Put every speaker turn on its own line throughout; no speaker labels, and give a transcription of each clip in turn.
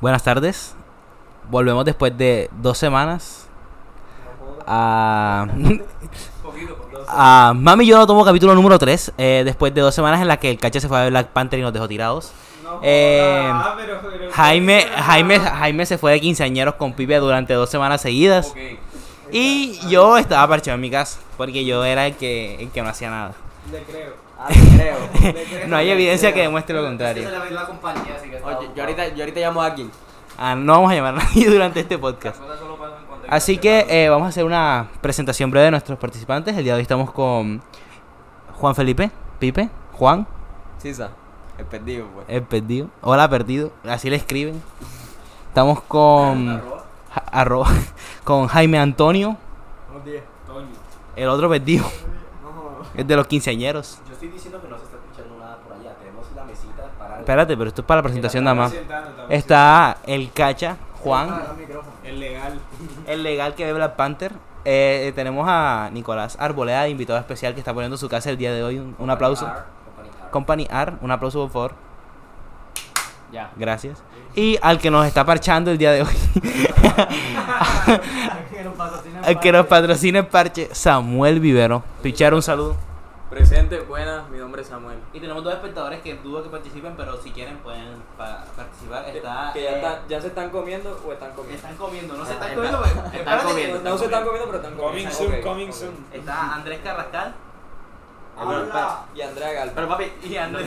Buenas tardes. Volvemos después de dos semanas a, a Mami Yo No Tomo capítulo número 3. después de dos semanas en las que el caché se fue a ver Black Panther y nos dejó tirados. Eh,
ah,
Jaime, Jaime, Jaime se fue de quinceañeros con Pipe durante dos semanas seguidas. Y yo estaba parchado en mi casa, porque yo era el que, el que no hacía nada.
Le creo.
Ah, te creo.
Le creo,
No hay
le
evidencia que
creo.
demuestre lo contrario.
la misma compañía, así que está
Oye,
ocupado.
yo ahorita, yo ahorita llamo a alguien.
Ah, no vamos a llamar a nadie durante este podcast.
Las cosas solo pasan cuando hay
Así que eh, vamos a hacer una presentación breve de nuestros participantes. El día de hoy estamos con Juan Felipe, Pipe, Juan,
Sisa, el perdido, pues.
el perdido. Hola, perdido. Así le escriben. Estamos con.
Arroba.
Ja- arroba, con Jaime Antonio,
Buenos días. Toño.
el otro perdido.
No,
Es de los quinceañeros.
Yo estoy diciendo que no se está escuchando nada por allá. Tenemos la mesita para.
Espérate, pero esto es para la presentación nada más.
sentando,
Está el cacha, Juan,
Ah, El legal.
el legal que ve Black Panther. Eh, eh, tenemos a Nicolás Arboleda, invitado especial, que está poniendo su casa el día de hoy. Un, un aplauso.
Ah,
Company Art, un aplauso por favor.
Ya.
Gracias. Y al que nos está parchando el día de hoy, al Ah, que nos patrocina el parche, Samuel Vivero. Pichar, un saludo.
Presente, buenas, mi nombre es Samuel.
Y tenemos dos espectadores que dudo que participen, pero si quieren pueden pa- participar. Está,
que ya,
eh,
está- ya se están comiendo o están comiendo.
están comiendo, no se
Ah,
están
está-
comiendo.
están
pero- espérate que-
comiendo.
No se están comiendo, pero están
Coming
comiendo.
soon,
Ok,
coming
ok.
soon.
Está Andrés Carrascal
Habla.
Y Andrea Galpa.
Pero papi,
y Andrés,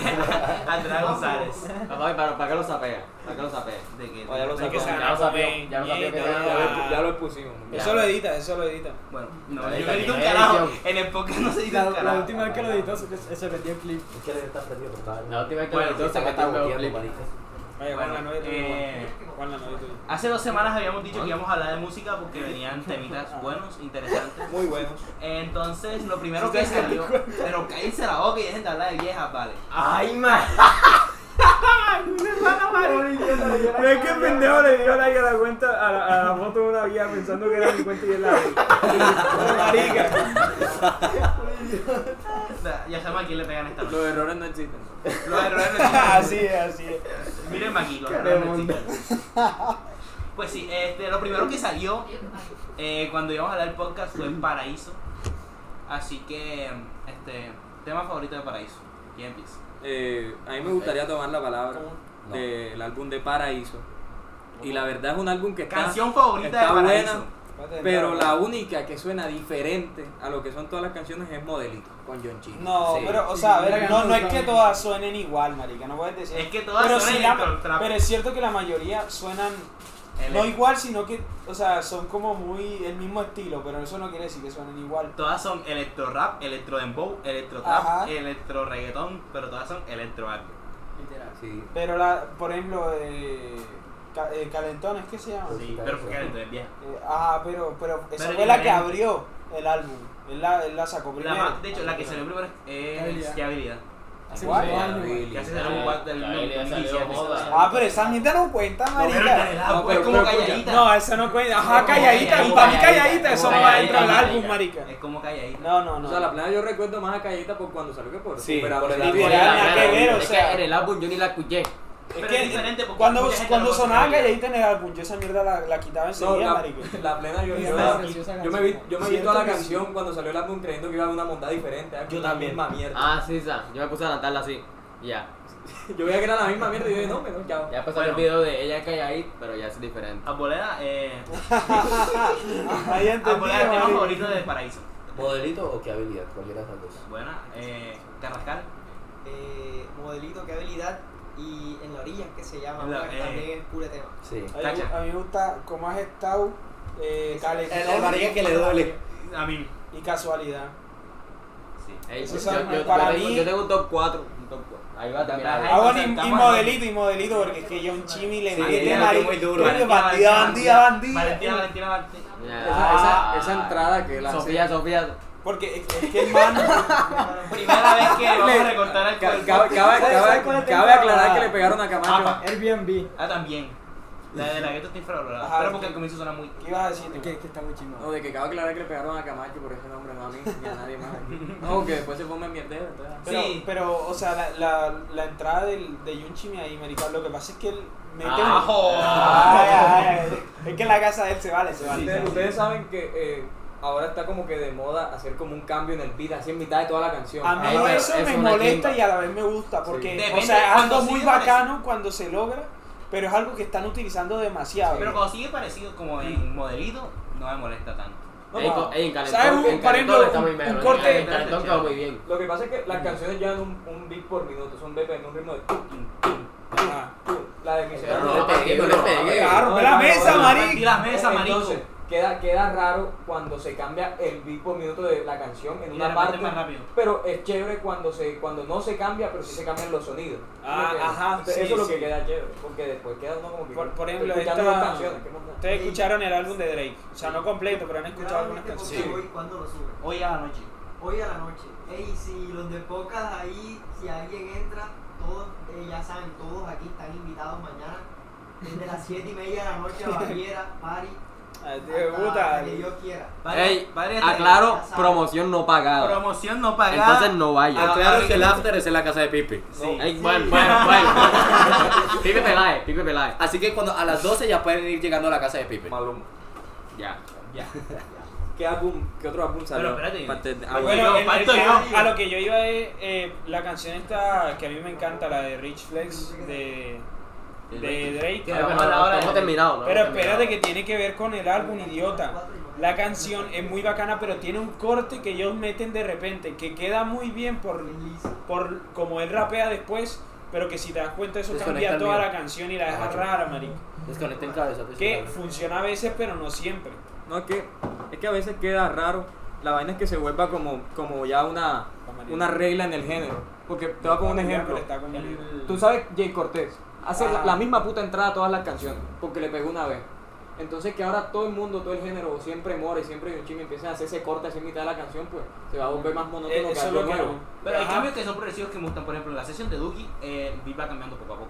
Andrea González.
pero papi, ¿para, para qué lo sapea? ¿Para qué lo sapea?
De que-
O ya lo
Hay
sapeo,
que
ya lo
sacar,
sapeo, ya lo sapeo que
puñeta.
tenía.
Ya, ya lo expusimos.
Ya.
Eso lo edita, eso lo edita.
Bueno, no,
Ahí
yo
está,
no edito un
bien,
carajo.
edición.
En el podcast no se edita
La,
un carajo.
última vez que lo editó se, se perdió el clip.
Es que le está perdido, pero está-
La última vez que lo
Bueno, sí,
editó, se
se me
metió
está
un nuevo
boqueando,
clip.
marica.
Vaya,
Bueno,
Juan, la novia
eh,
tuya. Juan, la novia tuya.
Hace dos semanas habíamos dicho que íbamos a hablar de música porque venían temitas buenos, interesantes.
Muy buenos.
Entonces, lo primero que salió. Pero cállense la boca y dejen de hablar de viejas, vale.
Ay, man.
Pero es que el pendejo le dio like a la cuenta, a la, a la foto de una vieja pensando que era mi cuenta y es la de él. Marica.
Ah, Ya sabemos a quién le pegan esta noche.
Los errores no existen.
Los errores no
Ah,
existen.
Así es, así es.
Miren aquí, los errores no existen. Pues sí, este, lo primero que salió eh, cuando íbamos a hablar del podcast fue Paraíso. Así que, este, tema favorito de Paraíso. ¿Quién empieza?
Eh, a mí me gustaría tomar la palabra del álbum de Paraíso. Y la verdad es un álbum que está,
Canción favorita de
está
Paraíso.
buena, pero la única que suena diferente a lo que son todas las canciones es Modelito, con John Chino.
No,
Sí.
pero, o sea, a ver, no, no es que todas suenen igual, marica, no puedes decir.
Es que todas
pero
suenan
sí la-
electro-trap.
Pero es cierto que la mayoría suenan,
El- em-
no igual, sino que, o sea, son como muy el mismo estilo, pero eso no quiere decir que suenen igual.
Todas son electro rap, electro dembow, electro
Ajá.
trap, electro reggaetón, pero todas son electro algo.
Sí.
Pero, la, por ejemplo, eh, ca- eh, Calentón, ¿es que se llama?
Sí, pero porque electro es vieja.
Eh, ah, pero, pero esa
Pero
fue la que
diferente.
abrió el álbum. Él la, él la sacó
La
primero.
más- de hecho, la que salió primero es
Habilidad.
qué habilidad.
¿Cuál?
Que hace
No,
salió un
Ah,
guat del
la habilidad salió
2017.
joda.
Ah, pero esa gente no cuenta,
No, pero
marica.
el álbum
pero-
es como
pero escucha.
calladita.
No, eso no cuenta. Ajá, calladita.
Calladita,
Para mí calladita,
calladita,
eso no va dentro del
calladita,
álbum, marica.
Es como calladita.
No, no, no.
O sea, la plena yo recuerdo más a Callita por cuando salió que por
Sí,
Pero
por el
la-
álbum.
Literal, nada que ver, o
Es que
sea.
en el álbum yo ni la escuché.
es
pero
que
es diferente porque
cuando,
mucha gente
cuando
no
sonaba
conoce.
calladita en el álbum, yo esa mierda la, la quitaba
No,
enseguida,
la,
marica.
la plena yo, yo,
Está
yo, me vi, yo me vi toda
Siento
la
que
canción cuando salió el álbum creyendo que iba a haber una montada diferente. Yo también. Misma mierda.
Ah, Sisa, yo me puse a cantarla así. y Ya.
Yo veía que era la misma mierda y yo dije, no, pero chao.
Ya pasó el
Bueno.
video de ella calladita, pero ya es diferente.
Arboleda, eh,
Ahí entendí,
Arboleda, tema
marica.
favorito de Paraíso.
¿Modelito o qué habilidad? Cualquiera de esas dos.
Buena, eh, Carrascal.
eh, modelito, qué habilidad y en la orilla que se llama,
La-
bueno, que
eh.
también es puro tema.
Sí.
A mí,
Cacha.
a mí me gusta cómo has estado, eh, calentón.
El- el marica que le duele.
A mí.
Y casualidad.
Sí.
Ey,
Eso
yo,
es algo
yo- yo
para
tengo,
mí.
yo tengo un top 4, un top 4. Ahí va a terminar.
Ah,
Ay,
bueno,
o sea,
y, y
estamos
modelito, y modelito, porque es que John Chimmy le
Sí,
mete
ella
marica.
lo tiene muy duro.
Coño, bandida, bandida, bandida.
Valentina, Valentina, Valentina.
Esa- esa- esa entrada que la hace-
Ah. Sofía, Sofía.
Porque es, es que el man.
Primera vez que vamos a recortar al
Ca-
cuerpo.
Cabe, cabe,
¿Sabes-
cabe-
sabes cuál es el
cabe
tema?
aclarar que le pegaron a Camacho.
Ah,
Airbnb.
Ah, también. La de la gueto está infravalorada.
Ajá,
Pero
es
porque
que-
al comienzo suena muy.
¿Qué ibas a decir?
Que, que está muy chingón.
No, de que acabo de aclarar que le pegaron a Camacho por ese nombre, no a mí ni a nadie más. aquí. No, que después se ponme mierdero, entonces. ah.
Pero,
Sí.
pero, o sea, la, la, la entrada del, de Yunchimi ahí, marica, lo que pasa es que él mete un-
Ah, joder.
Ay, ay, ay. Es que la casa de él se vale, se vale.
Ustedes, ustedes saben que eh, ahora está como que de moda hacer como un cambio en el beat, así en mitad de toda la canción.
A mí
Ay, pero
eso
es
me
una
molesta
chimba.
y a la vez me gusta, porque,
Sí.
o sea, es
Depende,
algo
cuando
muy
sigue parecido.
bacano cuando se logra, pero es algo que están utilizando demasiado.
Pero cuando sigue parecido como en modelito, no me molesta tanto.
No,
Ey,
pa.
co- ey, en calentón,
¿Sabes? Un-
en
por ejemplo,
calentón está muy
un-
mero,
un
en
corte-
calentón- en calentón quedó muy bien.
Lo que pasa es que las canciones llevan un, un beat por minuto, son BPM, un ritmo de tum, tum,
Ajá.
tum. La de mi
Pero
cerebro.
no le pegué, no le pegué.
Claro, ve la mesa,
Y
marica.
las mesas, marico.
Entonces, queda, queda raro cuando se cambia el beat por minuto de la canción en
Y de
una
repente
parte.
más rápido.
Pero es chévere cuando se cuando no se cambia, pero sí se cambian los sonidos.
Ah,
Como que-
ajá,
entonces,
sí,
Eso es lo
sí.
que queda chévere, porque después queda uno como que.
Por- por
estoy
ejemplo,
escuchando
esta-
dos canciones, ¿qué más da?
Ustedes escucharon el álbum de Drake, o sea, no completo, pero han escuchado algunas
Claramente porque
canciones.
hoy, ¿cuándo lo suben?
Hoy a la noche.
Hoy a la noche. Ey, si los de pocas ahí, si alguien entra, todos, eh, ya saben, todos aquí están invitados mañana. Desde las 7 y media de la noche a Baviera, Party.
Ay,
hasta
tío, Ah, puta.
la que Dios quiera.
Ey,
padre,
ah,
aclaro,
ya saben.
promoción no pagada.
Promoción no pagada.
Entonces no vaya.
Aclaro que el
after es en la casa de Pipe.
Sí.
Ey, bueno, bueno, bueno. Pipe Peláez, Pipe Peláez.
Así que cuando a las 12 ya pueden ir llegando a la casa de Pipe.
Maluma.
Ya.
¿Qué, álbum, ¿Qué otro álbum salió?
espérate.
Parte de- ah,
Bueno,
bueno.
Bueno,
Yo,
el-
parto
el-
yo.
a lo que yo iba es eh, la canción esta que a mí me encanta, la de Rich Flex de, de Drake.
Ya,
Pero
vamos
no,
a la
no,
hora
no hemos
de-
terminado, no
Pero
hemos
espérate que
terminado.
tiene que ver con el álbum, idiota. La canción es muy bacana, pero tiene un corte que ellos meten de repente, que queda muy bien por, por como él rapea después, pero que si te das cuenta eso
Desconecta
cambia
el
toda
mío.
la canción y la deja
Ah, ok.
rara, marico.
Desconecten cabeza.
Que funciona a veces, pero no siempre.
No, es que, es que a veces queda raro. La vaina es que se vuelva como, como ya una, una regla en el género. Porque te voy a poner un ejemplo.
Pero está como-
Tú sabes, Jay Cortés hace la,
Ajá.
la misma puta entrada a todas las canciones, porque le pegó una vez. Entonces que ahora todo el mundo, todo el género, siempre Mora y siempre Yunchimi empiezan a hacer ese corte así en mitad de la canción, pues se va a volver más monótono
Eh, Eso
que
es
algo
lo que
nuevo.
no.
Pero hay
Ajá.
cambios que son progresivos que me gustan. Por ejemplo, en la sesión de Duki, eh, el beat va cambiando poco a poco.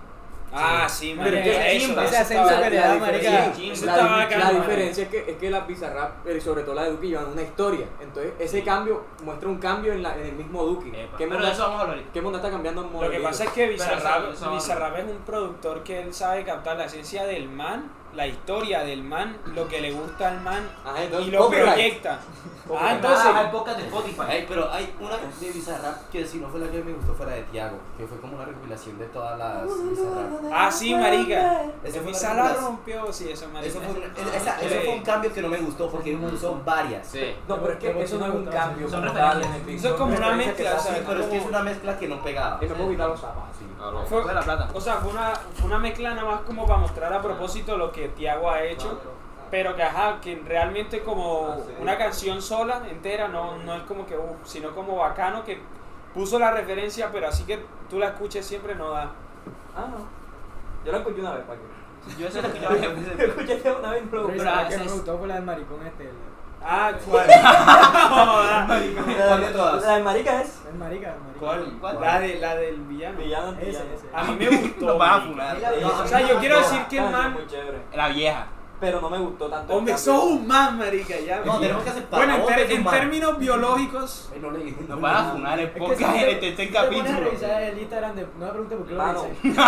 Ah, sí, marica.
que
eso-
chimba.
eso
Ese
estaba-
La- la diferencia-
Sí,
la
sí,
di-
está
la
bacano, marica.
diferencia es que, es que las Bizarrap, eh, sobre todo la de Duki, llevan una historia. Entonces ese cambio muestra un cambio en, la- en el mismo Duki.
Epa.
¿Qué
Pero
mundo
de eso vamos a hablar
Ah,
ahorita.
qué mundo está cambiando en
Lo que pasa es que
eso-
Bizarrap,
eso-
Bizarrap es un productor que él sabe captar la esencia del man, la historia del man, lo que le gusta al man
Ajá, entonces,
y lo
copyright.
proyecta. Ah,
Copyright.
entonces,
Ah, hay podcast de Spotify.
pero hay una de Bizarrap que si no fue la que me gustó fue la de Tiago, que fue como una recopilación de todas las Bizarrap.
ah, sí, marica.
Ese fue
Bizarrap
una-
rompió, sí, eso, marica.
Eso fue, un, esa- eso fue un cambio que no me gustó porque uno usó varias.
Sí.
No, pero es que eso no es un cambio.
Son
como tal
referencias.
en el
Eso
beat,
es
son
como una
referencias que
mezcla,
se
o sea,
hacen.
Sí, pero es que es una mezcla que no pegaba.
Y me puedo quitar los zapatos. sí.
Cabrón.
Fue-
Fue la plata.
O sea, fue una, fue una mezcla nada más como para mostrar a propósito lo que Tiago ha hecho, pero que ajá, que realmente
Ah,
como una canción sola, entera, no, no es como que, uff, sino como bacano que puso la referencia, pero así que tú la escuches siempre no da.
Ah, no. Yo la escuché una vez, ¿para qué?
Yo eso es lo que yo había
escuché una vez, pero...
Pero
Pero
la que
ese
me
es-
gustó fue la del maricón este. El,
Ah, ¿cuál?
Una de todas.
de marica es...
el marica, el marica.
la, de, la del villano.
Villano,
Ese,
villano.
ese.
A mí me gustó.
Nos van a
marica.
funar.
eh,
O sea, yo quiero decir que el
Ah, sí,
man...
Muy chévere.
La vieja.
Pero no me gustó tanto. el
Hombre,
cambio.
sos un man, marica, ya.
No, tenemos que aceptar.
bueno, en,
Vos
ter-
eres un
en
man.
términos biológicos...
Eh, No le dije.
Nos van a funar el
Es que
podcast
si
en
te-
el tercer
si te pones a
capítulo.
revisar el Instagram de- no me preguntes por qué lo
Mano.
revisé.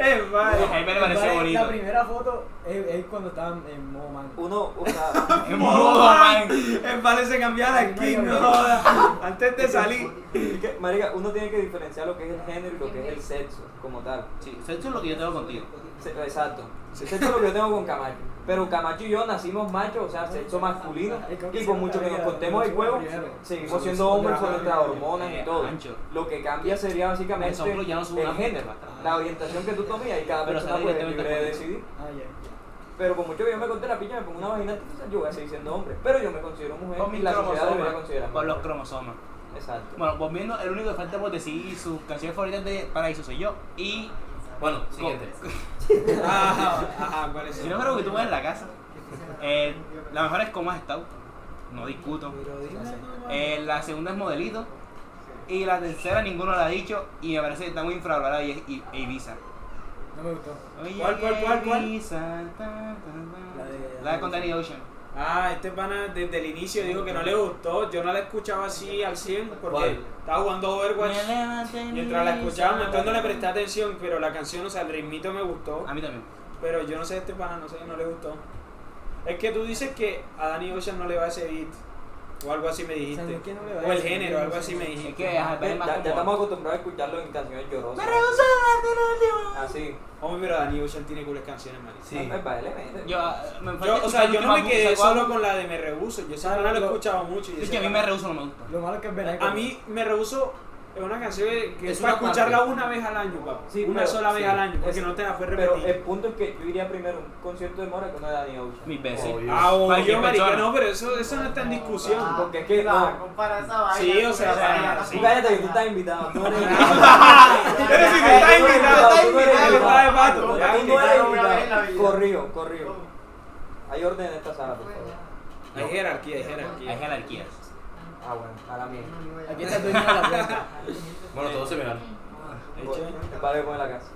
Eh, vale.
Jaime le pareció
Vale,
bonito.
La primera foto es, es cuando estaban en modo man.
Uno, o sea...
En modo man.
El vale se cambiaba la skin, no jodas. Antes de salir.
es que, marica, uno tiene que diferenciar lo que es el género y lo que es el sexo, como tal.
Sí, eso es lo que yo tengo contigo.
Se- Exacto. Sexo es lo que yo tengo con Camacho. Pero Camacho y yo nacimos machos, o sea, sexo masculino. Y por mucho que nos contemos el huevo, seguimos siendo hombres con nuestras hormonas y todo. Lo que cambia sería básicamente
Nosotros ya no somos
el
una-
género, la orientación que tú tomes y cada
Pero
persona
sale
pues, es libre
directamente
de
con-
decidir.
Ah, ya.
Pero por mucho que yo me corte la piña, me pongo una vagina, entonces yo voy a seguir siendo hombre. Pero yo me considero mujer
Con
y
mis
la sociedad debería
cromosomas.
considerarme.
Con los
mujer.
cromosomas.
Exacto.
Bueno, volviendo, el único que falta por decir y sus canciones favoritas de Paraíso soy yo. Y.
Bueno, siguiente.
Ajá, ajá, ¿cuál es?
Si no creo que tú vas en la casa. Eh, la mejor es cómo has estado. No discuto. Eh, la segunda es modelito. Y la tercera ninguno la ha dicho. Y me parece que está muy infravalorada y es I- e Ibiza.
No me gustó.
¿Cuál, cuál, cuál, cuál?
La de Container Ocean.
Ah, este pana desde el inicio dijo que no le gustó. Yo no la escuchaba así al 100 porque
¿Cuál?
estaba jugando Overwatch. Pues, Mientras la escuchaba, un montón no le presté atención, pero la canción, o sea, el ritmito me gustó.
A mí también.
Pero yo no sé, este pana, no sé, no le gustó. Es que tú dices que a Danny Ocean no le va ese beat. O algo así me dijiste.
¿Sabes qué? No le va
o el
ese
género,
beat,
algo
no
así
sé.
me
Es
dijiste.
que ajá, es
Ya,
más
ya
como-
estamos acostumbrados a escucharlo en canciones llorosas. Así.
Hombre, Oh, pero Danny Ocean tiene culas canciones, man.
Sí.
No, epa, él es medio.
Yo, ah, me falta
Yo, o sea,
escuchar
yo no me
última
quedé
música,
solo
¿cuál?
con la de Me Rehuso. Yo esa
Ah,
pana la he
lo-
escuchado mucho. y
Es
esa
que a mí
pana-
me rehuso, no me gusta.
Lo malo que es Veracruz.
A mí me rehuso es una canción que es,
Es
para
una
escucharla
parte.
una vez al año, papá.
Sí,
una
pero-
sola vez
sí,
al año, porque
es-
no te la puedes
Pero
repetir.
el punto es que yo iría primero a un concierto de Mora que uno de Danny Ocean.
Mis veces.
Obvio.
ah, obvio,
cualquier
marica,
persona.
no, pero eso, eso no está en discusión.
Ah, porque es que
Va,
no.
compara esa vaina.
Sí, o sea,
Compara
sí.
Y
esa vaina.
cállate que tú estás invitado. tú no eres
Pero si tú estás invitado,
tú no eres
tú estás de pato,
Tú no
ya,
eres
que cada
una vez en la
invitado.
vida.
Corrido, corrido. Hay orden en esta sala, por favor.
Hay jerarquía, hay
Hay
jerarquía.
jerarquías.
Ah, bueno, mala mía.
Aquí está el dueño de la puerta.
Bueno, todos se verán.
Voy- Vale, voy a la casa.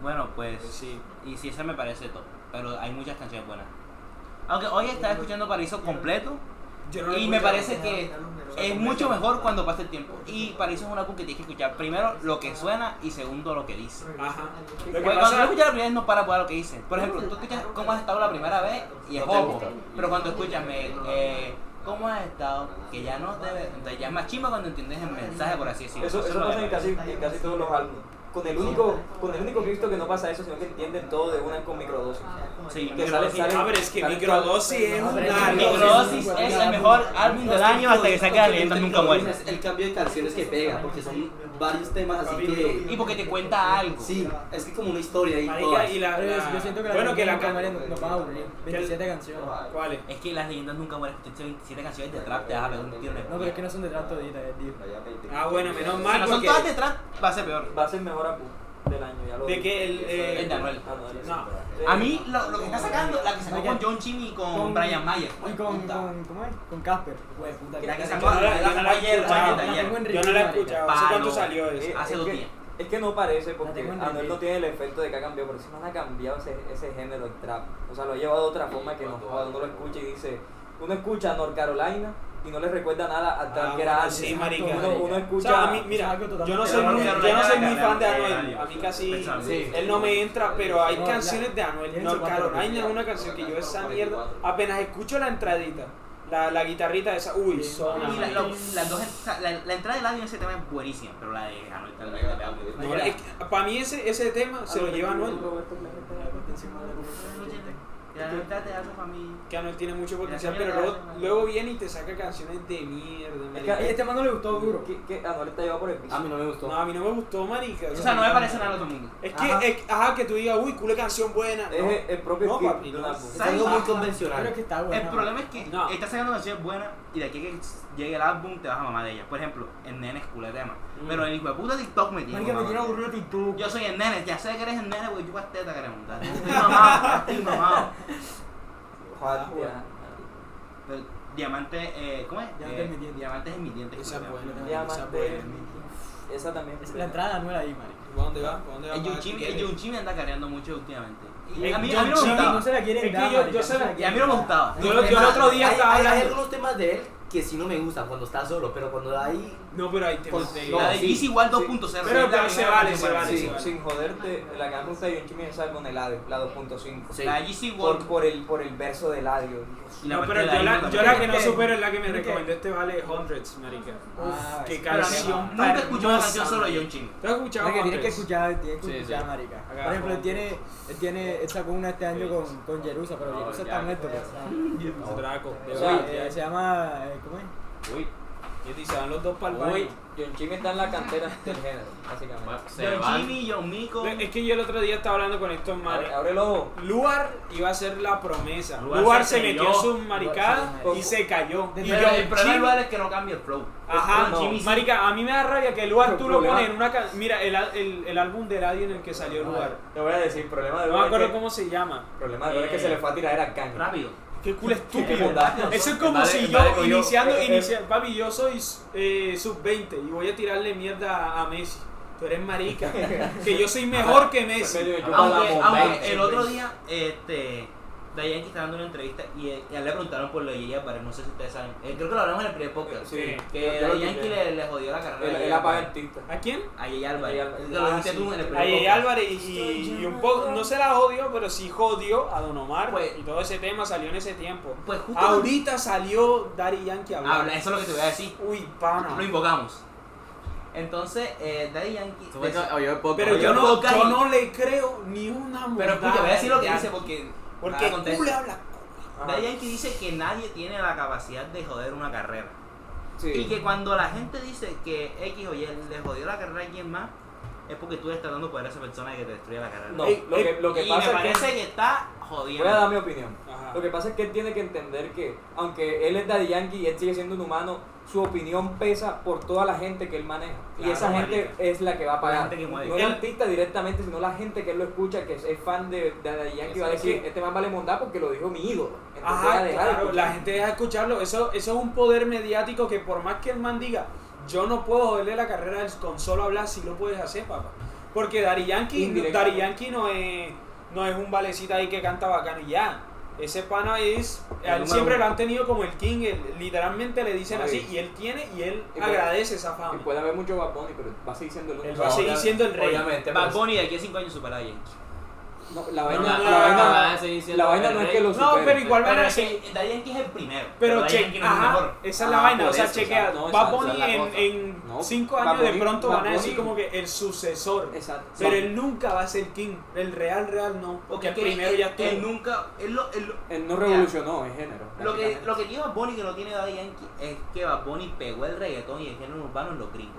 Bueno, pues.
Pues sí.
Y si esa me parece top. Pero hay muchas canciones buenas. Aunque hoy estaba escuchando Paraíso completo.
Yo no lo
y
he
me
escuchado.
parece que es mucho mejor cuando pasa el tiempo. Y Paraíso es una álbum que tienes que escuchar primero lo que suena y segundo lo que dice.
Ajá. Lo que
Porque cuando tú
pasa,
escuchas la primera vez no para jugar lo que dicen. Por ejemplo, tú escuchas cómo has estado la primera vez y es
No te
hobo.
gusta.
Pero cuando escuchas me, eh, cómo has estado, que ya no te Entonces ya es más chimba cuando entiendes el mensaje, por así decirlo.
Eso,
Eso
eso
es lo
pasa en
que-
casi, en casi todos los álbumes. Con el único, con el único Cristo que no pasa eso, sino que entienden todo de una con microdosis.
Sí,
Que
microdosis.
sale- sale-
ah, pero es que
sale-
microdosis es un
Microdosis.
algo.
Microdosis es el mejor álbum del año hasta que saque la leyenda nunca muere.
Es el cambio de canciones que pega, porque son varios temas así que.
Y porque te cuenta algo.
Sí, es que como una historia ahí.
Marica,
todas.
y la,
Pero
la-
Pues, yo siento que la
bueno, que la
nunca muere,
can...
nos nos van a aburrir.
Que-
27 canciones.
Ah,
¿Cuál es?
Es que las leyendas nunca mueren. Escuchaste 27 canciones de trap, te vas a pegar un tiro en el
No, pero es que no son de trato de ir
Ah, bueno, menos
Si
mal,
no son
porque...
todas de trap, va a ser peor.
Va a ser mejor álbum del año, ya lo
De
digo.
que el... eh,
Es de Anuel.
Ah, no, eres-
No.
Eh,
A mí, lo, lo que está sacando, la que sacó
Oye.
con John Chim y con,
Con-
Brian Mayer.
Y con, con, ¿cómo es? Con Casper. Güey, puta
La que
tal.
sacó, la, la
Yo no
sacó
la he
ayer, la sacó
escuchado.
ayer.
Tengo en
Yo no la he
Marica.
escuchado. ¿Hace cuánto
Palo.
salió eso?
Eh,
hace
es
dos
que-
días.
Es que no parece porque
tengo en
Anuel
Enrique.
no tiene el efecto de que ha cambiado, pero si no ha cambiado ese, ese género del trap. O sea, lo ha llevado a otra forma que no, joda, uno lo escucha y dice, uno escucha a North Carolina y no le recuerda nada al trap
Ah,
que era
bueno,
antes.
sí, marica.
Uno, uno
O
escucha
sea, a mí, mira, yo no soy muy, yo no soy muy fan de Anuel. A mí casi
Sí.
él no me entra, pero hay
No,
canciones
la-
de Anuel.
tiene
No,
su cuatro
Carolina es
canciones.
una canción que yo esa mierda apenas escucho la entradita, la, la guitarrita esa, uy, sona.
Y la, lo- las dos, en- la, la entrada del audio en ese tema es buenísima, pero la de Anuel también la de audio.
para mí ese ese tema se lo lleva Anuel,
La mitad te hace para mí.
que Anuel tiene mucho potencial, pero luego, luego viene y te saca canciones de mierda.
Es que a
marica.
Este man no le gustó duro.
Que, que Anuel está llevado por el piso.
A mí no me gustó.
No, a mí no me gustó, marica.
O sea, no me parece nada al otro mundo.
Es que,
Ajá.
es- ajá, que tú digas, uy, cool canción buena.
Es
No.
el, el propio
No,
estilo
papi,
de un
no.
álbum.
Es algo muy convencional.
Creo que está bueno.
El problema es que
No.
está sacando canciones buenas y de aquí que llegue el álbum te vas a mamar de ellas. Por ejemplo, el nene es culo de tema. Pero el hijo de puta TikTok me tiene.
Marica, Mm. me
mamado.
tiene aburrido TikTok.
Yo soy el nene, ya sé que eres el nene, porque yo a teta queremos dar. Estoy mamado, ya estoy mamado.
Joder,
bueno.
ya.
Pero, diamante, eh, ¿cómo es?
Diamante
Eh,
es mi diente.
Diamante es mi diente.
Esa es buena.
Eh,
Llama
Esa
de-
buena.
Esa también.
La entrada de Anuel ahí, marica.
¿Para dónde va? ¿Para dónde va? ¿Para
Junchimi-
qué
El
quiere?
Junchimi anda careando mucho últimamente. Y
El
a mí, a mí no me
Junchimi
gustaba.
No se la
Es
quieren
que
dar,
yo- yo
marica,
se
no
la-
Y a mí no me gustaba.
Yo, lo- yo el otro día
hay,
estaba
hay- hay
hablando.
algunos temas de él que sí no me gustan cuando está solo, pero cuando hay.
No, pero hay temas
Pues,
de.
no,
La de
sí,
Yeezy igual 2.0.
Pero-
Sí,
pero
la
se
mía
vale,
me
se
parece.
vale,
Sí,
se vale.
sin joderte, la que más me gusta de Yonchimi es esa con el Adio, la 2.5.
Sí.
La Yeezy
Por,
World.
por, el, por el verso del Adio. Dios.
y
No,
parte
pero
de
yo la,
Iron
yo
Man.
la que no
Porque-
supero es la que me
porque-
recomendó este vale Hundreds, marica.
Ah,
Uf, qué
sí.
Pero a mí
canción.
Nunca he escuchado una
hermosa,
canción solo de John Chim.
¿Tú has escuchado
No, que tienes que
Hundreds?
escuchar, tienes que
Sí,
escuchar,
sí.
marica.
Acá,
Por ejemplo, él
con-
tiene, él tiene, él sacó una este año con, con Jerusa, pero Jerusa está muerto. pues.
Draco, de
O
Sí,
sea,
verdad.
eh, se llama, eh, ¿cómo es?
Uy,
Y te- se van los dos para el
Uy,
baño.
Yonchimi está en la cantera del género, básicamente.
ma- se
John
van.
Jimmy, John Mico.
Es que yo el otro día estaba hablando con estos manes.
Abre, abre el ojo.
Luar iba a ser la promesa.
Luar
Luar,
se
se, metió
cayó.
sus maricadas
Luar
se cayó.
y se cayó. Y
Pero el problema
Jimmy-
del bar es que no cambia el flow.
Ajá,
John Jimmy sí.
marica, a mí me da rabia que Luar
Pero
tú lo
problema-
pones en una canción. Mira, el, a- el, el álbum de radio en el que salió Luar.
Te voy a decir, problema de
No
Luar
me
es
acuerdo
que-
cómo se llama.
problema de Luar es que se le fue a tirar a caña.
Rápido.
Qué culo
Qué
estúpido.
bondad.
Eso es como
Vale,
si yo
vale, coño.
iniciando,
Eh, eh.
iniciando, papi, yo soy eh, sub 20 y voy a tirarle mierda a, a Messi. tú eres marica, que yo soy mejor que Messi.
Medio yo
Aunque,
para la
aunque
bomba,
el otro día, este, Dayan está dando una entrevista y, eh, y a él le preguntaron por lo de Yaya Barrett, no sé si ustedes saben. Eh, creo que lo hablamos en el primer podcast.
Sí.
Que
Yo lo
Dayan
escuché.
le, le jodió la carrera
Él
a
él
Yaya
apaga
Barrett.
el tinta.
¿A quién?
A Yaya
Yaya
Álvarez.
Álvarez.
Lo dijiste
Ah,
tú
sí.
en el primer
A Yeye
podcast.
Álvarez y, y- y un poco, no se la jodió, pero sí jodió a Don Omar
Pues-
y todo ese tema salió en ese tiempo.
Pues justo
Ah, Ahorita salió Daddy Yankee a hablar.
habla, eso es lo que te voy a decir.
Uy, pana.
Lo invocamos. Entonces, eh, Daddy Yankee.
Tú ves que oyó el podcast.
Pero
Oye,
yo no,
podcast
yo
y-
no le creo ni una
Pero
mierda.
escucha, voy a decir lo que dice porque.
Porque
nada
tú le
contesta.
hablas.
Daddy Yankee dice que nadie tiene la capacidad de joder una carrera. Y que cuando la gente dice que X o Y le jodió la carrera a alguien más, es porque tú le estás dando poder a esa persona que te destruye la carrera.
No,
Ey,
lo
ey,
que, lo que
y me
pasa es
parece
que...
que, está
Voy a dar
jodiendo.
mi opinión.
Ajá.
Lo que pasa es que él tiene que entender que, aunque él es Daddy Yankee y él sigue siendo un humano, su opinión pesa por toda la gente que él maneja. y
Claro,
esa gente
marica.
es la que va a
La
pagar.
gente que mueve.
no el
Él-
artista directamente, sino la gente que él lo escucha, que es, es fan de, de Daddy Yankee, va a
Es
decir,
que-
este man vale mondá porque lo dijo mi ídolo. Entonces va a
Ajá,
dejar de
Ah, claro, la
escuchar.
gente deja de escucharlo. Eso, eso es un poder mediático que por más que el man diga, yo no puedo joderle la carrera del con solo hablar, si lo puedes hacer, papá. Porque Dari Yankee,
Indirecto.
Daddy Yankee no es, no es un valecita ahí que canta bacano y ya. Ese pana es,
El
a él
número
siempre
uno.
lo han tenido como el king, él- literalmente le dicen
Ay.
así, y él tiene y él
Y puede-
agradece esa
Y
fama.
puede haber mucho Bad Bunny, pero va a seguir siendo el único.
Él va a seguir
Ahora,
siendo el rey.
Obviamente. pues.
Bad
pero-
Bunny de aquí a 5 años supera a Yankee.
no, la vaina,
no,
la
no,
vaina-
no,
va a seguir siendo
la vaina
el
no es
rey.
que lo
No,
supere.
pero igual
Pero
van a
es
ser-
que Daddy Yankee es el primero.
Pero
Daddy
che,
Yankee no es el
ajá,
mejor.
esa es la
Ah,
vaina,
por
o sea,
eso,
chequea,
o sea, no,
Bad
esa- esa
Bunny
es la
en,
cosa.
en
No,
cinco
Bad
años de
Bunny-
pronto
Bad
van a decir
Bunny-
como que el sucesor,
Exacto.
pero él nunca va a ser king, el real, real no, porque
Porque
el primero
él,
ya estuvo.
Él nunca. Él lo, él lo-
Él no revolucionó el género.
lo que,
básicamente.
lo que tiene Bad Bunny que no tiene Daddy Yankee es que Bad Bunny pegó el reggaetón y el género urbano en los gringos.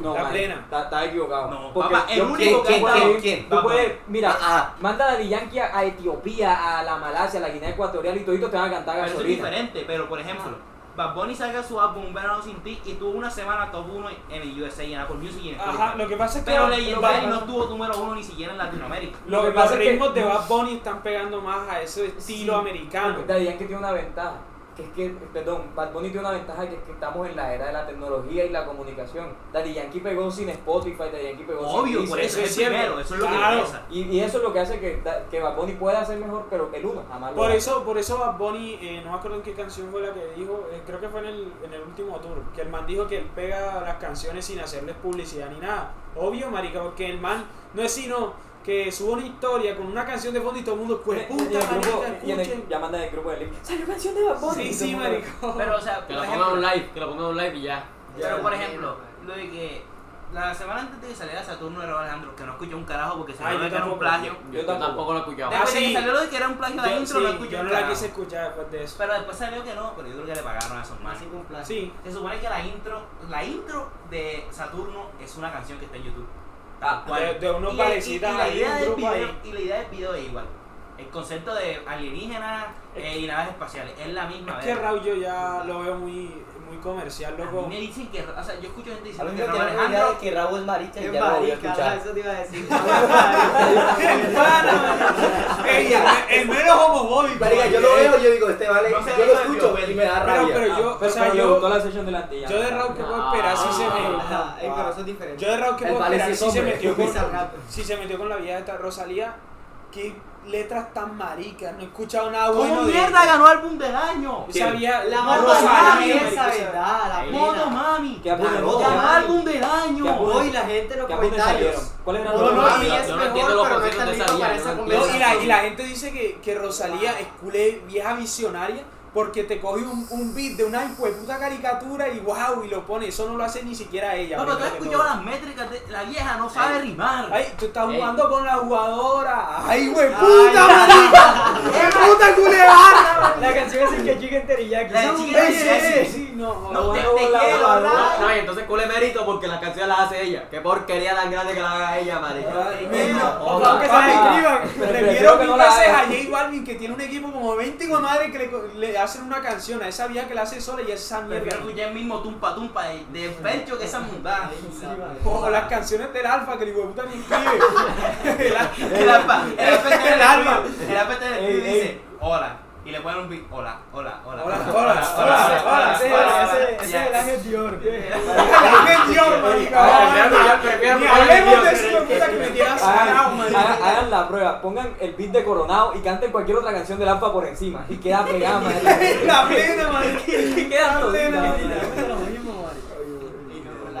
No,
La
man,
plena.
Está, está equivocado.
No,
Porque
papá, el
yo-
único
¿quién-
que ha
quién-
jugado-
quién? Tú
Papá. Ah,
puedes, mira, manda a Yankee a a Etiopía, a la Malasia, a la Guinea Ecuatorial y toditos te van a cantar
Pero eso es
gasolina.
diferente, pero por ejemplo, Bad Bunny saca su álbum Un verano sin ti y tuvo una semana top 1 en el USA y en Apple Music y en
Ajá,
Spotify.
lo que pasa es que
Pero
lo-
Legendary
lo-
no tuvo número 1 ni siquiera en Latinoamérica.
lo-
lo que
los
pasa es que-
ritmos de Bad
Mm.
Bunny están pegando más a ese estilo americano.
Daddy Yankee tiene una ventaja, que es que, perdón, Bad Bunny tiene una ventaja que es que estamos en la era de la tecnología y la comunicación. Daddy Yankee pegó sin Spotify, Daddy Yankee pegó sin
Obvio,
Deezer.
por eso
es
es el
cierto.
primero, eso es lo que
Claro.
interesa.
Y, y eso es lo que hace que, da- que Bad Bunny pueda hacer mejor, pero el uno jamás lo
Por
hace.
eso, por eso Bad Bunny, eh, no me acuerdo en qué canción fue la que dijo, eh, creo que fue en el, en el último tour, que el man dijo que él pega las canciones sin hacerles publicidad ni nada. Obvio, marica, porque el man no es sino que sube una historia con una canción de fondo y todo el mundo,
Y en
pues
el
puta,
grupo-
marica,
y en el-
escuchen.
ya manda del grupo de Link. Salió canción de Bad Bunny.
Sí, sí, marica.
Pero, o sea,
Que
por
lo pongan un
ejemplo,
live, que lo pongan un live y ya.
pero, por ejemplo, lo de que la semana antes de que saliera Saturno era Alejandro, que no escuchó un carajo porque se me
Ay, yo
que era un
tampoco.
plagio.
Yo,
Yo
tampoco.
tampoco
lo he escuchado.
Ah,
Después de
sí.
que salió lo de que era un plagio de la
Yo,
intro,
sí,
no escuchó
yo
un
no la
carajo.
quise escuchar después de eso.
Pero después salió que no, pero yo creo que le pagaron a esos manes.
Así con plan.
Sí,
Se supone que la intro, la intro de Saturno es una canción que está en YouTube.
Ah,
Cual-
de, de unos
y la- y-
valecitas
y la
ahí,
idea
un
del
grupo
video-
ahí.
y la idea del video es igual. El concepto de alienígenas eh, y naves espaciales es la misma.
Es que
verga.
Raúl yo ya lo veo muy, muy comercial,
A mí
loco.
me dicen que, o sea, yo escucho gente
A
diciendo
lo
que
mismo que
Raúl
no me diga
Alejandro
de que Raúl es marica y
Es
ya lo voy a
marica, ajá,
escuchar.
eso te iba a decir.
¡El pana! Ey, el, el menos homofóbico.
Marica, yo lo veo y yo digo, este vale,
No se
yo lo
deja el
escucho
violín.
y me da
Pero,
rabia.
pero yo, o
Ah, Pero
sea,
cuando le
yo,
gustó la sesión delante ya.
yo de Raúl que puedo
Ah.
esperar si se me... Ah,
Ajá, ey, pero eso es diferente.
Yo de Raúl que
El
puedo esperar
Valencia
si se
Sombre.
metió con...
Pizza rap.
Si se metió con la vida de esta Rosalía, qué letras tan maricas, no he escuchado nada
¿Cómo
bueno de
mierda ganó álbum del año?
Esa vía-
La
Rosalía,
mano mami,
marica,
esa
esa-
verdad, la
Mono
pena.
mami.
Que apunte,
Ganó
que apunte.
álbum del año.
Que apunte.
Hoy la gente en los
¿Qué apuntes salieron?
comentarios.
¿Cuáles eran
Mono
los
mami
apuntes?
no,
es
yo no
mejor,
entiendo los
pero no
conciertos
está
de
listo
Sabina,
para
no
esa
entiendo.
No, y, la, y
conversación.
la gente dice que, que Rosalía es culé, vieja visionaria, porque te coge un, un beat de una puta caricatura y wow, y lo pone. Eso no lo hace ni siquiera ella.
No, pero tú has
primero que
escuchado
todo.
las métricas de la vieja, no sabe rimar.
Ay, tú estás
Ey.
jugando con la jugadora. Ay, güey,
Ay,
puta marica. ¡Es puta culebana!
La canción es el que chica en teriyaki.
La de Chicken Teriyaki.
Sí, sí, no.
No, te,
joder.
te
hola,
quiero
hola,
hablar.
No, y entonces cule mérito porque las canciones las hace ella. Qué porquería tan grande que la haga ella, marica.
Ay,
Mira,
no,
ojalá.
que se las escriban.
Prefiero
Prefiero
que
mil
no la
veces a
hagan.
J Balvin que tiene un equipo como 20 con madre que le, co- le hacen una canción a esa vieja que la hace sola y hace esa mierda.
Prefiero escuchar el mismo tumpa tumpa de, de pecho que esa mundana.
O las canciones del Alfa que el hijo de puta ni escribe. El Alfa.
El alfa, el alfa está en el alma. El alfa está en el
Ey,
estudio y dice, hola. Y le ponen un beat, hola, hola, hola.
Hola, hola, hola, hola,
Ese-
hola,
Ese ese es el ángel Dior.
Ya.
¡Qué idiota, marica!
Pero
Ah, hagan, hagan la prueba, pongan el beat de Coronado y canten cualquier otra canción del Alfa por encima. Y queda pegada, marica.
La plena, marica.
Y queda todita.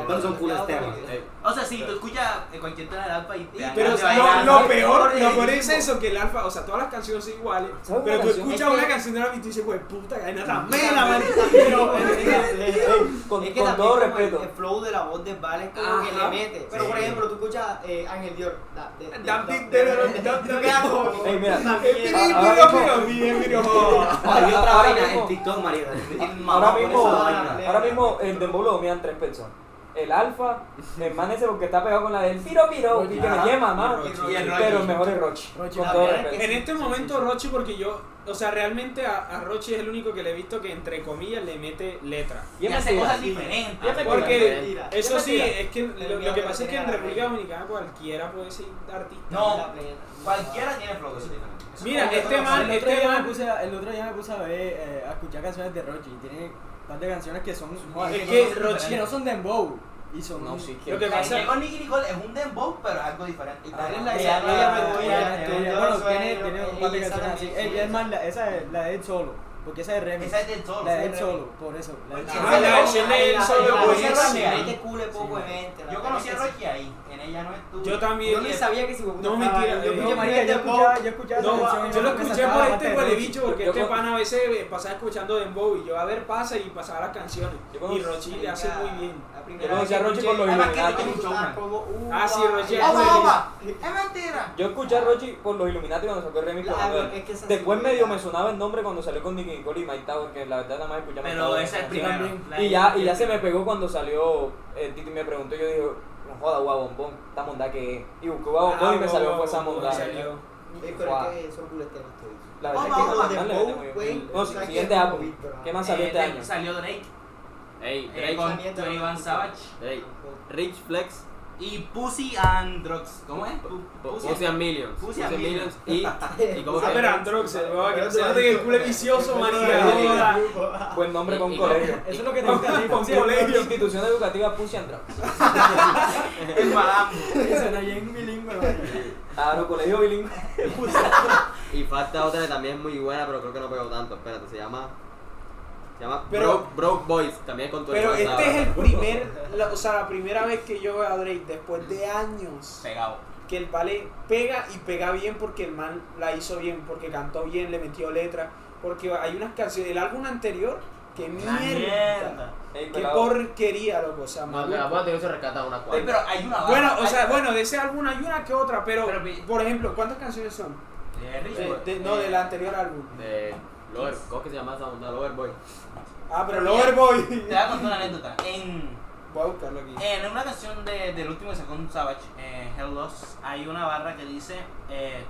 Pero son puros temas. eh.
O sea, sí, tú escuchas eh, cualquier tema de Alfa y te
Pero
te va a
lo,
llegar,
lo
¿no?
peor, lo
Porque-
peor es eso, que el alfa, o sea, todas las canciones son iguales,
¿Sabes
pero
una
tú
canción?
escuchas
Es que-
una canción de la mitad y dices, güey, puta, gana tan mela, marica. Pero,
Con,
es que
con todo
también como el-
respeto.
El, flow de la voz de Val es como que le mete. Pero por ejemplo, tú escuchas eh, Ángel Dior. da- de- de-
Dam, dim,
da-
de- de- de-
da- da- da- como-
Ey, mira.
una
eh,
mierda.
mire,
Ahora
mire, mire, mire, mire.
Hay otra
Ahora
vaina en
mismo-
TikTok, marica. El
Ahora
mamá por
mismo-
esa vaina.
Ahora mismo el dembow lo dominan tres personas. El alfa, el man ese porque está pegado con la del piro piro y que me
Ajá.
quema, mamá.
Y el Rochi.
Pero el mejor es Rochi.
Rochi,
Con
la
todo
verdad es que
respeto.
En este momento Rochi, porque yo, o sea, realmente a, a Rochi es el único que le he visto que entre comillas le mete letra.
Y es
Y hace
mentira.
cosas diferentes.
Bien
Porque
mentira.
eso
Es
sí,
mentira.
es que lo, lo que pasa es que en República Dominicana cualquiera puede ser artista.
No,
La plena.
cualquiera tiene flow, eso es diferente. Eso
Mira,
es como-
este man,
El otro
este
día me
man,
puse a- el otro día me puse a ver, eh, a escuchar canciones de Rochi. y Tiene un par de canciones que son. joder,
es
no
que
son-
Rochi-
que no son dembow. Y son.
No, sí, que-
lo que
Ahí
pasa
llegó Nicky Nicole, es un dembow, pero es algo diferente. Y tal es la
Ah,
idea
sí,
que ella
ah,
me
ya, ya, ya.
Yo
Bueno,
sueño,
tiene, tiene un par de
ella
canciones así.
también
Ey,
sueña.
es más, la- esa es la de él solo. Porque esa es remix.
Esa es del solo. esa
La de
es
él
del
solo, por eso. La de-
remix.
Ah, la versión de él solo,
La
pues,
versión
sí.
de Rocky,
este
ahí te cule poco
Sí.
evento, la
Yo
verdad
conocí
es
a
que sí.
Rocky ahí. En ella no estuvo.
Yo también.
Yo ni sabía que si hubo
No, mentira,
Yo
eh,
escuché, marica, yo
dembow.
escuchaba- yo escuchaba esa
No,
canción y
yo lo
no me
escuché
sacaba
por
la parte
este
de
huele
Rochi.
bicho porque
Yo
este
con-
pan a veces eh, pasaba escuchando Dembow y yo a ver pasa y pasaba las canciones.
Yo con-
Y Rochi le hace muy bien.
La
Yo
primera
conocí a
vez que
Rochi con los
escuché- Además que
Illuminati.
Rochi estaba como, uh,
Ah, sí, Rochi
Opa,
es feliz.
opa. Es mentira.
Yo escuché a Rochi por los Illuminati cuando sacó el remix.
Claro,
con Anuel.
Ah, es que esa
Después
sí,
medio
ya.
me sonaba el nombre cuando salió con Nicky Nicole y Mike Tower, que la verdad nada más escuchaba Mike
Pero
Tower.
esa es primero. la-
Y ya, y ya se me pegó cuando salió eh, Titi me preguntó, yo dije, no joda, guabombón, esta mondá que es. Y busqué guabombón y me salió fue esa mondá.
Ah, salió.
Eh, pero
Guau.
es que son culos temas todos.
La verdad
Ah, Vamos,
es
vamos,
que no, no,
de Bow,
le
güey.
muy bien. No,
O sea, que
siguiente
es
álbum.
muy pro.
¿Qué más salió
Eh,
este
Drake-
año?
Salió Drake.
Ey,
eh,
Drake,
Con Twenty One Savage.
Drake, Rich Flex,
Y Pussy and Drugs. ¿Cómo es? Pu- Pussy
Pussy and Millions,
Pussy
Pussy
and
and Millions y... y cómo
Ah,
se
pero
llama?
Androx, se va, que no se note que el culo es vicioso, marica.
Buen nombre con
Y- y-
colegio.
Eso es lo que te gusta a ti, por
Sí,
cierto.
Institución educativa Pussy and Drugs.
El Madame.
Eso no, ya es bilingüe, marica.
Claro, colegio bilingüe.
Y falta otra que también es muy buena, pero creo que no pegó tanto. Espérate, se llama. Se llama
Pero-
Broke, Broke Boys, también con tu
Pero
hermana.
este es el primer, la- o sea, la primera vez que yo veo a Drake después de años
Pegado.
que el vale pega y pega bien porque el man la hizo bien, porque cantó bien, le metió letra, porque hay unas canciones, el álbum anterior, que
La
mierda,
mierda.
Ey,
qué
pelado.
porquería, loco, o sea,
No,
maluco.
de la puedo tener que rescatar una
Oye,
cuarta.
pero hay una
Bueno,
barra.
o sea,
Hay-
bueno, de ese álbum hay una que otra, pero,
Pero vi-
por ejemplo, ¿cuántas canciones son?
Eh, Rich
De-
Boy.
de- no, del anterior álbum.
De Lover, ¿cómo que se llama esa onda? Lover Boy.
Ah, pero
Pero Te
Loverboy.
voy a contar una anécdota. En,
Voy a buscarlo aquí.
en una canción de- del último que sacó un Savage, eh, Hell Lost, hay una barra que dice: eh,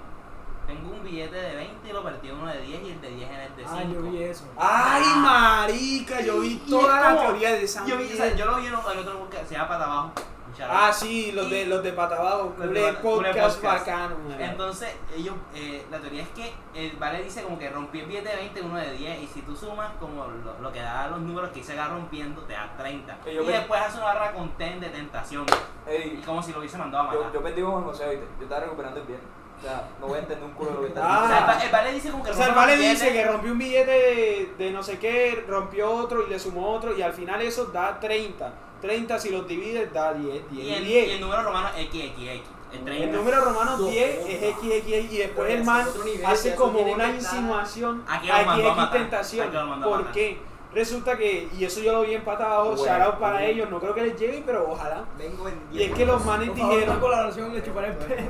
Tengo un billete de 20 y lo partí en uno de 10 y el de 10 en el de 5.
Ah, yo vi eso.
Ay, marica, yo vi
Y- y
toda
Eh, ah. es
la
como-
teoría de esa
Yo, vi- o sea,
mierda.
yo lo vi en, en otro podcast, se llama Pata Abajo. un shout out.
Ah, sí, los de los de Patabajo,
Los de
culé
Pata- culé
podcast
podcast.
bacano. man.
Entonces, ellos, eh, la teoría es que el Vale dice como que rompí el billete de 20, uno de 10, y si tú sumas como lo, lo que da los números que se va rompiendo, te da 30.
Y
Y,
yo me-
después hace una barra con 10 de tentación, y
Ey,
como si lo hubiese mandado a matar.
yo, yo perdí con Juan José, ¿viste? Yo estaba recuperando el viernes. O sea, no voy a entender un culo de lo que está
Ah.
O sea, el,
diciendo.
Va- el Vale dice como que
O sea, el
rompe
vale
los
dice que
billetes.
rompió un billete de, de no sé qué, rompió otro y le sumó otro, y al final eso da 30. 30 si los divides da 10, 10
Y el, y el
10.
número romano es XXX, el 30.
El número romano 10 es XXX y después el man
Otro nivel, ya
hace
eso
como
tiene
una
que estar-
insinuación
Aquí lo mandó a
XX
matar,
tentación.
aquí lo mandó a
¿Por
matar.
qué? Resulta que, y eso yo lo vi en pata abajo,
Bueno,
shout out para
bien.
ellos, no creo que les llegue, pero ojalá.
Vengo en
Y es que los manes
Por favor, una
dijeron,
colaboración le chuparé el pelo.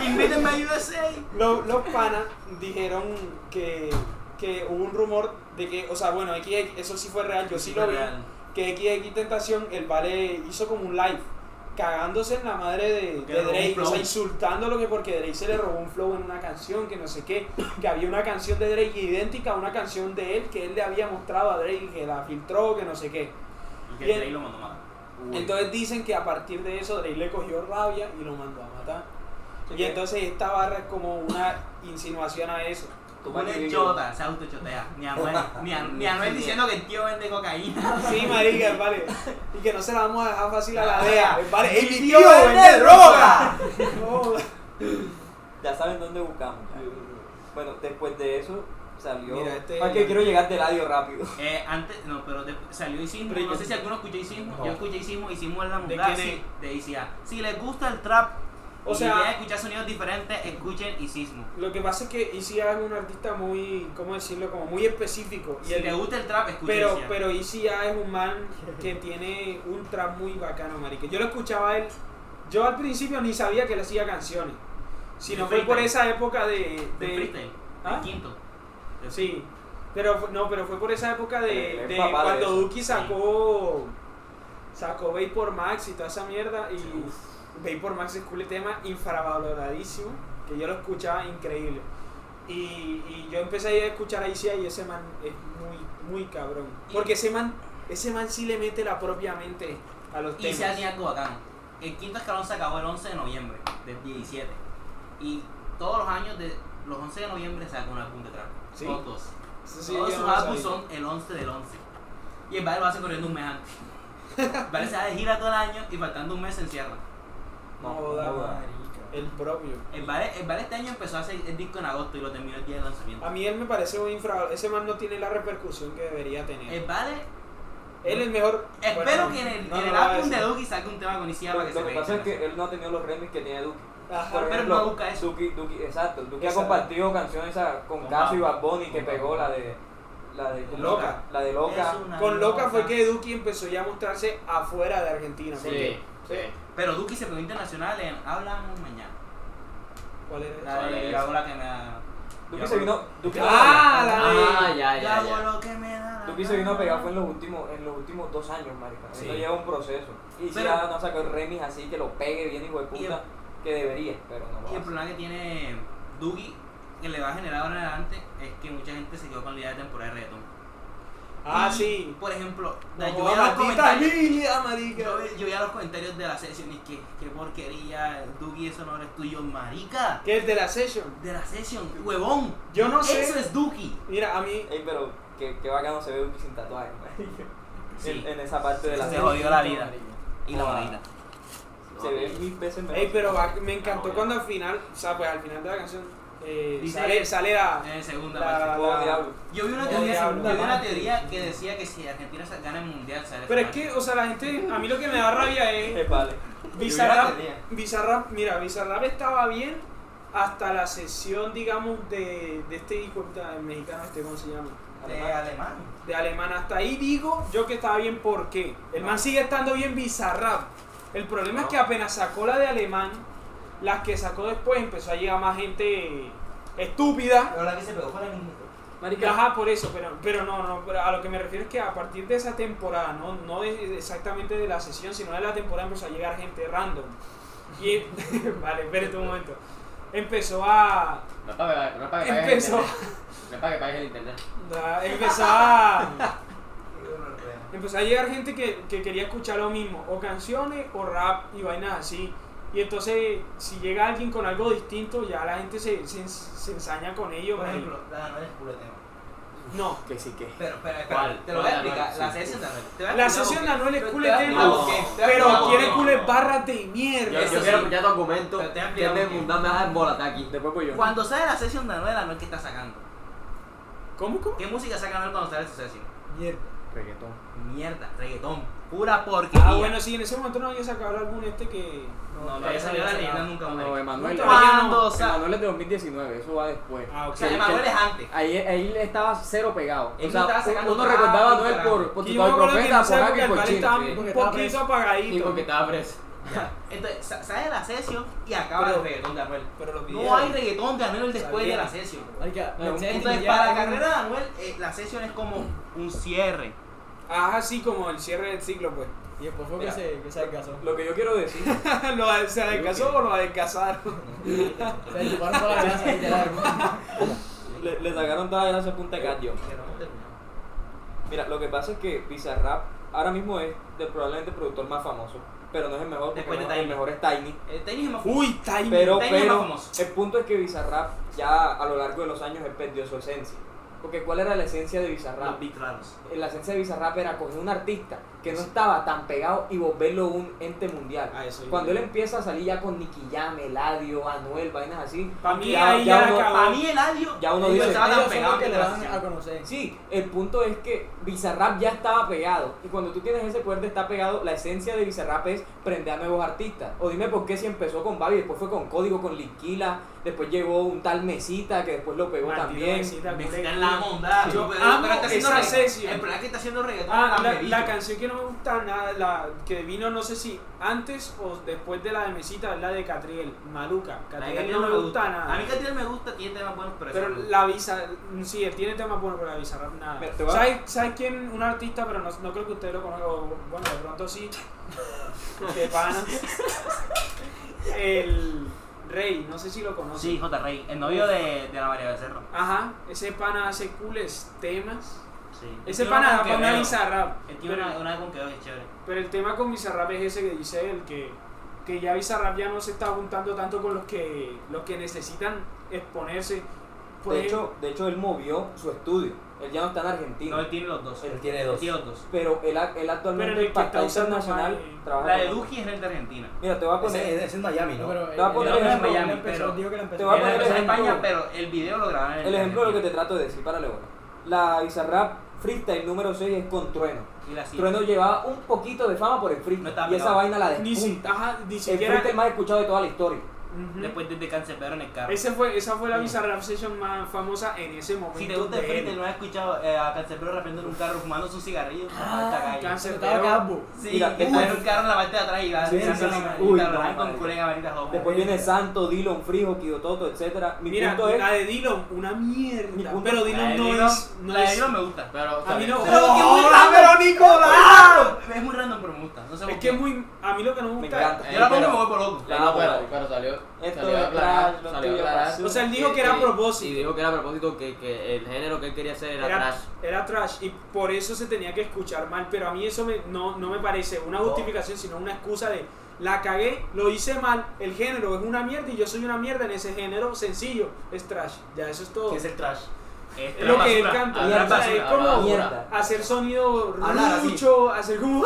Invítenme a USA.
lo- los panas dijeron que, que hubo un rumor de que, o sea, bueno, XX, eso sí fue real, yo sí lo vi. que XX Tentación, el vale hizo como un live cagándose en la madre de,
Que
de
robó un
Drake, o
flow.
sea, insultándolo que porque Drake se le robó un flow en una canción, que no sé qué, que había una canción de Drake idéntica a una canción de él que él le había mostrado a Drake, que la filtró, que no sé qué.
Y que
Bien.
Drake lo mandó a matar.
Entonces dicen que a partir de eso Drake le cogió rabia y lo mandó a matar.
Sí,
Y
que-
entonces esta barra es como una insinuación a eso.
Tu
Una
madre-
chota, se autochotea. Ni Anuel, ni, a- ni Anuel diciendo que el tío vende cocaína.
Sí, marica, vale.
Ah,
Y que no se la vamos a dejar fácil a la DEA. Vale, ¡Ey, mi
tío
tío
vende
vende droga! No,
Ya saben dónde buscamos. ya. Bueno, después de eso salió.
Mira, este-
¿Para qué quiero llegar del radio rápido?
Eh, antes, no, pero de- salió Isismo.
Pero
No
yo-
sé si alguno escuchó Isismo.
No.
Yo escuché Isismo. Isismo es la
¿De
mudada
quién es?
sí, de ICA. Si les gusta el trap
O
y
sea-
quieren escuchar sonidos diferentes, escuchen Isismo.
Lo que pasa es que Easy A es un artista muy, ¿cómo decirlo? Como muy específico. Y
Si
el-
les gusta E el trap, escuchen
pero,
ICA.
pero Easy A es un man que tiene un trap muy bacano, marica. Yo lo escuchaba a él. Yo al principio ni sabía que él hacía canciones. Si
De
no fue por
freestyle.
esa época de.
de
de-
freestyle,
¿Ah?
el quinto.
Sí. Pero fu- no, pero fue por esa época
El-
de,
el
de
papá de
cuando
eso.
Duki sacó sacó Vapor Max y toda esa mierda y Vapor Max es cool tema infravaloradísimo, que yo lo escuchaba increíble. Y, y yo empecé a escuchar a ICA y ese man es muy muy cabrón, porque ese man ese man sí le mete la propia mente a los
Y se
temas.
tenía algo bacano. El quinto escalón se acabó el 11 de noviembre del 17. Y todos los años, de los 11 de noviembre, saca un álbum de trap.
Sí.
Todos.
Eso sí,
todos
yo
sus
no lo
álbumes
sabía.
son el 11 del 11. Y el Vale lo hace corriendo un mes antes. Vale se va de gira todo el año y faltando un mes se encierra.
No, joda,
joda.
Marica.
el propio.
El Vale, el Vale este año empezó a hacer el disco en agosto y lo terminó el día del lanzamiento.
A mí él me parece un infra ese man no tiene la repercusión que debería tener.
El Vale,
Él es mejor.
espero
bueno,
que en el,
no,
en el
no lo va a
álbum de
decir.
Duki saque un tema con Isia
Lo,
para que
lo
se
que
pegue.
pasa es que él no ha tenido los remix que tiene Duki.
Ajá,
Por
pero
ejemplo,
no busca eso.
Duki, Duki, exacto. Duki ha
Exacto.
compartido canciones a- con
Con
Caso y
Bad-
Bad Bunny que
con Bad
pegó la de. La de. ¿cómo
Loca.
era? La de Loca.
Es una
Con Loca fue
loca.
que Duki empezó ya a mostrarse afuera de Argentina. porque-
Pero Duki se pegó internacional en Hablamos Mañana.
¿Cuál era? esa?
La de
es?
yo hago la que me da.
Duki se vino. Duki,
Ah, la de-
Ah, ya,
Yo
ya,
hago
ya.
lo que me da.
Duki se vino a pegar fue en los últimos, en los últimos dos años, marica.
Sí.
Eso lleva un proceso. Y si
Pero-
ya no ha sacado el remix así que lo pegue bien, hijo de
Y el-
puta, que debería, pero no lo
Y el
hace.
problema que tiene Duki, que le va a generar ahora en adelante, es que mucha gente se quedó con la idea de temporada de reggaetón.
Ah,
Y,
sí.
Por ejemplo,
No,
yo, veía los
maldita
comentarios,
Lilia, marica.
yo, ve- yo veía los comentarios de la sesión y que, que porquería, Duki, eso no eres tuyo, marica.
Que es de la session.
De la sesión, huevón.
Yo no sé.
Eso es Duki.
Mira, a mí.
Ey, pero que, que bacano se ve Duki sin tatuaje, marica.
Sí.
En, en esa parte de la
Se jodió la vida. Y la
Joda.
marina.
Se ve mil veces mejor.
Ey, pero va- me encantó cuando al final, o sea, pues al final de la canción, eh,
Dice-
sale, sale la.
En segunda parte.
la-
Oh,
la-
diablo.
Yo vi una
Oh,
teoría,
diablo.
yo vi una teoría que decía que si Argentina sa- gana el mundial sale.
Pero es
Francia.
que, o sea, la gente, a mí lo que me da rabia es.
Eh, vale.
Bizarrap,
tenía.
Bizarrap, mira, Bizarrap estaba bien hasta la sesión, digamos, de, de este hijo de puta, el mexicano, este, ¿cómo se llama?
de alemán.
De alemán. Hasta ahí digo yo que estaba bien, ¿por qué? El man sigue estando bien Bizarrap. El problema es que apenas sacó la de alemán, las que sacó después empezó a llegar más gente estúpida.
Pero la que se pegó fue la misma.
Marica,
Ajá, por eso, pero, pero no, no, pero a lo que me refiero es que a partir de esa temporada, no, no de- exactamente de la sesión, sino de la temporada empezó a llegar gente random. Y, vale, espérate un momento. Empezó a...
No es para que, no es para que pagues el
Empezó.
internet. No es para que pagues el internet.
a- Empezó a... Empezó a llegar gente que, que quería escuchar lo mismo, o canciones, o rap y vainas así. Y entonces, si llega alguien con algo distinto, ya la gente se, se, se ensaña con ello.
Por
marico.
ejemplo, la de Anuel es puro tema.
No,
Que sí, que.
Pero, espera, espera,
¿Cuál?
te lo voy a
¿Cuál de
explicar.
Anuel?
La
Sí.
sesión de Anuel. Te
¿Ah?
voy a
la
explicar
sesión de
por qué. Pero te voy a
Anuel es cool tema,
No.
explicar por qué.
pero
No,
quiere
no,
cules
no.
barras de
Yo,
mierda.
yo
Eso
quiero
sí.
escuchar tu argumento.
Pero te han
Que
pillado
me
bien.
mundá me vas a embolar aquí.
Después voy yo.
Cuando sale la sesión de Anuel, Anuel que está sacando.
¿Cómo, cómo?
¿Qué música saca Anuel cuando sale su sesión?
Mierda.
Reggaetón.
Mierda, reggaetón. Pura porquería.
Ah, bueno, sí, en ese momento no había sacado algún este que.
No, no había salido la leyenda nunca.
No,
marica.
Emanuel.
Nunca. Ah,
Cuando sale.
Emanuel es de 2019, eso va después.
Ah,
O
ok.
sea, Emanuel es antes.
Ahí, ahí le estaba cero pegado.
Él
o sea,
estaba sacando
uno
todo.
recordaba a Noel
Carajo.
por, por
Que
tu
yo me
tal
acuerdo que en
profeta,
esa
por
época
Aki,
el
por
pal
Chino.
estaba
sí.
un
estaba
poquito
preso.
Y
apagadito.
porque estaba preso.
Entonces, sa- sale la sesión y acaba
Pero-
el reggaetón de Anuel.
Pero lo
No
pidieron.
hay reggaetón de Anuel después de
Sabía.
la sesión.
Marica,
No,
Mercedes
Entonces,
tenía
para la
un-
carrera de Anuel, eh, la sesión es como un cierre.
Ajá, sí, Ah, como el cierre del ciclo, pues.
Y después fue que
Mira.
se, que se adelgazó.
lo que yo quiero decir.
¿Lo, a- ¿Se adelgazó o lo adelgazaron?
Se llevaron para la casa literal.
Le, le sacaron toda esa punta de gallo. Mira, lo que pasa es que Bizarrap ahora mismo es de- probablemente el productor más famoso, pero no es el mejor porque
Después de
no- el
Tiny.
mejor es Tiny.
El tenis es más
Uy, Tiny.
Pero,
Tiny es más
pero
famoso.
el punto es que Bizarrap ya a lo largo de los años él perdió su esencia. Porque ¿cuál era la esencia de
Los
Bizarrap? Eh,
beats raros.
La esencia de Bizarrap era coger un artista que no estaba tan pegado y volverlo un ente mundial.
Ah, eso yo
Cuando él
creo.
empieza a salir ya con Nicky Jam, Eladio, Anuel, vainas así,
Pa' mí
ya,
ahí ya la
uno-
cagó.
Para mí el adiós.
ya uno
ellos
dice,
estaban tan
Ellos son los
pegados
que
que
te
te
van a
hacían.
conocer.
Sí, el punto es que Bizarrap ya estaba pegado. Y cuando tú tienes ese poder de estar pegado, la esencia de Bizarrap es prender a nuevos artistas. O dime por qué si empezó con Babi, después fue con Código, con Liquila, después llegó un tal Mesita que después lo pegó
Maldito
también.
Mesita,
Me
culé.
está en la monda.
Yo
pero,
amo
pero está haciendo
esa
reggaetón.
esencia.
El problema es que está haciendo reggaetón.
Ah,
tan
la,
bebito.
la canción que no me gusta nada, la que vino no sé si antes o después de la de Mesita, es la de Catriel,
La
Maluca.
de
Catriel
Catriel
no me gusta nada.
A mí Catriel me gusta, tiene temas buenos, pero
Pero
esa no.
la visa, sí, él tiene temas buenos, pero la visa rap nada.
Pero te voy a-
¿Sabes, ¿Sabes quién? Un artista, pero no, no creo que ustedes lo conozcan. o, Bueno, de pronto sí. De pana. El Rey, no sé si lo conocen.
Sí, J. Rey, el novio de, de la María Becerra.
Ajá, ese pana hace cooles temas.
Sí.
Ese
Tiene
pana
una
da
con
para una
Quevedo.
visa rap.
Él tiene
Pero,
una, una con Quevedo que es chévere.
pero el tema con Bizarrap es ese que dice él, que, que ya Bizarrap ya no se está juntando tanto con los que, los que necesitan exponerse. Por
De
ejemplo,
hecho, de hecho, él movió su estudio. Él ya no está en Argentina.
No, él tiene los dos.
Él tiene dos.
Él tiene los dos.
Pero él, él
Pero el
actualmente
que
para
está usando
internacional
más, eh,
trabaja
La de
con-
Duki es el de Argentina.
Mira, te voy a
pues,
Ese,
poner.
ese es Miami,
No,
¿no?
Te
pero
voy a
él-
poner
él
el
empezó-
Miami,
él empezó-
pero-
digo que él
te
empezó.
voy a
Él
poner
empezó en
el ejemplo.
España, pero el video lo grabaron en
El ejemplo de lo que te
Argentina.
trato de decir, para luego. La Bizarrap freestyle número 6 es con Trueno.
Y la siguiente.
Trueno llevaba un poquito de fama por el
No
freestyle
estaba
y esa
pegado.
vaina la
ni, si-
despunta.
ajá, ni
El
siquiera.
freestyle más escuchado de toda la historia.
Ujú.
Después de, de Cancerbero en el carro.
Ese fue, esa
Mm.
fue la Bizarrap Session más famosa en ese momento.
Si te gusta el
de él.
freestyle, no has escuchado eh, a Cancerbero rapeando en un carro fumando su cigarrillo. Ah, esta calle.
Cáncer,
Estaba
pero-
Gabo.
Sí,
Mira,
que
uy.
está en un carro en la parte de atrás y va
Sí, sí,
haciendo
sí.
una
Uy,
manita
no,
blanca
madre.
con culé manita roja.
Después viene Santo, Dillon, Frijo, Kido Toto, etc. Mi
Mira,
punto es.
la de Dillon, una mierda.
Mi punto-
pero
La
Dillon
de
no
Dino-
es. No
la de
es-
Dino me gusta.
Pero,
A mí no.
Pero que muy
¡Hola,
raro!
Verónica!
Es muy random, pero me gusta. No sé por
Es que
qué.
es muy. A mí lo que no me
Me
gusta.
encanta.
Yo la pongo y
Pero-
me voy por loco.
La
No,
amo,
pero,
marico.
pero salió.
Esto
salió
es
a aclarar,
trash, lo
salió a
tuyo
aclarar.
pasó.
O sea, él dijo que era a
Y-
propósito.
Y dijo que era a propósito, que, que el género que él quería hacer era,
Era,
trash.
era trash y por eso se tenía que escuchar mal, pero a mí eso me- no, no me parece una justificación, sino una excusa de la cagué, lo hice mal, el género es una mierda y yo soy una mierda en ese género, sencillo, es trash, ya eso es todo.
¿Qué es el trash? Es
Es lo que él
basura.
canta,
Hablar
o sea,
basura,
es
hablar
como
basura.
mierda.
hacer sonido
Hablar así.
mucho, hacer como...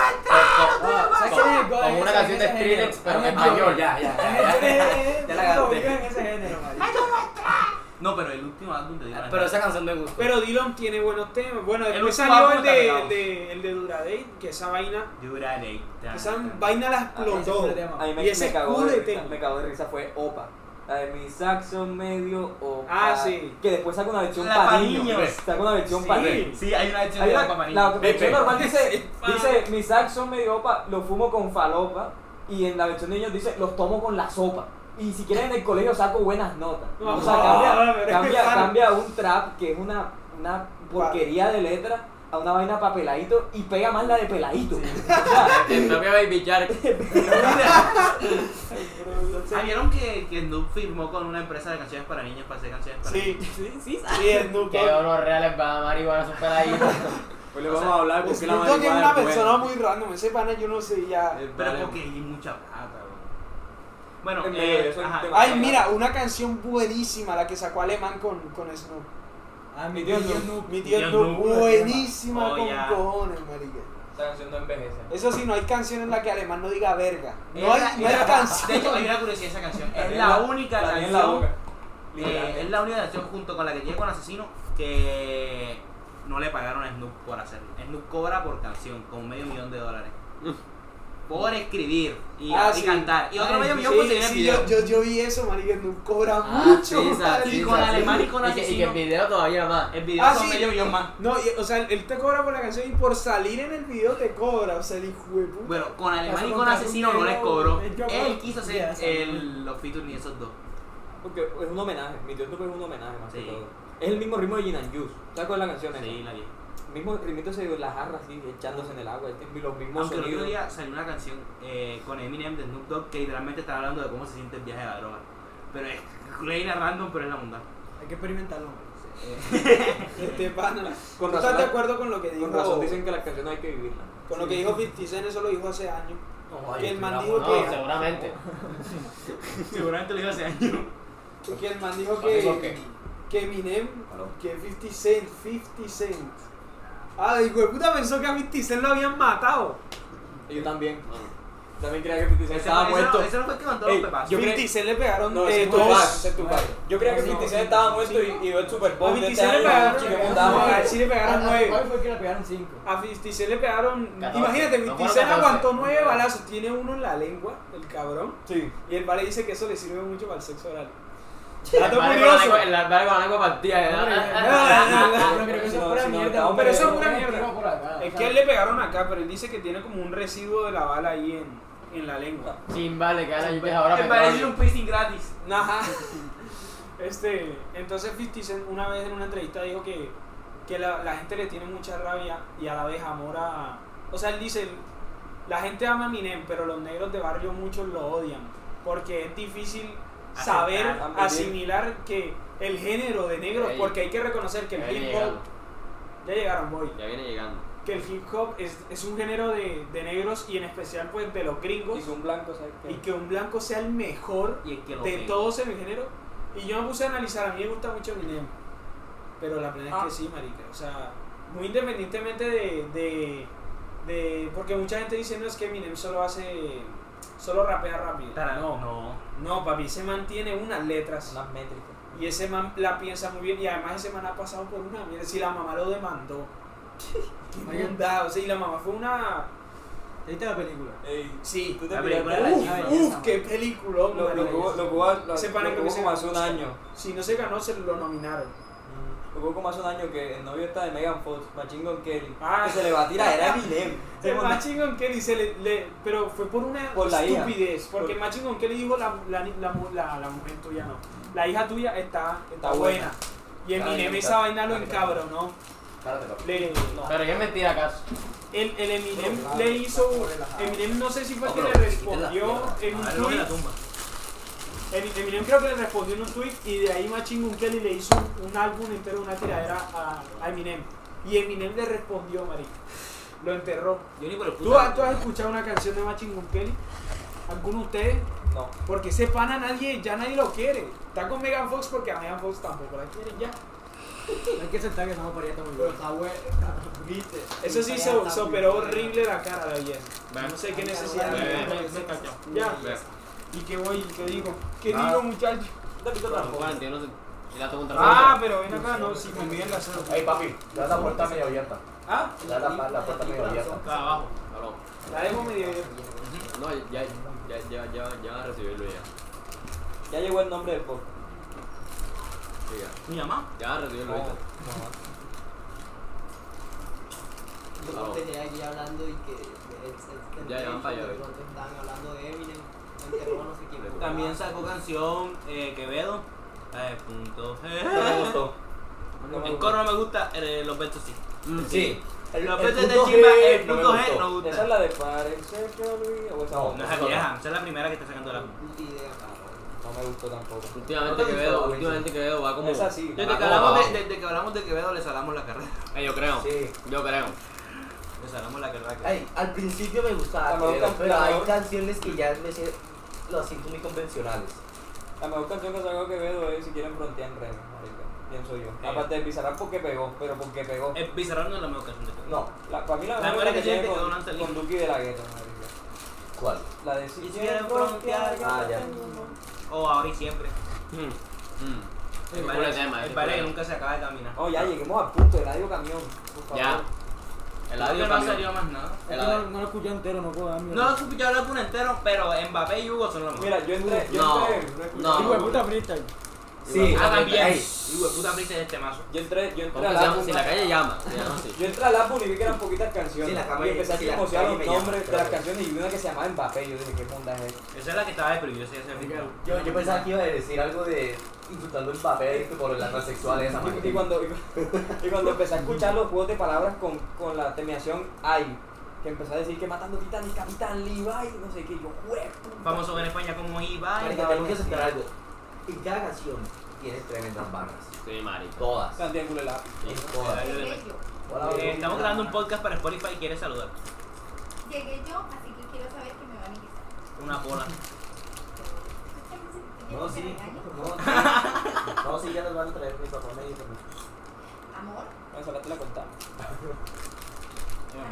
Ah, ¿sabes
Como-
quién es el go-
como
ese-
una canción de
ese
Skrillex,
género?
pero en
Ah,
español.
Ya, ya.
Ese-
Ya la
lo
agarré.
ubican en ese género, marico.
No, pero el último álbum de Dino.
Pero esa canción me gusta.
Pero Dylan tiene buenos temas, bueno,
El
después
último
salió
álbum
el
está
de,
pegado.
el de, el de Duradate, que esa vaina,
Durarate.
esa vaina la
Ese
explotó.
fue el tema.
A mí me,
Y ese
me cagó de
culete.
risa, me cagó de risa fue Opa. La de mi saxo medio Opa.
Ah, sí.
Que después saca una versión
La
para
pa'
niños.
niños.
Saca una versión
Sí.
para niños.
Sí, hay una edición
Hay
de
una-
la paparilla.
la versión
Pepe.
normal dice, dice mi saxo medio opa, lo fumo con falopa y en la versión de niños dice los tomo con la sopa. Y si quieren en el colegio saco buenas notas.
No,
o sea,
no, pero
cambia,
es
cambia,
que-
cambia un trap que es una, una porquería de letra a una vaina para peladito y pega más la de peladito. O sea,
El propio Baby Shark.
Ah, ¿Vieron que, que Snoop firmó con una empresa de canciones para niños para hacer canciones para niños?
Sí,
sí, sí.
sí, el Snoop
Que
Dogg.
unos reales para marihuana son peladitos.
Pues le vamos a hablar
Pues
porque la
Snoop Dogg es
marihuana
una
es
persona
buena.
muy random, ese pana yo no sé ya.
Pero
Vale.
porque hay mucha plata, bro. Bueno,
En medio,
eh,
eso es un
ajá.
tema.
Ay, mira, una canción buenísima, la que sacó Alemán con, con Snoop.
Ah, mi
Mi
tío
tío
Snoop.
Mi tío
Dios,
Snoop,
no.
buenísima
Oh,
con
ya.
cojones, marica.
Esa canción no envejece.
Eso sí, no hay canción en la que Alemán no diga verga. No
Es la-
hay, no hay
mira,
canción.
De hecho, hay una curiosidad de esa canción. Es
También
la, única
también
canción.
la boca.
eh, es la única canción junto con la que tiene con Asesino que no le pagaron a Snoop por hacerlo. Snoop cobra por canción con medio millón de dólares. Por escribir y,
Ah,
y
sí.
cantar. Y otro medio
Sí,
millón por seguir el
sí,
video.
yo, yo, yo vi eso, marica, Snoop cobra
Ah,
mucho.
sí, esa,
marica.
Y
sí,
con
esa, sí.
alemán y con
Y que- Y que
asesino.
el video todavía más.
El video
Ah,
son
sí.
medio millón más.
No, y- o sea, él te cobra por la canción y por salir en el video te cobra. O sea, el hijo de puta.
Bueno, con alemán
Eso
y con eh,
contra
asesino
un
no les
negro,
cobró.
el yo-
Él quiso
Ya,
hacer
esa
el, los features ni esos dos.
Porque es un homenaje, mi tío Snoop es un homenaje más
Sí.
que todo. Es el mismo ritmo de Gin and Juice. ¿Sabes cuál es la canción? esa?
Sí, la vi.
mismo ritmito se dio la jarra así, echándose en el agua, este- los mismos
Aunque el otro
sonidos.
día salió una canción eh, con Eminem de Snoop Dogg que literalmente estaba hablando de cómo se siente el viaje a la droga. Pero es reina random, pero es la mundana.
Hay que experimentarlo.
Este pana.
Con
¿Tú
razón,
¿Estás de acuerdo con lo que dijo?
Con razón dicen que las canciones hay que vivirlas.
Con lo que dijo 50 Cent, eso lo dijo hace años. Que el man dijo
No,
que,
seguramente.
Seguramente lo hizo hace años.
que el man dijo
¿Dijo
que,
qué?
que Eminem, que 50 Cent, 50 Cent, Ah, digo, de puta pensó que a Fifty Cent lo habían matado.
Y yo también.
Mano,
También creía que 50 Cent
Ese,
estaba
ese no-
muerto.
ese no fue el que mandó
Ey,
los pepas.
yo-
50 Cent le pegaron
No, ese
eh,
es Tupac,
dos.
ese es Tupac. Yo creía que 50 Cent estaba muerto y, y el Super
A
Bowl de
50
este
Cent le
año,
pegaron.
Chico
no,
Mondamo.
a él sí le pegaron
¿Cuál
nueve.
fue que le pegaron 5?
A 50 Cent le pegaron.
14.
Imagínate,
No
50
fueron
Cent
14.
aguantó nueve balazos. Tiene uno en la lengua, el cabrón.
Sí.
Y el vale dice que eso le sirve mucho para el sexo oral.
el
Dato
barrio con la
curioso.
lengua- el barrio con la lengua partida, ¿verdad?
Yo creo que
Si
eso
Ah, no-
es pura
si no
mierda.
estamos
Pero eso es
porque
pura
no
mierda.
tiro por acá,
Es
o
que a
sea,
él le pegaron acá, pero él dice que tiene como un residuo de la bala ahí en, en la lengua.
Chimba, le cae la lluvia ahora.
Me parece un piercing gratis.
Ajá. Este, entonces 50 Cent una vez en una entrevista dijo que, que la, la gente le tiene mucha rabia y a la vez amor a... O sea, él dice, la gente ama a Minem, pero los negros de barrio muchos lo odian. Porque es difícil saber,
Aceptar,
también.
asimilar que el género de negros,
Ey.
porque hay que reconocer que
Ya
el
viene
hip hop...
llegando.
Ya llegaron, voy.
Ya viene llegando.
Que el hip hop es, es un género de, de negros y en especial pues de los gringos.
Y son blancos, ¿sabes
Y
qué?
que un blanco sea el mejor
Y el que lo
de
tenga.
todos en el género. Y yo me puse a analizar, a mí me gusta mucho Eminem. Pero la plena es
Ah.
que sí, marica. O sea, muy independientemente de, de, de- Porque mucha gente dice, no, es que Eminem solo hace... Solo rapea rápido.
No,
no,
no.
no, papi, ese man tiene unas letras.
Unas métricas.
Y ese man la piensa muy bien. Y además ese man ha pasado por una mierda. Si la mamá lo demandó. Qué bondad. O sea, y la mamá fue una...
¿Te viste la película?
Ey,
Sí.
tú te
La
piraste-
película de la
Uf,
chica.
Ay,
Uf,
esa
qué película.
Lo, lo, que hubo- lo que hubo- lo-
Ese pana
lo
creo
que
que
hubo
se-
como hace un año.
Si no se ganó, se lo nominaron.
Lo que hubo como hace un año que el novio está de Megan Fox, Machine Gun Kelly.
Ah.
que se le va a tirar, era Eminem. Se
El
mandó-
Machine Gun Kelly se le, le- Pero fue por una
Por la hija.
estupidez. Porque el Machine Gun Kelly dijo: la, la, ni- la, mu- la, la mujer tuya no. La hija tuya está, está
Está
buena.
buena.
Y el
Ay,
Eminem
está-
esa vaina lo
está-
encabronó.
Párate, papi.
Le,
Pero qué mentira, acaso.
el, el Eminem le hizo. Eminem no sé si fue que le respondió en un
A ver, lo de la
tweet.
tumba.
Eminem creo que le respondió en un tweet. Y de ahí Machine Gun Kelly le hizo un, un álbum entero, una tiradera a, a Eminem. Y Eminem le respondió, marica. Lo enterró.
Yo ni por el puto.
¿Tú, has- tú has escuchado una canción de Machine Gun Kelly? ¿Alguno de ustedes?
No.
Porque ese pana nadie, ya nadie lo quiere. Está con Megan Fox porque a Megan Fox tampoco la quieren ya.
Hay que aceptar que estamos por allá, estamos
Pero
bien.
está bueno. ¿Viste?
Eso sí se, se operó horrible la cara de ayer. No sé qué necesidad.
Ve,
ve,
Ya.
Ve.
¿Y qué voy? ¿Qué digo? ¿Qué
Ah.
digo, muchachos?
Tampoco, 41 se- y la tomo
Ah, pero ven acá, no, si me olvidan la cero.
Ey, papi, da la puerta medio abierta.
Ah,
Da la, la puerta medio abierta.
abajo.
Aló.
la dejo medio.
No, ya, ya, ya, ya, ya va a recibirlo ya.
Ya llegó el nombre del pop.
Sí, ya.
Mi mamá.
Ya va a recibirlo ahorita.
Yo tenía aquí hablando y que. el- el-
Ya, ya van para allá,
de pronto Estaban hablando de Eminem. enterró no sé quién.
También sacó canción eh, Quevedo. Eh, punto
No me
G.
gustó.
El coro no me gusta, eh, los versos sí.
Sí.
Los
el
versos de
punto
chimba,
G
el
no me
punto G
gustó.
no
Esa es
gusta.
la de Parece que Luis. O esa
No
otra.
es la vieja, esa es la primera que está sacando la.
Puta idea, cabrón.
No me gustó tampoco.
Últimamente
No te
Quevedo,
gustó,
últimamente Quevedo va como.
Es así.
va
Desde que,
como
hablamos
abajo.
de, desde que hablamos de Quevedo le salamos la carrera.
Eh, yo creo,
Sí.
yo creo.
Le salamos Pues la carrera. a Quevedo.
Ey, al principio me
Ah,
La
gustaba,
mejor
pero,
canción,
pero
la
hay
mejor.
canciones que ya me sé- las siento muy convencionales.
La mejor canción que sacó Quevedo es Si quieren frontear en Reno, marica. Pienso yo.
Eh.
Aparte de Pizarra porque pegó, pero porque pegó.
El Pizarrón Eh, no es la mejor canción de Quevedo.
No,
La, para mí la,
La
mejor
mejor
es la que
canción
tiene
que
con,
quedó Nancy
con
Lee.
Duki de la Gueto, marica.
¿cuál?
La de Si
Si
quieren
quieren
frontear.
frontear,
Ah, ya.
O ahora y siempre.
Mm.
El
Mm. Cool
baile,
el tema,
el
ese
baile
cool
nunca se acaba de caminar.
Oh, ya lleguemos al punto del radio camión. Por favor.
Ya. El
Creo
audio
que no
cambió.
salió más nada.
Es que No no lo escuché entero, no puedo dar mi-
No lo escuché hablar por entero, pero Mbappé y Hugo son los mejores.
Mira, yo entré. Yo
No,
entré. no escuché.
no.
Hijo de puta freestyle.
Sí.
Ah, también.
Ey.
Hijo de puta prisa de este mazo.
Yo entré, yo
¿Cómo
entré
que
a
se llama? Si la
la
calle llama. Se llama así.
Yo entré al Apple y vi que eran poquitas canciones.
Sí, la cama
y empecé a
sí, la
chismosear
calle
los
me llama,
nombres de
claro.
las canciones y vi una que se llamaba Mbappé. Yo dije, ¿qué onda es esto?
Esa es la que estaba deprimido, sí, ese video.
Yo, yo pensaba que iba a decir algo de insultando el papel por la transexual esa
Y- Y,
marica.
cuando, y, cu- y cuando empecé a escuchar los juegos de palabras con, con la terminación ay, que empecé a decir que matando titán y capitán Levi, no sé qué, yo juego.
Famoso en España como Ibai.
Marica, tengo que aceptar algo. En cada canción tiene tremendas barras.
Sí, marica.
Todas.
Tan triángulo el lápiz.
Sí.
En todas. Hola,
Eh,
hola.
Estamos grabando un podcast para Spotify y quieres saludar.
Llegué yo, así que quiero saber que me van a invitar.
Una bola.
No, sí. No, sí. No, sí, ya nos van a traer micrófono y
Amor,
Esa la te la contamos.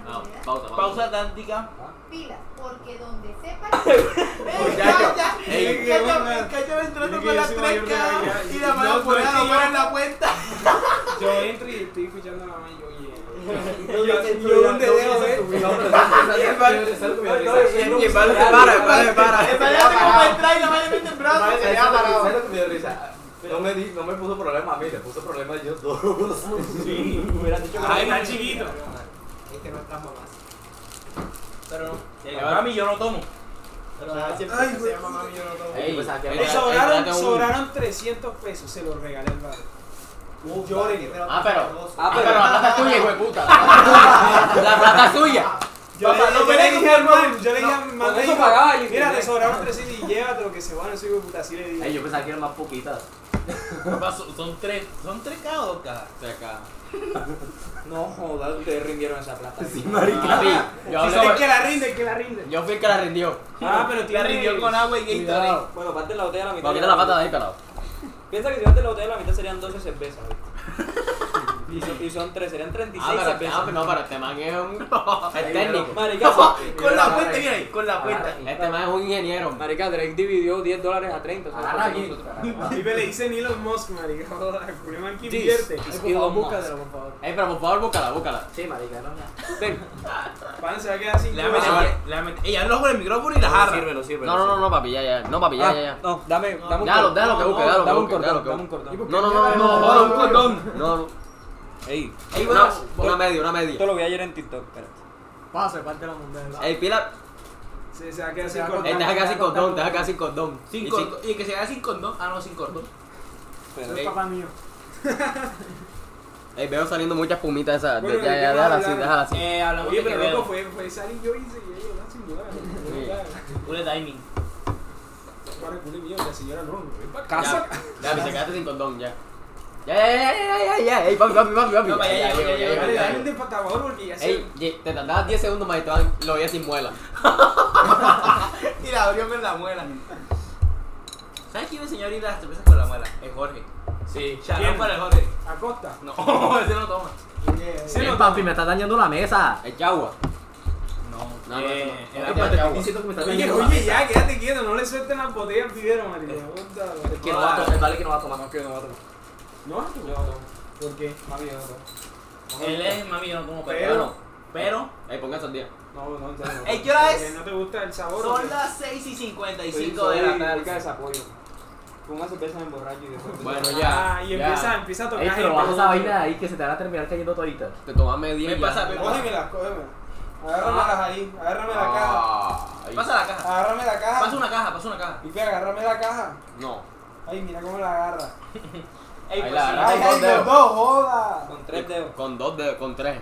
No, pausa, pausa.
Pausa táctica.
Pilas, porque donde sepas. ¡Ey, calla!
Ey,
Cacho entrando
con las tres cajas y la mala por ahí, para en la
cuenta.
Yo entro y estoy escuchando a la mamá y yo, yeah.
Yo, yo donde dejo ver.
No me, di- no me puso problema a mí, le puso problema a ellos dos.
Ay, está chiquito.
Es que Este no estás mamás.
Pero no. Ahora a mí yo no tomo.
ah,
Ay, güey. mamá, yo no tomo.
Ey, pues aquí
Le sobraron, sobraron 300 pesos, se los regalé al padre. Lloren.
Ah, pero.
Ah,
pero
pero.
la plata es tuya, hijo de puta. La plata es tuya.
Yo
Papá,
le,
no
yo
me
le
dejes,
dije al
hermano.
man, yo le dije al man,
con
le
eso
digo,
pagaba y-
mira, te sobraron 300 y llévate lo que se van, eso hijo de puta, así le digo.
Ey, yo pensaba que eran más poquitas.
Papá, son- Son tres, son tres cada o cada.
O sea, acá.
No jodas, ustedes rindieron esa plata.
Papi, yo hablé
El
con-
que la rinde, el que la rinde.
Yo fui el que la rindió.
Ah, pero
La rindió con agua y Gatorade.
Cuidado.
Bueno, parte la botella a la mitad.
Para quitar la pata de ahí, pelado.
Piensa que si parte la botella a la mitad serían 12 cervezas. ¿viste? y, son, y son 3, serían 36
Ah, pero,
cervezas.
ah, pero no, pero este man es un. Es técnico.
Marica, sí.
Con la cuenta, mira ahí, con la cuenta.
Este man es un ingeniero.
Marica, Drake dividió 10 dólares a 30. o sea,
Agarra
por
bien.
nosotros.
Y me le dicen Elon Musk, marica. Joder, el man que invierte.
Ay, por
Elon
favor,
Musk.
búscatelo, por favor.
Ey, pero por favor, búscala, búscala.
Sí, marica, no.
Pan se va a quedar sin
Le
culo.
mete, ella habla con el micrófono y la jarra.
Sírvelo, sírvelo.
No, no, no, no, papi, ya, ya. No, papi, ya, ya, ya.
No, Ah, dame, dame un
Déjalo,
cordón.
déjalo que busque, déjalo que
Dame un
busque, déjalo
cordón,
que
dame un
busque.
cordón.
No, no, no, no, no, un condón. No, no.
Ey,
Ey, una, una media, una
esto
media.
lo vi ayer en TikTok, espera.
Pasa, parte la mundial.
Ey, pila.
Se, se va a quedar
Se
sin
va a
culo.
Ey, deja que sin condón, deja que sin condón.
Sin
Y
condón. Y que se haga sin condón. Ah, no, sin condón.
espera.
Eso es papá mío.
sin- Ey, veo saliendo muchas pumitas esas.
Bueno, ¿de
ya, ya,
qué
déjala
vas a
así,
hablar?
déjala así.
Eh, hablamos
Oye,
de
pero loco,
Quevedo.
fue, fue salir yo y se yo llegar sin duda.
Sí.
Un timing.
Para el culo mío, la señora no, no, ven para
Casa.
casa.
Ya, papi, se quedaste sin condón, ya. Ya, ya, ya, ya, ya, ya, ya. Ey, papi, papi, papi, papi.
No, pa, ya,
Ya,
ya,
ya,
ya,
ya,
ya,
ya,
Dale,
ya,
dale
ya.
un despatador porque ya se...
Ey, ye- te tardabas 10 segundos más y te van- lo veías sin muela.
Y la abrió con la muela. ¿Sabes quién me enseñó a abrir las cervezas con la muela? Es Jorge.
Sí.
Shalom para el Jorge.
Acosta.
No, ese no toma.
Sí, no,
papi, me está dañando la mesa.
Es chagua.
No,
No, no, no.
Eh,
no.
el
Oye,
agua
te
de
estoy
agua.
diciendo que me está
Oye,
dañando la
oye,
mesa.
ya, quédate quieto, no le suelten las botellas primero, marica. Puta, madre.
Que no va a tomar, vale que no va a tomar. No, que no va a tomar.
¿No? ¿Por qué?
Mami, yo no tomo.
Él es, mami, yo no como
Pero-
pero. Pero.
Ey, pongan sandía.
No, no, no. no.
Ey, ¿qué hora
Porque
es?
¿No te gusta el sabor? o qué?
Son las 6 y
Soy-
55
Pues
soy
de la
Marica,
tarde.
desapoyo. Con una cerveza me emborracho y después.
Bueno, ya.
Ah, y
ya.
empieza, empieza a tocar
Ey,
gente.
pero baja esa vaina de ahí que se te van a terminar cayendo toditas.
Te tomas media.
Me
ya. Ah,
pasa, me pasa.
Cógemelas, cógemelas. Ah. Agárramelas ahí, agárrame la caja.
Ay.
Pasa la caja.
Agárrame la caja.
Pasa una caja, pasa una caja.
Y ve, agárrame la caja.
No.
Ay, mira cómo la agarra.
Ey,
Ahí
pues
la
sí.
agarra.
Ay, ay, los dos, joda.
Con tres dedos.
Con dos dedos, con tres.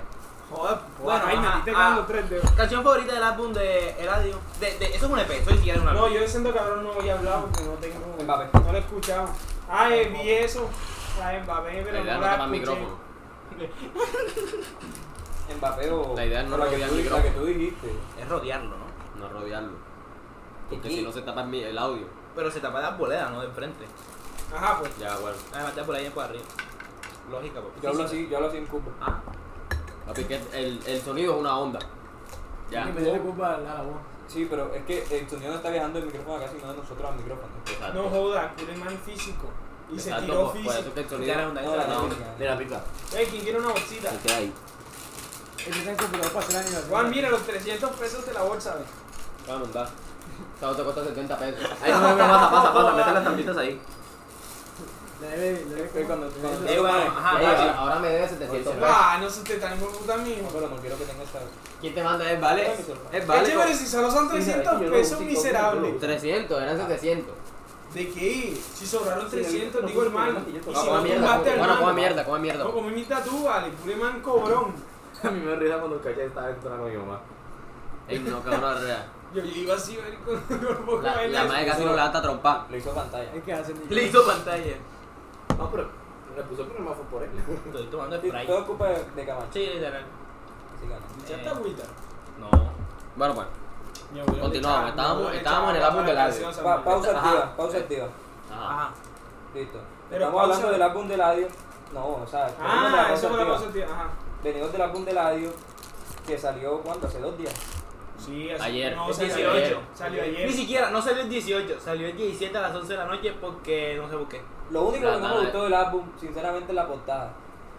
Joda,
Bueno,
bueno, ay, me
ajá,
metiste
ah.
con los tres dedos.
Canción favorita del álbum de Eladio. De, de, eso es un EP, eso ni siquiera es un álbum.
No, yo siento que ahora no voy a hablar porque no tengo.
Mbappé.
No lo he escuchado. Ah, eh, vi eso. La de Mbappé,
La
pero
idea
no
es no
la
tomar
escuché.
micrófono.
Mbappé o
La idea es no
o la que
rodear
tú-
el
la que tú dijiste.
Es rodearlo, ¿no?
No rodearlo. Porque
¿Qué?
si no se tapa mi- el audio.
Pero se tapa de arboleda, no de enfrente.
Ajá, pues.
Ya, bueno.
Además, de arboleda es para arriba. Lógica, papi.
Yo hablo así, yo hablo así en cubo.
Ah,
Papi, que el, el sonido es una onda. Ya.
Y me dio la culpa a la voz.
Sí, pero es que el sonido no está viajando del micrófono acá, sino de nosotros al micrófono.
Exacto.
No joda, quiere man físico. Y se
Exacto,
tiró
por- por eso
físico.
que el sonido-
Ya era una-
No, la
No,
técnica.
Mira, pica.
Ey, ¿quién quiere una bolsita?
Se queda ahí.
Este está en computador para hacer animación.
Juan, mira los 300 pesos de la bolsa, ¿ves?
Vamos, va. Esta otra cuesta 70 pesos.
Ahí no, no, no, pasa, pasa, pasa. Mete las tampitas ahí.
Le debe- le debe-
Es que cuando- cuando-
Eh, bueno, ajá,
Ey,
papi.
ahora, ahora me debes 700 pesos.
Ah, no se te tan hijo de puta mío.
Pero no quiero que tenga esta.
¿Quién te manda? ¿Es vale? ¿Es
Vale,
vale?
chévere, si solo son 300 pesos, miserable.
300, eran
Ah.
700.
¿De qué? Si sobraron 300, digo hermano. Y si
No, coma
no
mierda.
tumbaste al
Bueno, coma
man.
mierda, coma mierda.
No, como mi tú, vale, pure man cobrón.
A mí me risa cuando Cacha estaba entrando con mi mamá.
Ey, no, cabrón, real.
Yo le iba así, ver con con poca
La,
vaina.
la madre casi no levanta trompa.
Lo hizo pantalla.
Es que hace
Le hizo pantalla.
No, pero le puso el problema fue por él.
Estoy tomando
Sí,
spray.
Todo culpa de, de Camacho.
Sí, literal.
Así gana.
Ya está
Eh.
agüita.
No.
Bueno, pues. bueno.
Mi abuelo le
Continuamos,
echaba-
estábamos-
mi abuelo le
estábamos en el
echaba
álbum de
la
la-
gaseosa,
Pa-
mi abuelo.
pausa
Ajá.
activa, pausa activa.
Ajá.
Ajá.
Listo.
Pero
Estamos
pausa-
hablando del álbum de Ladio. No, o sea, venimos de la
Ah,
pausa
eso fue la
activa.
pausa, tío. Ajá.
Venimos del álbum de Ladio. que salió cuando hace dos días.
Sí, es-
Ayer.
No,
Es
salió
18.
ayer. Salió ayer.
Ni siquiera, no salió el 18, salió el 17 a las 11 de la noche porque no sé por qué.
Lo único
La
que no me
madre.
gustó del álbum, sinceramente, es la portada.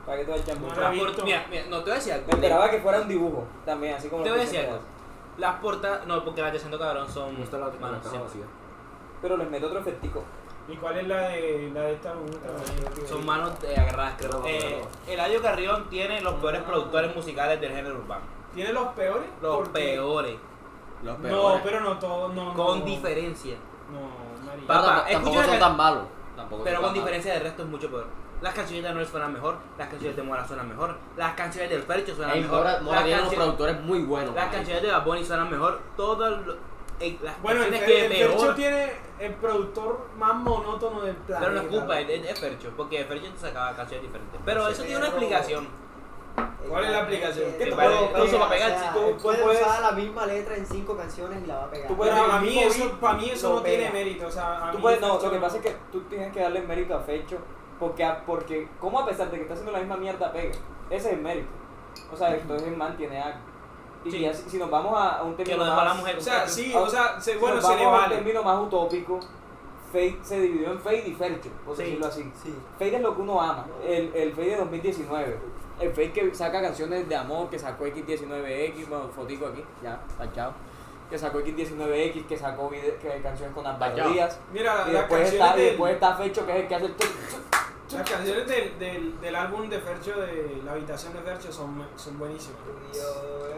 Para que todo el champú.
No la
Las
vi.
me
port- Mira, mira, no te voy a decir algo.
esperaba que fuera un dibujo también, así como
Te
lo
voy a
que
decir
siempre
algo. Las portas, no, porque las de Santo Cabrón son.
Me gusta la
bueno,
la caja
siempre.
vacía.
hacen. Pero les meto otro efectico.
¿Y cuál es la de, la de esta pregunta?
Son manos eh, agarradas, creo. Eh, Eladio Carrión tiene los peores productores musicales del género urbano.
¿Tiene los peores?
Los
¿Por qué?
peores.
Los
No,
pues.
peores.
pero no todos. No,
Con
no.
diferencia.
No, marica.
Pa- Papá,
Pero tam- tampoco
escucha
son
la-
tan malos. Tampoco
Pero
son
con
tan malos.
diferencia del resto es mucho peor. Las canciones de Anuel suenan mejor, las canciones de Mora suenan mejor, las canciones del Fercho suenan
Ey,
mejor.
Mora, Mora
las
tiene unos
canciones-
productores muy buenos.
Las
marica.
canciones de Bad Bunny suenan mejor. Todas lo- eh, las
Bueno, el,
canciones
Fer- el
que peor.
Fercho tiene el productor más monótono del planeta.
Pero no es culpa, es, es- es Fercho, porque Fercho sacaba canciones diferentes. Pero eso tiene una
Pero-
explicación.
¿Cuál es la aplicación?
Eh,
¿Qué
eh,
te
eh,
parece?
eh,
Incluso para pegar,
o sea,
si tú-
tú puedes
puedes-
usar la misma letra en cinco canciones y la va a pegar.
Tú
Pero
puedes-
a mí
el
eso,
mismo
para mí eso
lo
no tiene
pega.
mérito. O sea, a
Tú
mí
puedes, no,
Fercho
lo que pasa es que tú tienes que darle mérito a Fecho. Porque, a- porque ¿cómo a pesar de que está haciendo la misma mierda pega? Ese es el mérito. O sea, entonces el man tiene algo. Y
Sí.
ya si, si nos vamos a, a un
Que
término
lo
más...
dejó a la mujer.
O sea, sí,
Ah,
o sea, se-
si
bueno,
nos
se le
vamos a un
vale.
término más utópico, Fade se dividió en Fade y Fercho, por
Sí.
decirlo así.
Sí.
Fade es lo que uno ama, el, el Fade de 2019. El Fade que saca canciones de amor, que sacó X19X, bueno, fotico aquí, ya, tachado. Que sacó X19X, que sacó vide- que canciones con las
Tachado.
melodías.
Mira,
Y
las
después,
canciones,
está, y
del,
después está Fecho, que es el que hace el... tuc, tuc.
las canciones del, del, del álbum de Fercho, de la habitación de Fercho, son, son buenísimas.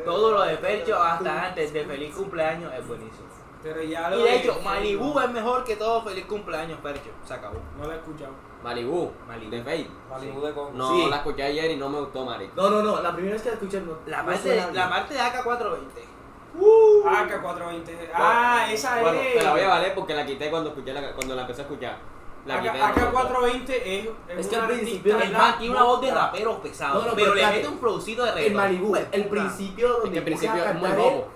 Todo lo de Fercho hasta antes de feliz cumpleaños es buenísimo.
Pero ya lo
Y de hecho, Malibu es mejor que todo feliz cumpleaños, Fercho. Se acabó.
No la he escuchado.
Malibu,
Malibu.
de Fade.
Malibu de con-
No,
Sí.
la escuché ayer y no me gustó, marica.
No, no, no, la primera vez que la escuché no.
La
no
parte,
suena
la
bien.
parte de AK420.
AK420. Ah, esa
Bueno,
es.
te la voy a valer porque la quité cuando escuché la, cuando la empecé a escuchar. La quité. no me gustó.
AK420 es,
Es que al
un
principio
artista
el
El
la-
man tiene una voz de
no.
rapero pesado,
No, no,
pero
pero
le
espérate.
mete un producito de
El
reggaetón.
Malibu,
Pues,
el
puta.
principio
Es que
donde
al
empieza
principio
a
es muy
cantar,
bobo.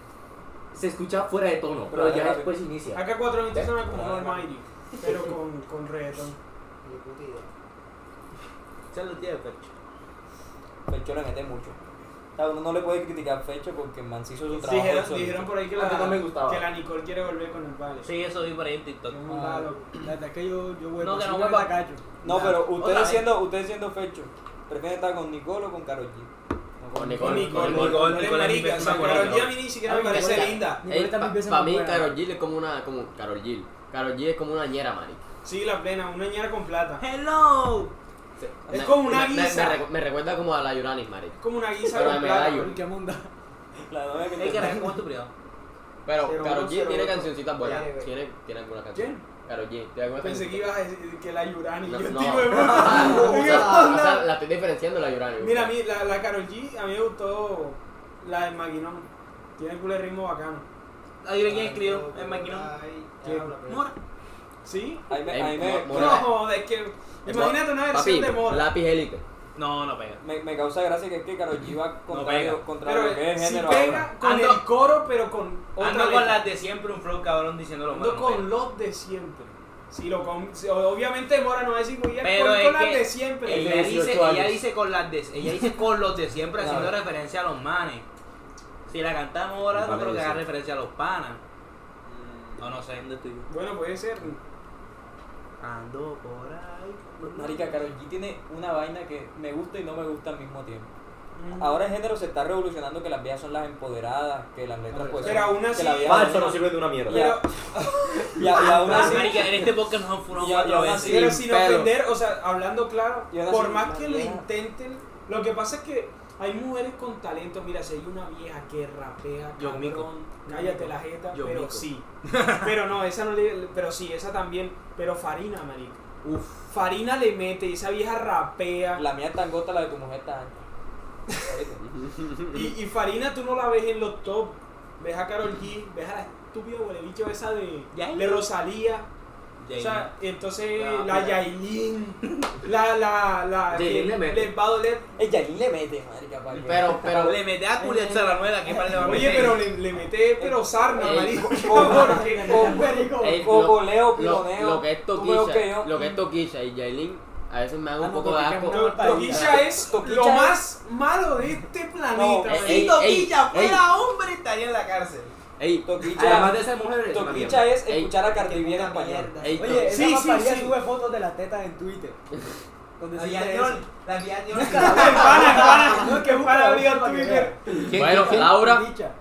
se escucha fuera de tono,
Pero
pero ya
déjame.
después inicia.
AK420 suena como
Pero-
Almighty, pero con, con reggaetón.
Ni puta idea.
Se lo tiene Fercho.
Fecho le mete mucho. O sea, uno no le puede criticar a Fecho porque el man se hizo su trabajo.
Dijeron,
él solito.
dijeron por ahí que
Antes
la,
no me gustaba.
que la Nicole quiere volver con el padre.
Sí, eso vi por ahí en TikTok.
Es un
Ah,
lado.
La verdad es que yo, yo vuelvo.
No, que
sí
no
me
vuelva.
la cacho.
No, pero
Otra
ustedes
vez.
siendo, ustedes siendo fecho, ¿prefieren estar con Nicole o con Karol G?
Con
Con
Nicole.
Nicole,
Nicole,
Nicole,
Nicole
es
es mi
marica,
persona
o sea,
favorita.
Karol G a mí ni siquiera
Ah,
me
Nicole
parece
está-
linda.
Nicole
Ey,
también
pa-
piensa
pa'
más
mí,
buena.
Karol G es como una. Como Karol G. Karol G es como una ñera, marica.
Sí, la plena, una ñera con plata.
¡Hello!
Es
Me-
como una
me- me-
guisa.
Me, recu- me recuerda como a la Yuranis, marica.
Es como una guisa
Pero
con
me
plata.
da yo.
Uy, qué munda.
La novia que
Ey, carajo, ¿cómo es tu privado?
Pero
Cero
Karol
uno,
G
cero
tiene
uno.
cancioncitas buenas.
Ya, ya, ya.
Tiene, tiene alguna canción. Karol G. ¿Tiene alguna
Pensé que ibas a decir que la Yurani.
No,
yo
no.
digo, es
Ah,
verdad.
o
Es
sea, o
verdad.
sea, la estoy diferenciando de la Yuranis.
Mira, a mí, la, la Karol G, a mí me gustó la del Maquinón. Tiene culo de ritmo bacano.
¿Alguien quién escribió el maquinón? Mora.
¿Sí? Eh,
Ahí me, ahí me,
Mo- Mora.
No, es que.
Es mo-
Imagínate una
Papi,
versión de Mora.
Lápiz élite.
No, no pega.
me, me causa gracia que es que Karol G va contra,
pega.
lo, contra
Pero
lo que es
si
género ahora.
pega con
Ando-
el coro, pero con otra
Ando
letra.
Ah, con las de siempre, un flow cabrón diciendo lo malo.
Ando
no
con
pega.
los de siempre. Si lo con- si- obviamente Mora no va a decir "Voy a ir
Pero
con,
es
con las
que
de siempre.
Ella
Tiene
dice,
18
ella
años.
dice con las de, ella dice con los de siempre
Claro.
haciendo referencia a los manes. Si la cantamos ahora, no
Vale,
creo que
sí.
haga referencia a los panas. No, no sé. ¿Dónde estoy yo?
Bueno, puede ser.
Ando por ahí.
Marica, Karol G tiene una vaina que me gusta y no me gusta al mismo tiempo.
Mm.
Ahora el género se está revolucionando que las viejas son las empoderadas, que las letras pues
Pero
son-
aún así-
que la vieja-
Falso, Ah, no sirve de una mierda.
Ya. y, a- y aún
Ah,
así...
marica, en este podcast nos han furado
Ya,
cuatro
ya,
veces.
sí.
Pero sin
pero-
ofender, o sea, hablando claro,
Y ahora
por
sí,
más que lo
vieja.
intenten, lo que pasa es que hay mujeres con talento. Mira, si hay una vieja que rapea,
Yo
cabrón,
mico.
cállate la jeta,
Yo
pero
mico.
sí. Pero no, esa no le. Pero sí, esa también. Pero Farina, marica. Uf. Farina le mete, esa vieja rapea.
La mía es tan gota, la de tu mujer tan...
Y, y Farina tú no la ves en los top. Ves a Carol G, ves a la estúpida huele bicho esa de,
Yailin.
de Rosalía. O sea, entonces la Yailin, la, la, la,
Yailin
que
le mete.
les va a doler.
Ella Eh, ni le mete, marica, para que...
Pero, pero.
le mete a Julieta la nueva que para le va a
Eh. Oye,
meter.
pero le, le mete, pero sarna,
Ey.
marico. Oh,
Con-
Porque-
con-
marico.
Ey,
Coco,
lo-
Leo,
lo,
Piloneo,
lo que es
tú veo que yo-
Toquilla, lo que es Toquilla y Yailin A veces
Ah,
me hago un
no,
poco de
Toquicha es una
asco.
To- Toquilla es
Toquicha
lo
es-
más malo de este
No,
planeta.
eh,
güey.
ey,
si Toquicha
ey,
fuera hombre estaría en la cárcel.
Ey, además
Toquicha,
de ser mujer,
Toquicha es
Ey,
escuchar a Cardi B en español.
ey, to-
Oye,
Sí,
sí,
sí,
sí,
sí.
sube fotos de la teta en Twitter. Donde
La
sí
vida
te
de
dice-
la vida de
Para,
No, que
para,
busca la
para,
vida
para que
Twitter.
Bueno, Laura.
Dicha.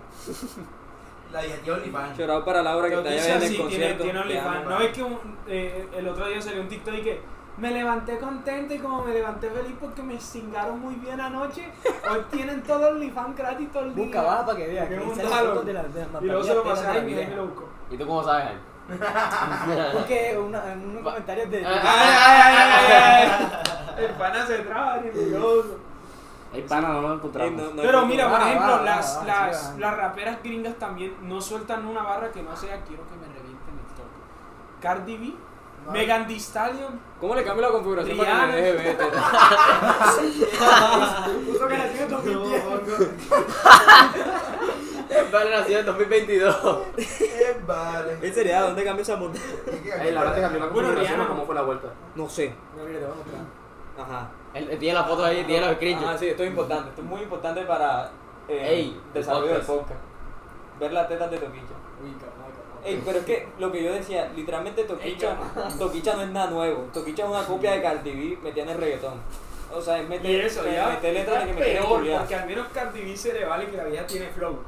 La vida de OnlyFans.
Chorado para Laura que te
Toquicha
vaya en el
sí tiene,
concierto.
tiene
Te amo,
OnlyFans. No
Laura.
es que un- eh, el otro día salió un TikTok y que me levanté contento y como me levanté feliz porque me cingaron muy bien anoche, hoy tienen todo OnlyFans gratis todo el día.
Busca baja para que vea.
Porque
Que
es
ahí
un
salen
malo.
fotos de la de la
Y luego se lo
teta
pasé
de la
a mi y
vieja.
me lo busco.
¿Y tú cómo sabes, Jaime?
Porque una, en unos comentarios de.
Ah,
Ay, ay, ay, ay, ay. El pana se traba, nervioso.
Ey, pana, no lo he encontrado. Ey, no, no
Pero
hay
mira, por
barra,
ejemplo,
barra,
las,
barra,
las,
sí, barra.
las raperas gringas también no sueltan una barra que no sea quiero que me revienten el toque. Cardi B, Megan Thee Stallion,
¿Cómo le cambio la configuración para que me deje ver?
Puso que nació en 2010.
Vale, nacido en 2022.
Eh, Vale.
¿En serio? ¿Dónde cambio esa monta?
Ey, la verdad te cambió la
Bueno,
configuración,
Rihanna.
¿cómo fue la vuelta?
No sé.
No, mira, te voy a mostrar.
Ajá.
Él- él Tiene la foto ahí, tiene los
Ah,
screenshots.
sí, esto es importante. Esto es muy importante para eh,
Ey,
desarrollo
el
del podcast. Ver las tetas de Toquicha.
Uy, cabrón, cabrón.
Ey, pero es que lo que yo decía, literalmente Toquicha, Toquicha no es nada nuevo. Toquicha es una copia de Cardi B metida en el reggaetón. O sea, es meter,
Y eso,
eh,
ya,
meter letras de que
ya
me quieren
peor,
culiar.
porque al menos Cardi B se le vale que la vieja tiene flow.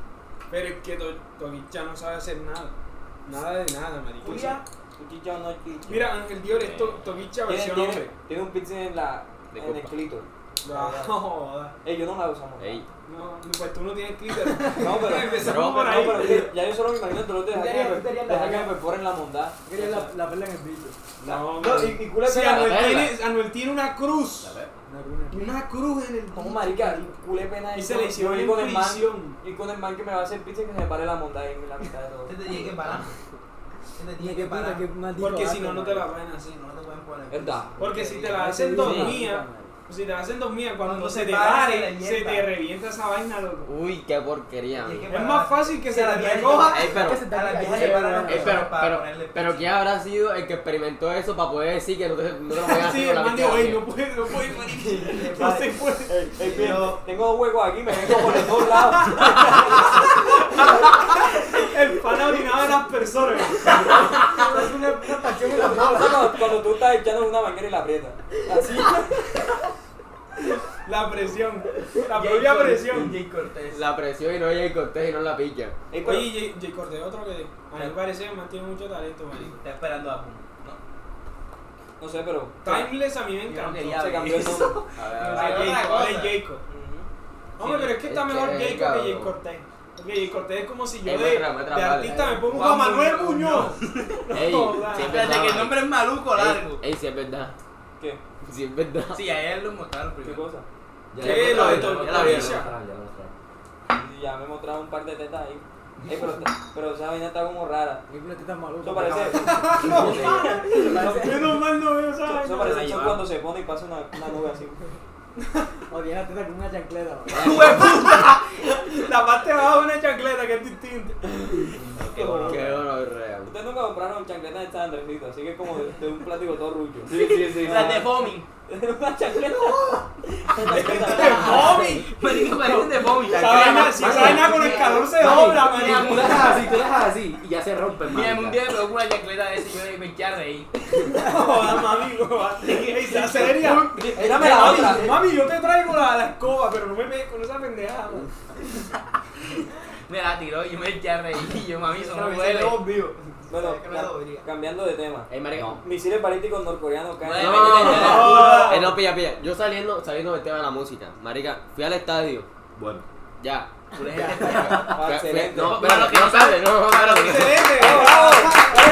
Pero es que To- Toquicha no sabe hacer nada. Nada de nada, marico.
Culia, Toquicha no es chicha.
Mira, Ángel Dior es to- Toquicha
tiene,
versión
tiene-
hombre. Ah,
tiene un pizza en, la,
De
en el
copa.
clito.
No, joda.
Ey, yo no la uso mucho.
Ey,
No, pues tú no tienes Twitter.
No, pero,
Empezamos
no,
por
pero-
ahí.
no, pero que ya yo solo me imagino el dolor de
Tú
dejar que
querías-
me-
tú querías la-
dejar que me perforen la mondad.
Yo Quería la, la perla en el bicho.
No,
No,
no,
y, y culo de
Sí,
pena-
Anuel
la perla.
tiene, Anuel tiene una cruz.
Una bruna.
Una cruz en el.
No, marica, culé pena
Y
eso,
se le hicieron
yo ir
en
con el man,
prisión.
y con el man que me va a hacer pizza y que se me pare la mondad en la mitad de todo.
Usted te tiene que parar. Usted te tiene
Mira,
que
qué
parar.
puta, qué maldito.
"Ah,
Porque si no,
asco,
no te la
madre.
van así.
Sí, no te pueden poner.
¿Verdad?
Porque si te la hacen
Sí,
dos
sí.
"Ah,
mías, si te la hacen dos mías, cuando
Cuando
se
se
te
pare,
pare,
se
se
revienta.
te revienta esa vaina, loco.
uy, qué porquería.
Tienes que
amigo.
Es
parar.
más fácil que se la
Tienes que
recoja.
parar.
Ey, pero,
Es que se te
A las
cae,
viejas
se
le paran las
te
ey,
cosas
pero,
para
pero,
ponerle
pero ¿quién habrá sido el que experimentó eso para poder decir que no te, no te lo voy a
Sí,
hacer con
el
la
man
mitad
dijo,
de
"Ey,
mí"?
no puede, no puede, marica. No se puede.
Ey, bien, tengo dos huecos aquí, me vengo por los dos lados.
El pana orinaba a las personas.
Es una, una pasión en la
No, o sea, cuando, cuando tú estás echando una manguera y la aprietas. Así.
La presión. La propia presión.
Jay Cortés.
La presión y no llega el cortejo y no la pica.
Ey, pero-
Oye, J- J. Cortés, otro que a mí me parece que más tiene mucho talento, marico.
Está esperando a Pum.
no sé, pero.
Timeless a mí me
Yo no
encanta.
quería
Se
ver
cambió el
eso.
nombre.
A ver, a ver.
Ahora es
otra
Jacob, ahora es
cosa.
Jacob.
Ujú.
Hombre, pero es que está
es
mejor
que,
Jacob que Jay
cabrón.
Cortés. Porque Jay Cortés es como si yo
Eh,
de,
muestra, muestra,
de
vale.
artista me pongo
Juan
Juan Manuel
Manuel
Muñoz.
Ey,
jodas.
sí es
Espérate
verdad,
que el
marico.
nombre es
Eh.
maluco, largo.
Ey, ey, sí es verdad.
¿Qué?
Sí es verdad.
Sí, a él lo mostraron
¿Qué
primero.
cosa?
Ya
¿Qué?
ya
Lo de
ya
Tom-
ya la vieron,
Tomisha.
ya la vieron, ya la
Y Ya me he mostrado un par de tetas ahí. Ey, pero, pero esa vaina está como rara.
película está maluca.
Eso parece.
Menos mal no veo esa
Eso
vaina.
parece eso cuando se pone y pasa una, una nube así.
O tiene la teta con una chancleta. bro.
La parte baja de una chancleta que es distinta.
vieron. Qué bueno, real.
Ustedes nunca compraron chancletas de San Andresito, así que es como de, de un plástico todo rucho.
Sí, sí, sí.
Las de
Fomi.
una chancleta.
¡Fomi! Marico, parecen de Fomi.
Esa vaina, si esa vaina con el calor se dobla,
Tú
marico.
la dejas así, tú la dejas así y ya se rompe,
Mira,
hermano.
un día
me pongo una chancleta de ese y yo me eché a reír.
Joda, mami, joda. Ey, sea seria.
Dame la otra.
Mami, mami, yo te traigo la, la escoba, pero no me pegues con esa pendejada. man.
Me la tiró y yo me eché a reír. Y yo, mami, eso no
Ese
duele.
es obvio.
Bueno,
que me
ya,
dolería.
cambiando de tema.
Ey, marica.
Misiles balísticos norcoreanos caen.
Eh, No,
No,
no,
no.
no, Eh, no, pilla, pilla. Yo saliendo, saliendo del tema de la música, marica, fui al estadio.
Bueno.
Ya. Fui a-
Ah,
fui a-
excelente.
No, espérate, no, espérate, no, no, espérate.
Excelente,
¡Bravo!
joda.
¡Al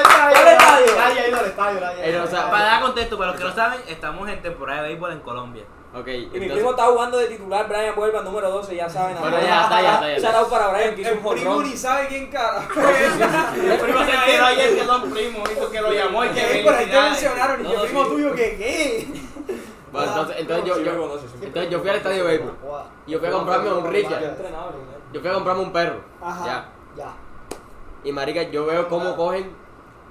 estadio! ¡Al estadio!
ha ido al estadio, nadie ha
Eh,
ido
no, o
al
sea,
Para
para-
dar contexto, para los que no saben, estamos en temporada de béisbol en Colombia.
Ok,
Y mi primo
entonces.
está jugando de titular, Brian Vuelva, número 12, ya saben.
Bueno,
amor.
ya está, ya está, ya está.
Shout out para Brian, que hizo
El
un
primo
jorrón.
ni sabe quién cara.
El primo se enteró ayer que son primos, hizo que lo llamó y que
Ey, por ahí te
felicidades.
mencionaron, y
No,
yo
no,
primo
sí.
tuyo que qué.
Bueno, entonces, entonces yo,
Ah, Sí me
yo,
conoce, sí me
entonces yo fui al estadio de béisbol. Y yo fui a comprarme un
conoce.
Richard.
Entrenador, ¿no?
Yo fui a comprarme un perro.
Ajá.
Ya.
Ya.
Y marica, yo veo cómo cogen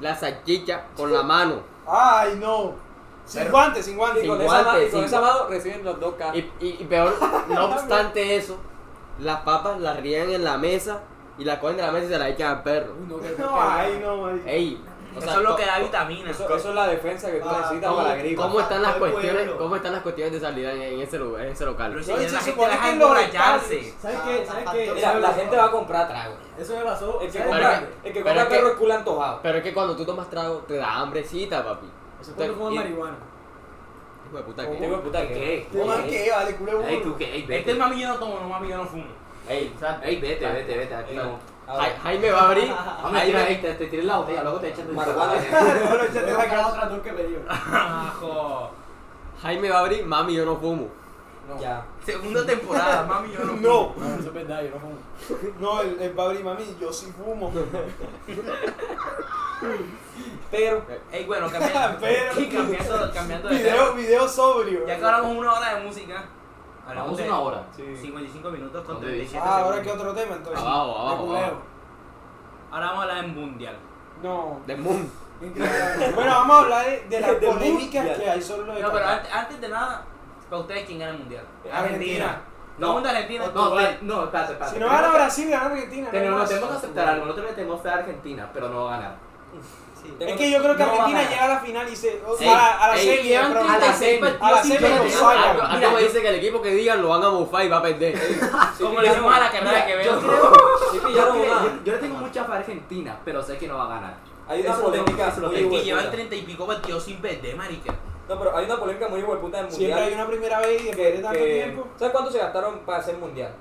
la salchicha con la mano.
Ay, no. Sin guantes, sin guantes.
Y
Sin
con, esa,
guantes,
ma- y con
sin
esa mano reciben los dos K.
Y, y- y peor, no obstante eso, las papas las rían en la mesa y las cogen de la mesa y se las echan al perro.
No, que-
No, ay, no, marica.
Ey, o
Eso
sea,
es lo
co-
que da vitaminas.
Eso, eso es la defensa que tú necesitas
¿Cómo,
para la gripe.
cómo están las
Todo el
cuestiones,
pueblo.
cómo están las cuestiones de salida en, en ese lugar, en ese
Pero
local?
si
No, y
la
se
gente
supone
deja
que
de
en los
emborracharse.
¿Sabes qué? ¿Sabes qué?
Mira, la gente va a comprar trago.
Eso me pasó.
El que
¿sabes?
compra,
Pero- pero
el que
es
compra
que-
perro es culo antojado.
Pero es que cuando tú tomas trago te da hambrecita, papi.
Eso cuando
Te-
fumo
y-
marihuana.
Hijo de puta,
Tengo
¿qué?
de puta que.
¿Qué?
qué? Vale, culo
Ey, tú qué, ey,
Este
vete, Este mami, yo no tomo, no, mami, yo no fumo.
Ey, ey, vete, vete, vete, aquí
Ey,
no.
ahora.
Ja- Jaime va a este, abrir.
Hombre,
Jaime-
tira, ey, te, te tiré la botella, luego te echas de
Marihuana.
Ajo.
Jaime va a abrir, mami, yo no fumo.
No. Ya.
Segunda temporada, mami, yo no fumo.
No,
No, eso es verdad, yo no fumo.
no, el, el Babri, mami, yo sí fumo.
Pero.
Ey, bueno, cambiando,
Pero-
sí, cambiando, cambiando de
Video, video sobrio.
tema. Ya que hablamos una hora de música. hablamos
Hablamos
de
una hora.
Sí.
55 minutos con
¿Dónde
37
Ah, ahora que
segundos.
otro tema entonces.
Abajo, abajo, abajo.
Ahora vamos a hablar en mundial.
No.
Del mundo.
Bueno, vamos a hablar de, de las
Del
polémicas
mundial.
que hay sobre lo de
No, pero
Qatar.
antes, antes de nada, para ustedes, ¿quién gana el mundial?
Argentina.
No, Todo el mundo Argentina.
No, te- no, espérate, espérate.
Si no gana Brasil, gana Argentina.
Tenemos,
no
no,
más.
tenemos que aceptar algo, nosotros le tenemos fe a Argentina, pero no va a ganar.
Es que yo creo que
No va a
Argentina
ganar.
llega a la final y se. o-
Ey,
a la, a la
ey,
serie.
llevan
pero-
A la
36
semi.
a la
partidos
semi
sin
lo
perder.
sacan.
Algo algo me dice que el equipo que digan lo van a bufar y va a perder.
Como le hicimos a la carrera que
Yo
veo.
creo,
Sí
yo,
pillaron
creo-
una.
yo- yo le tengo mucha fe a Argentina, pero sé que no va a ganar.
Hay una
Eso lo tengo-
polémica
eso lo
muy
tengo.
Que llevan
hueputa.
30 y pico partidos sin perder, marica.
No, pero hay una polémica muy hueputa del
Siempre hay
mundial.
una primera vez y después de tanto
que-
tiempo.
¿Sabes cuánto se gastaron para hacer mundial?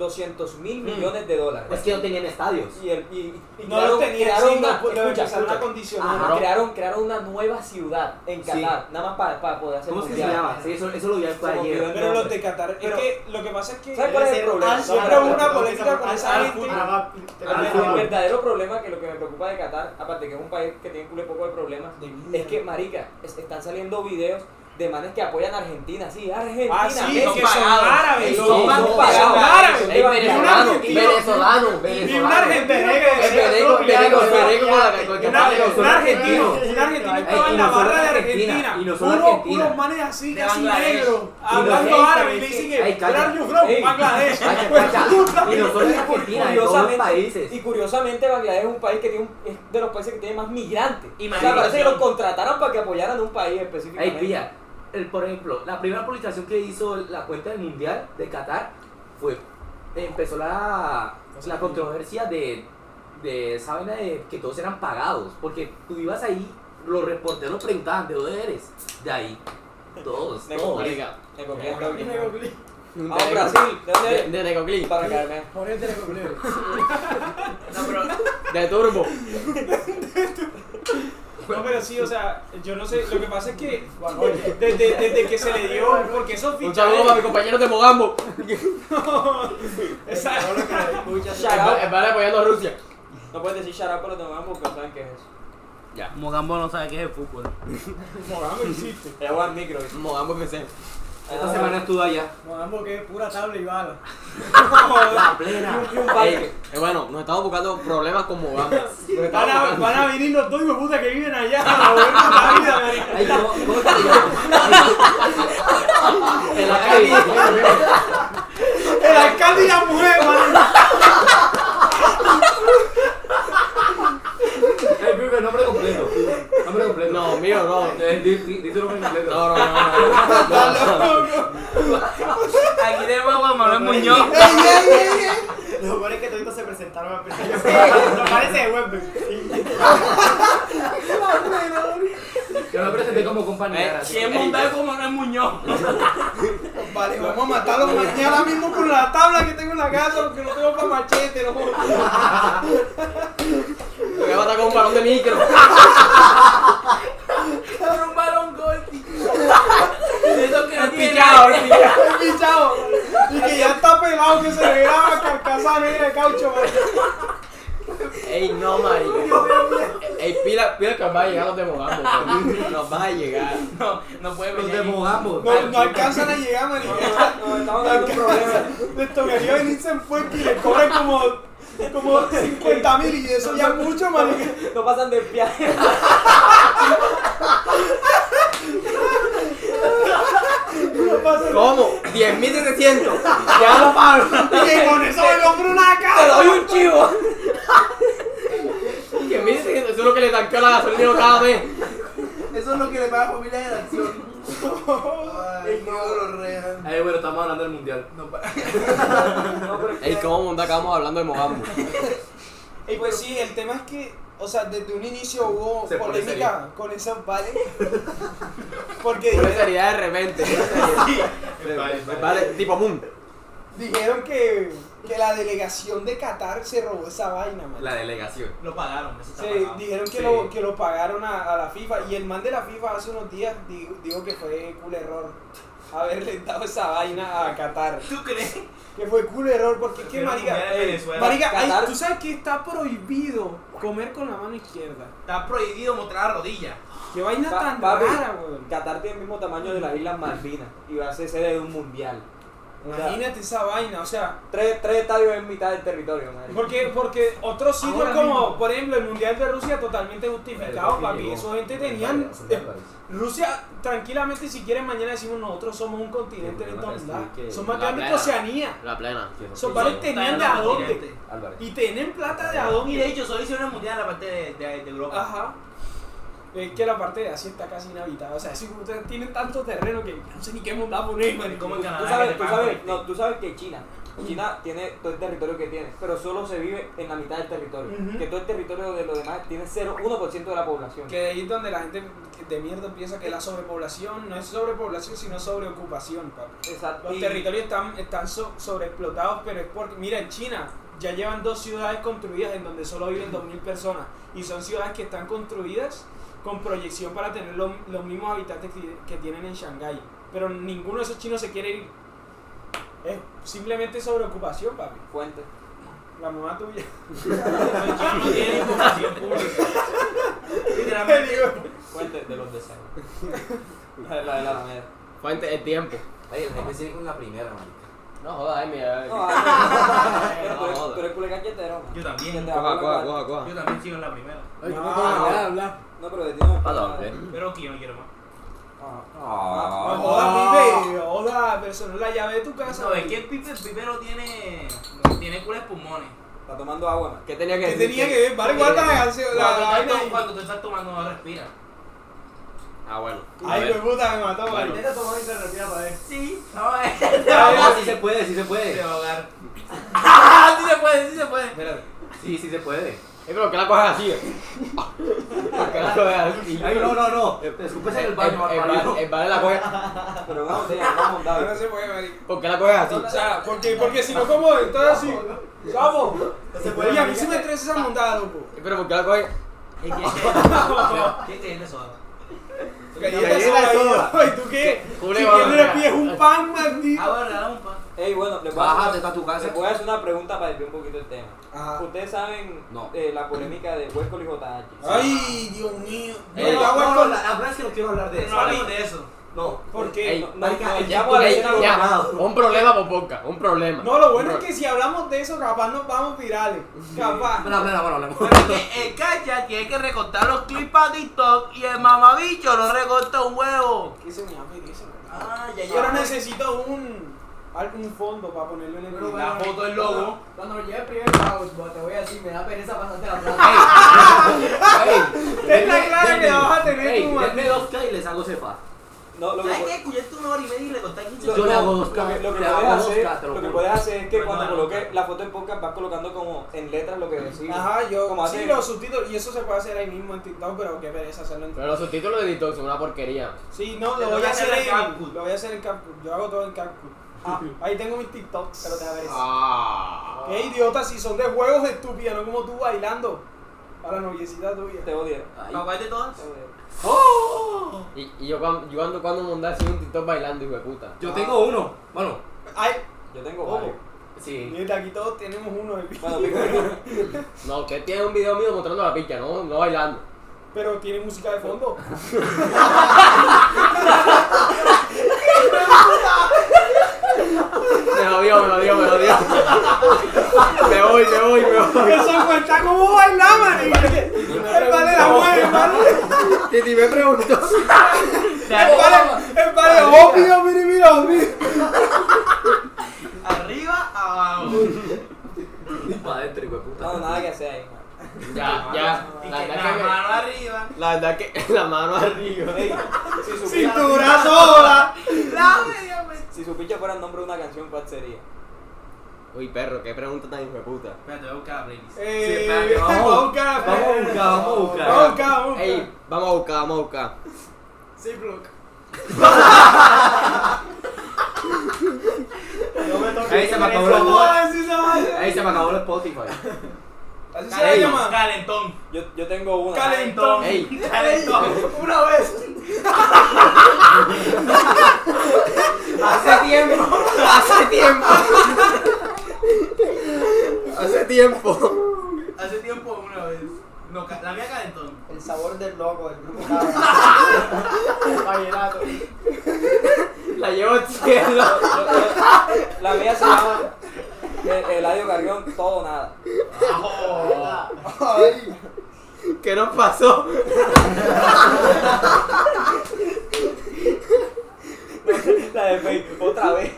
200 mil millones de dólares.
que no tenían estadios.
y el, y, y
No lo
crearon-
tenían,
crearon
sí,
una-
lo- lo
escucha,
empezaron a
escucha.
condicionar.
Ajá, crearon, crearon una nueva ciudad en
Ah, Sí.
Qatar, nada más para, para poder hacer
¿Cómo es que se
mundial.
llama? Sí, eso, eso lo vi hasta
Se me olvidó
ayer.
el
Pero
nombre.
los de Qatar. Es
Pero-
que lo que pasa es que.
¿Sabes cuál es el problema?
Siempre hubo una polémica con esa gente.
El,
Al
el
fútbol.
verdadero problema que lo que me preocupa de Qatar, aparte que es un país que tiene un culo de poco de problemas, es que, marica, es- están saliendo videos de manes que apoyan a Argentina, sí, Argentina,
Ah, sí,
Messi,
que son
pagados.
árabes.
Son
Son
pagados.
árabes.
Ey, venezolano,
argentino.
venezolano,
Y un
venezolano.
argentino que
Es venezolano,
Y una- Un argentino, un argentino estaba
y
en la
no solo
barra de
Argentina,
Argentina.
y no solo
Uno,
Argentina.
unos manes así,
De
casi
Bangladesh.
negros,
Ey,
hablando
pero
árabe, y le
es
dicen
que-
que
Ey, cállate.
"Where are you from?
Ey.
Bangladesh.
Cacha, cacha. Y no solo en Argentina, en todos los países.
Y curiosamente Bangladesh es un país que tiene un- es de los países que tiene más migrantes. O sea,
Imagínate.
parece que los contrataron para que apoyaran a un país específicamente.
Ey, pilla, el, por ejemplo, la primera publicación que hizo la cuenta del Mundial de Qatar fue. Empezó la, la controversia de, de esa vaina de que todos eran pagados, porque tú ibas ahí, los reporteros preguntaban de dónde eres, de ahí, todos,
De
todos.
Colombia. Me copié el nombre.
De-
Ah, Brasil, ¿de dónde
de-
eres?
De Necoclí,
Para caerme.
Ponete la culero.
No, pero
de Turbo.
No, pero sí, o sea, yo no sé, lo que pasa es que desde, desde que se le dio, porque esos
Un saludo
fichajes,
para mis compañeros de Mogambo.
esa-
Shout out.
Van apoyando a pues, Rusia.
No puedes decir shout out por los demás porque no saben qué es eso.
Mogambo no sabe qué es el fútbol.
Le hago al micro. ¿viste?
Mogambo FC.
Ah.
Esta semana estuve allá.
Mogambo que es pura tabla y bala.
La plena.
Y un parque.
Eh, bueno, nos estamos buscando problemas con Mogambo. Nos estamos
van a,
buscando.
van a venir los dos hijos puta que viven allá a volver la vida, marica.
Ey, ¿cómo, cómo es que te llamas?
En la calle.
El alcalde y la mujer, marica.
Ey, pibe, el nombre completo. Nombre completo.
No, mío, no.
Eh, di- di- di tu nombre completo.
No, no, no, no. No, no.
aquí tenemos a Juan Manuel Muñoz.
Lo peor es que todos se presentaron al principio. No parece de web.
Yo me presenté como compañera.
Eh,
así
¿Quién
que-
montado con Manuel Muñoz?
Vale, vamos a matarlos mañana mismo con la tabla que tengo en la casa, porque no tengo para machete, no.
Me voy a matar con un balón de micro.
Con un balón gol, tío. Eso que no tiene nada.
Pichado. Y que ya está pelado que se le
Ah,
graba carcasa negra de caucho, marica.
Ey, no, marico. Ey, pila, pila que nos van a llegar los de Mogambo. pues. Nos van a llegar.
No, no puede
Nos
venir.
demogamos.
No, no alcanzan a llegar, marica.
No, estamos dando un problema.
Les tocaría venirse en fuerte y les cobran como, como 50 mil y eso ya es mucho, marica.
No pasan del viaje.
¿Cómo? 10.700. Ya lo pago.
Oye, con eso me compro una
Te
casa.
doy un chivo.
10.700. Eso es lo que le tanqueó la gasolina cada mes.
Eso es lo que le paga familia de la acción. Ay, no, Rehan.
Ay, bueno, estamos hablando del mundial.
Ey, ¿cómo monta acabamos hablando de Mogambo?
Y pues sí, el tema es que, o sea, desde un inicio hubo
Se pone
polémica con esos vales. Porque
Una
dijeron,
seriedad de repente. Vale, tipo Moon.
dijeron que, que la delegación de Qatar se robó esa vaina, man.
La delegación.
Lo pagaron, eso está
Sí,
pagado.
dijeron que,
Sí.
lo, que lo pagaron a, a la FIFA y el man de la FIFA hace unos días di- dijo que fue cool error haberle dado esa vaina a Qatar.
¿Tú crees?
Que fue cool error porque es que
Prefiero
marica,
comer en
eh,
Venezuela.
marica, ay,
Qatar.
tú sabes que está prohibido comer con la mano izquierda.
Está prohibido mostrar la rodilla.
Qué vaina
Pa-
tan
papi.
rara, weón.
Qatar tiene el mismo tamaño de las Islas Malvinas y va a ser sede de un mundial. O sea,
Imagínate esa vaina, o sea,
tres, tres estadios en mitad del territorio, madre.
porque, porque otros sitios
Ahora
como,
mismo.
por ejemplo, el Mundial de Rusia totalmente justificado, papi. Eso gente tenían... Rusia, tranquilamente, si quieren, mañana decimos nosotros somos un continente en
problema
esta
es
onda.
que-
Son más
la
grandes que
plena.
Oceanía.
La plena.
Son varios tenían de
Está en
a
el
dónde.
continente.
Álvarez.
Y tienen plata de a dónde.
Y de hecho, solo hicieron el mundial en la parte de, de- de Europa.
Ajá. Es que la parte de Asia está casi inhabitada. O sea, si ustedes tienen tanto terreno que no sé ni qué montar poner, man.
Como en Canadá.
Tú
que
sabes,
te
tú
pagan
sabes,
por
no, tú sabes que China, China tiene todo el territorio que tiene, pero solo se vive en la mitad del territorio.
Ujú.
Que todo el territorio de los demás tiene 0, 1% de la población.
Que ahí es donde la gente de mierda piensa que la sobrepoblación no es sobrepoblación, sino sobreocupación, papi.
Exacto.
Los
Y-
territorios están, están so- sobreexplotados, pero es porque, mira, en China ya llevan dos ciudades construidas en donde solo viven 2.000 personas y son ciudades que están construidas con proyección para tener lo- los mismos habitantes que, que tienen en Shanghái. Pero ninguno de esos chinos se quiere ir. Es simplemente sobreocupación, papi.
Fuente.
La mamá tuya.
Los chinos no tienen información pública. Literalmente.
Fuente de los deseos. la de la de la moneda.
Fuente, el tiempo.
Oye, el jefe sigue con la primera, marica.
No jodas, Jaime. ya-
No, ah, pero tú eres-
joda.
tú eres culo cachetero, man.
Yo también.
Ya te
Coja,
hablo,
coja,
man.
coja, coja.
Yo también sigo en la primera.
Ay, yo no
No.
tengo nada de hablar.
No, pero de ti no.
¿A dónde?
Pero que yo no quiero más.
Ah.
No
eh. Ah,
jodas, pibe. Joda, pero eso no es la llave de tu casa.
No, es que el pipe, el pipero tiene. Tiene cules pulmones.
Está tomando agua, man.
¿Qué tenía que
¿Qué
decir?
tenía que ver? Vale, guarda la canción. La,
Cuando,
la
tú
vaina
estás,
ahí.
cuando tú estás tomando, no respira.
Ah, bueno. A
Ay, me
ver.
puta, me mató,
Bueno.
marica.
Sí, no es.
Ah, sí se puede, sí se
Te
puede.
va a ahogar.
sí se puede, sí se puede.
Espérate. Sí, sí se puede.
Ey, pero que la cojas así. eh. ¿Por qué la cojas así.
Ay, no, no, no. Escúpese en el baño,
El- el
Álvaro.
vale- el vale la coge.
Pero vamos, te vamos,
Ah, No
David.
se puede, marica.
¿Por qué la coges así?
O sea, porque, porque si no, como entonces así. ¡Vamos! Oye, a mí sí me interesa esa montada, loco.
Ey, Pero ¿por qué la coges?
Es que- es que- ¿Qué te eso?
Galleta soda, yo. ¿Y tú qué?
Cule,
Si
vamos,
quién le
ya.
pides un pan, maldito.
Ah, bueno, le damos un pan.
Ey, bueno, les voy a
Bájate
hacer
para tu
una, les
casa.
voy a hacer una pregunta para desviar un poquito el tema.
Ah,
Ajá.
Ustedes saben
No.
eh, la polémica de Huesco y JH.
Ay, Dios mío.
Eh,
Ah. No, ya voy
No, no,
con-
la la verdad es que no quiero hablar de
No
eso.
hablemos de eso.
No.
¿Por qué?
Ey,
No, no,
Marica,
no,
el
ya
tipo
voy a
de
decir
Ey,
algo
ya,
más.
un problema por boca, un problema.
No, lo bueno
Un
es que si hablamos de eso, capaz nos vamos virales. Capaz.
Bueno, bueno, bueno, hablemos.
Pero es que el cacha tiene eh, que recortar los clips a TikTok y el mamabicho no recorta un huevo.
¿Qué se me hace de eso?
Ah, ya
Yo no
pues.
necesito un. algún fondo para ponerlo en el video.
La foto del logo.
Cuando lo lleve el primer pago, te voy a decir, me da pereza pasarte la plata.
Tenla clara que la vas a tener
Ey,
tú, man.
denme dos K y les hago cefa.
No, lo que,
¿Sabes qué? Escuchaste una hora y media y recortar 15
Yo le hago dos
lo que-
K.
lo que
le hago
puedes
dos
hacer,
K, te lo
lo que
juro.
puedes hacer es que
Pero
cuando
no, no,
coloques
no.
la foto en podcast vas colocando como en letras lo que decís.
Ajá,
Como
yo.
hace-
Sí, los subtítulos. Y eso se puede hacer ahí mismo en TikTok, pero qué pereza hacerlo en
Pero los subtítulos de TikTok son una porquería.
Sí, no,
Te
lo
toca
voy a
hacer
hacer
en
en.
CapCut.
Lo voy a hacer en CapCut. Yo hago todo en CapCut. Ah, ahí tengo mis TikTok, pero te ver eso.
Ah.
Qué idiota, si son de juegos estúpidos, no como tú bailando. Para la noviecita tuya.
Te odio.
Ay,
¿Para cuál de todas?
te odio.
Y, y yo, cuan- yo ando cuando mandé así un TikTok bailando, hijo de puta.
Yo tengo uno. Bueno,
Ay,
Ah. Yo tengo
¿Cómo?
varios.
sí.
mira, aquí todos tenemos uno de
Bueno, pico,
No, usted tiene un video mío mostrando la picha, no, no bailando.
Pero tiene música de fondo.
Me lo dio, me lo dio, me lo dio. Me voy, me voy, me voy.
Eso cuenta como bailaba, El vale la mueve, el vale.
Titi me preguntó.
El vale, el vale, oh, mira, mira, mira, mira.
Dura sola.
La media mentira. Si su picha fuera el nombre de una canción, ¿cuál sería?
Uy, perro, qué pregunta tan hijo de puta.
Espérate, voy a buscar la playlist.
Eh,
espérate,
vamos a buscar.
Vamos a buscar, vamos a buscar.
Vamos a buscar, vamos a buscar.
Ey, vamos a buscar, vamos a buscar.
Ziploc.
Ahí se me acabó el
Así se va.
Ahí se me acabó el Spotify.
Así se va a llamar.
Calentón.
Yo, yo tengo una.
Calentón.
Ey,
Calentón. Una vez.
hace tiempo.
Hace tiempo. Hace tiempo.
Hace tiempo una vez. No, ca- la mía calentón.
El sabor del loco, el grupo
Vallenato.
La llevo al cielo.
La mía se llama El- Eladio Carrión, todo o nada.
¿Qué nos pasó?
La de Facebook, otra vez.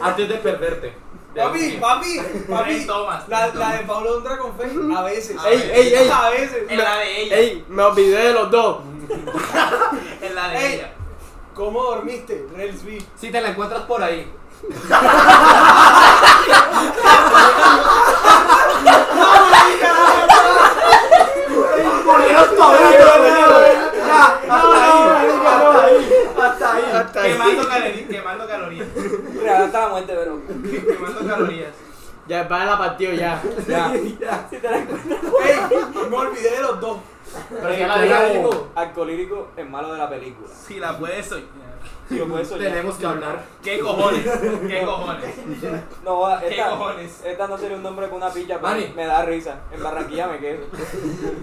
Antes de perderte. De
Papi,
algún
papi,
Ey,
papi.
Thomas,
La,
Ey,
la de Pablo Londra con fe. A veces.
Ey, ey, ey.
A veces.
Es la de ella.
Ey, me olvidé de los dos.
Es la de
Ey.
ella.
¿Cómo dormiste? Relsby.
tiempo. Si te la encuentras por ahí. Poneros
Hasta ahí. Hasta
Quemando calorías. Quemando calorías.
Mira, hasta la muerte, este, pero.
Quemando calorías.
Ya, va la partido ya.
Ya.
Ey, me olvidé de los dos.
Pero ya la dejamos.
Alcoholírico, alcoholírico es malo de la película.
Si la puedes soñar.
Si lo puedes soñar.
Tenemos que hablar.
¿Qué cojones? ¿Qué cojones?
No,
¿Qué
esta,
cojones?
esta no sería un nombre con una picha,
Manny.
pero me da risa. En Barranquilla me quedo.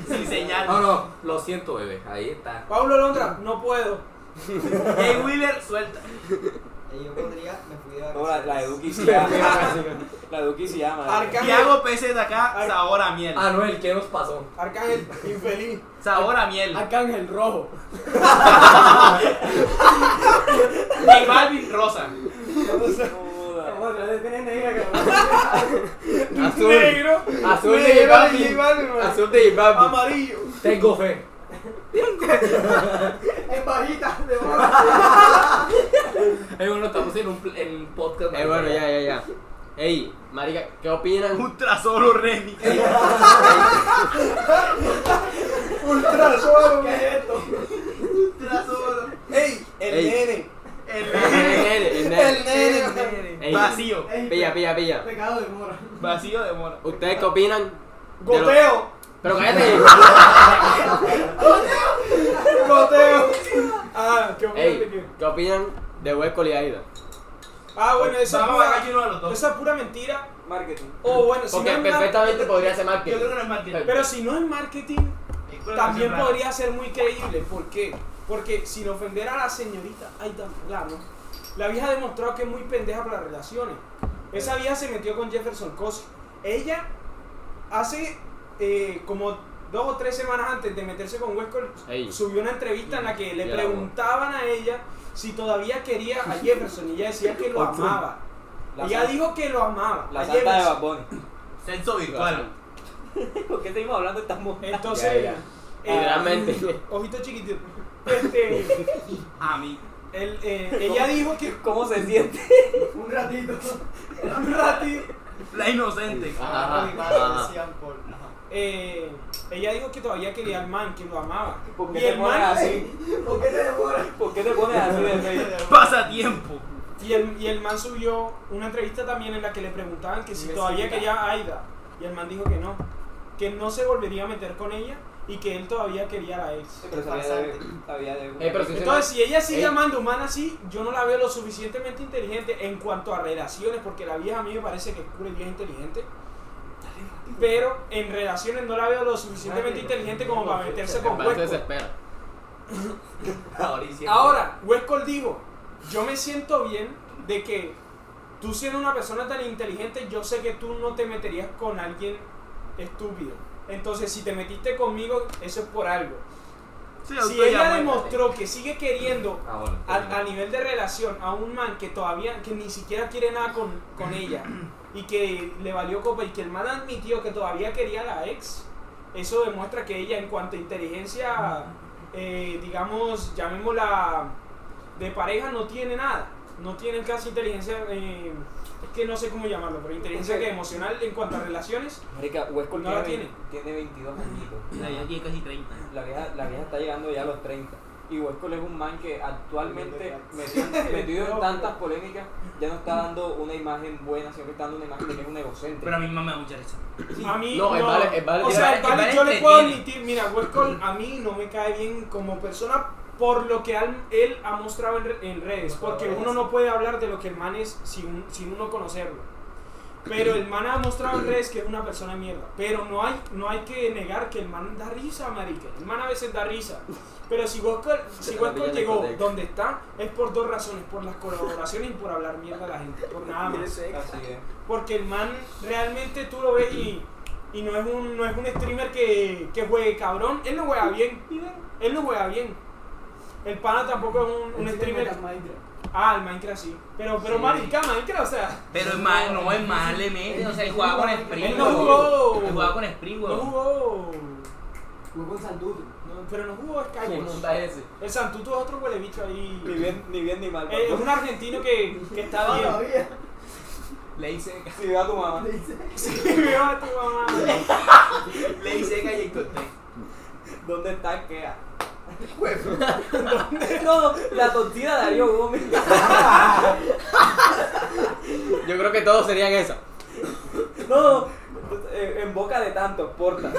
Sin
No,
señal.
no, lo siento, bebé. Ahí está.
Pablo Londra, no puedo.
Jay Wheeler, suelta.
Y eh, yo podría, me fui de
No, la, la de Duki se llama.
Pero
La de Duki se llama.
Arcángel.
Tiago PC de acá,
Ay.
sabor a miel.
Anuel, ¿qué nos pasó?
Arcángel, infeliz.
Sabor a miel.
Arcángel, rojo.
J Balvin, rosa.
Joda.
Azul.
Negro.
Azul de J
Negro de
Balvin.
J Balvin, man.
Azul de J Balvin.
Amarillo.
Tengo fe.
En bajita. De
Eh, bueno, estamos en un, pl- en un podcast.
Eh, bueno, ya, ya, ya. Ey, marica, ¿qué opinan?
Ultra solo remix.
Ultra solo.
Ultra solo.
Ey, el
Ey.
nene.
El
El nene, el nene.
nene.
Ey,
Vacío.
Pilla, pilla, pilla.
Pecado de mora.
Vacío de mora.
¿Ustedes qué opinan? de lo-
Goteo.
Pero cállate.
Goteo. Ah, qué bueno que
Ey, ¿qué opinan de Huesco y Aida?
Ah, bueno, eso es
Vamos a
pura,
caer uno de los dos.
eso es pura mentira.
Marketing.
O bueno, si no
Porque
es mar-
perfectamente podría ser
Yo creo que
marketing.
no es marketing.
pero si no es marketing,
Yo creo que
también
no es
podría ser muy creíble. ¿Por qué? Porque sin ofender a la señorita Aida Fulano, la vieja ha demostrado que es muy pendeja para las relaciones. Esa vieja se metió con Jefferson Cosi. Ella hace eh, como dos o tres semanas antes de meterse con Westcott,
Ey.
subió una entrevista en la que le
Ya la
preguntaban a ella si todavía quería a Jefferson y ella decía que lo amaba.
La
ella
santa-
dijo que lo amaba.
La
a
santa de
Jefferson.
Bad Bunny.
Censo virtual.
¿Por qué seguimos hablando de estas mujeres?
Entonces,
Ya, ya.
eh,
Literalmente.
ojito chiquitito. Este,
A mí.
el, eh, ella dijo que
¿Cómo se siente?
Un ratito.
un ratito,
La inocente.
Ajá,
Mi padre
ajá.
decían por. ajá.
eh, ella dijo que todavía quería al man, que lo amaba.
¿Por
Y
qué te
el
pones
man,
así?
¿Por qué te demoras?
¿Por qué te pones así de fe?
Pasatiempo.
y el, y el man subió una entrevista también en la que le preguntaban que si todavía quería a Aida. Y el man dijo que no, que no se volvería a meter con ella y que él todavía quería a la ex.
Pero sabía de sabía de
Ey, Eh, pero si se
Entonces, si ella sigue
Ey.
llamando humana así, yo no la veo lo suficientemente inteligente en cuanto a relaciones, porque la vieja a mí me parece que es pura y vieja inteligente. Pero en relaciones no la veo lo suficientemente inteligente como para meterse con
Parece
Westcott.
desespera.
Ahora, y siempre.
Ahora, Westcott dijo, yo me siento bien de que tú siendo una persona tan inteligente, yo sé que tú no te meterías con alguien estúpido. Entonces, si te metiste conmigo, eso es por algo.
Sí,
Si
usted
ella
ya muere.
demostró que sigue queriendo
Ah, bueno.
a, a nivel de relación a un man que todavía, que ni siquiera quiere nada con, con ella y que le valió copa y que el man admitió que todavía quería a la ex, eso demuestra que ella en cuanto a inteligencia, eh, digamos, llamémosla de pareja no tiene nada. No tienen casi inteligencia, eh, es que no sé cómo llamarlo, pero inteligencia que emocional en cuanto a relaciones.
Marica, Westcott
No la
tiene, ve- tiene 22 añitos.
La vida tiene casi 30.
La vieja, la vieja está llegando ya a los 30. Y Huesco es un man que actualmente, metido, metido en tantas polémicas, ya no está dando una imagen buena, sino que está dando una imagen de que es un egocéntrico.
Pero a mí me da mucha risa.
A mí
No,
no.
el vale- el vale-
o
el
sea,
vale-
el
el
vale
vale
yo le puedo
entretiene.
admitir, mira, Westcott a mí no me cae bien como persona por lo que al- él ha mostrado en, re- en redes, porque uno no puede hablar de lo que el man es sin, sin uno conocerlo. Pero el man ha mostrado en redes que es una persona de mierda, pero no hay no hay que negar que el man da risa, marica. El man a veces da risa. Pero si Westcott si Westcott llegó donde está es por dos razones, por las colaboraciones y por hablar mierda a la gente, por nada más.
Así es.
Porque el man realmente tú lo ves y, y no, es un, no es un streamer que, que juegue cabrón. Él no juega bien. Él no juega bien. El pana tampoco es un, un streamer. Ah, el Minecraft sí. Pero, pero marica, Minecraft, o sea,
Pero es más, no es más, le mete. O sea, él jugaba con Spring.
Él no jugó.
Él jugaba con Spring,
no
weón.
jugó.
Jugó con Santuto.
no, pero no jugó Skywars.
ese?
El Santuto es otro huele bicho
Ni
ahí.
bien ni, bien, ni mal.
Eh, Es
papá.
un argentino que, que está bien.
Todavía.
Le hice
Si ve a tu mamá.
Sí, veo a tu mamá.
Le hice calle y
¿Dónde está Kea? ¿Dónde? No, la tontita de Darío Gómez.
Yo creo que todos serían eso.
No, eh, en boca de tantos, porta.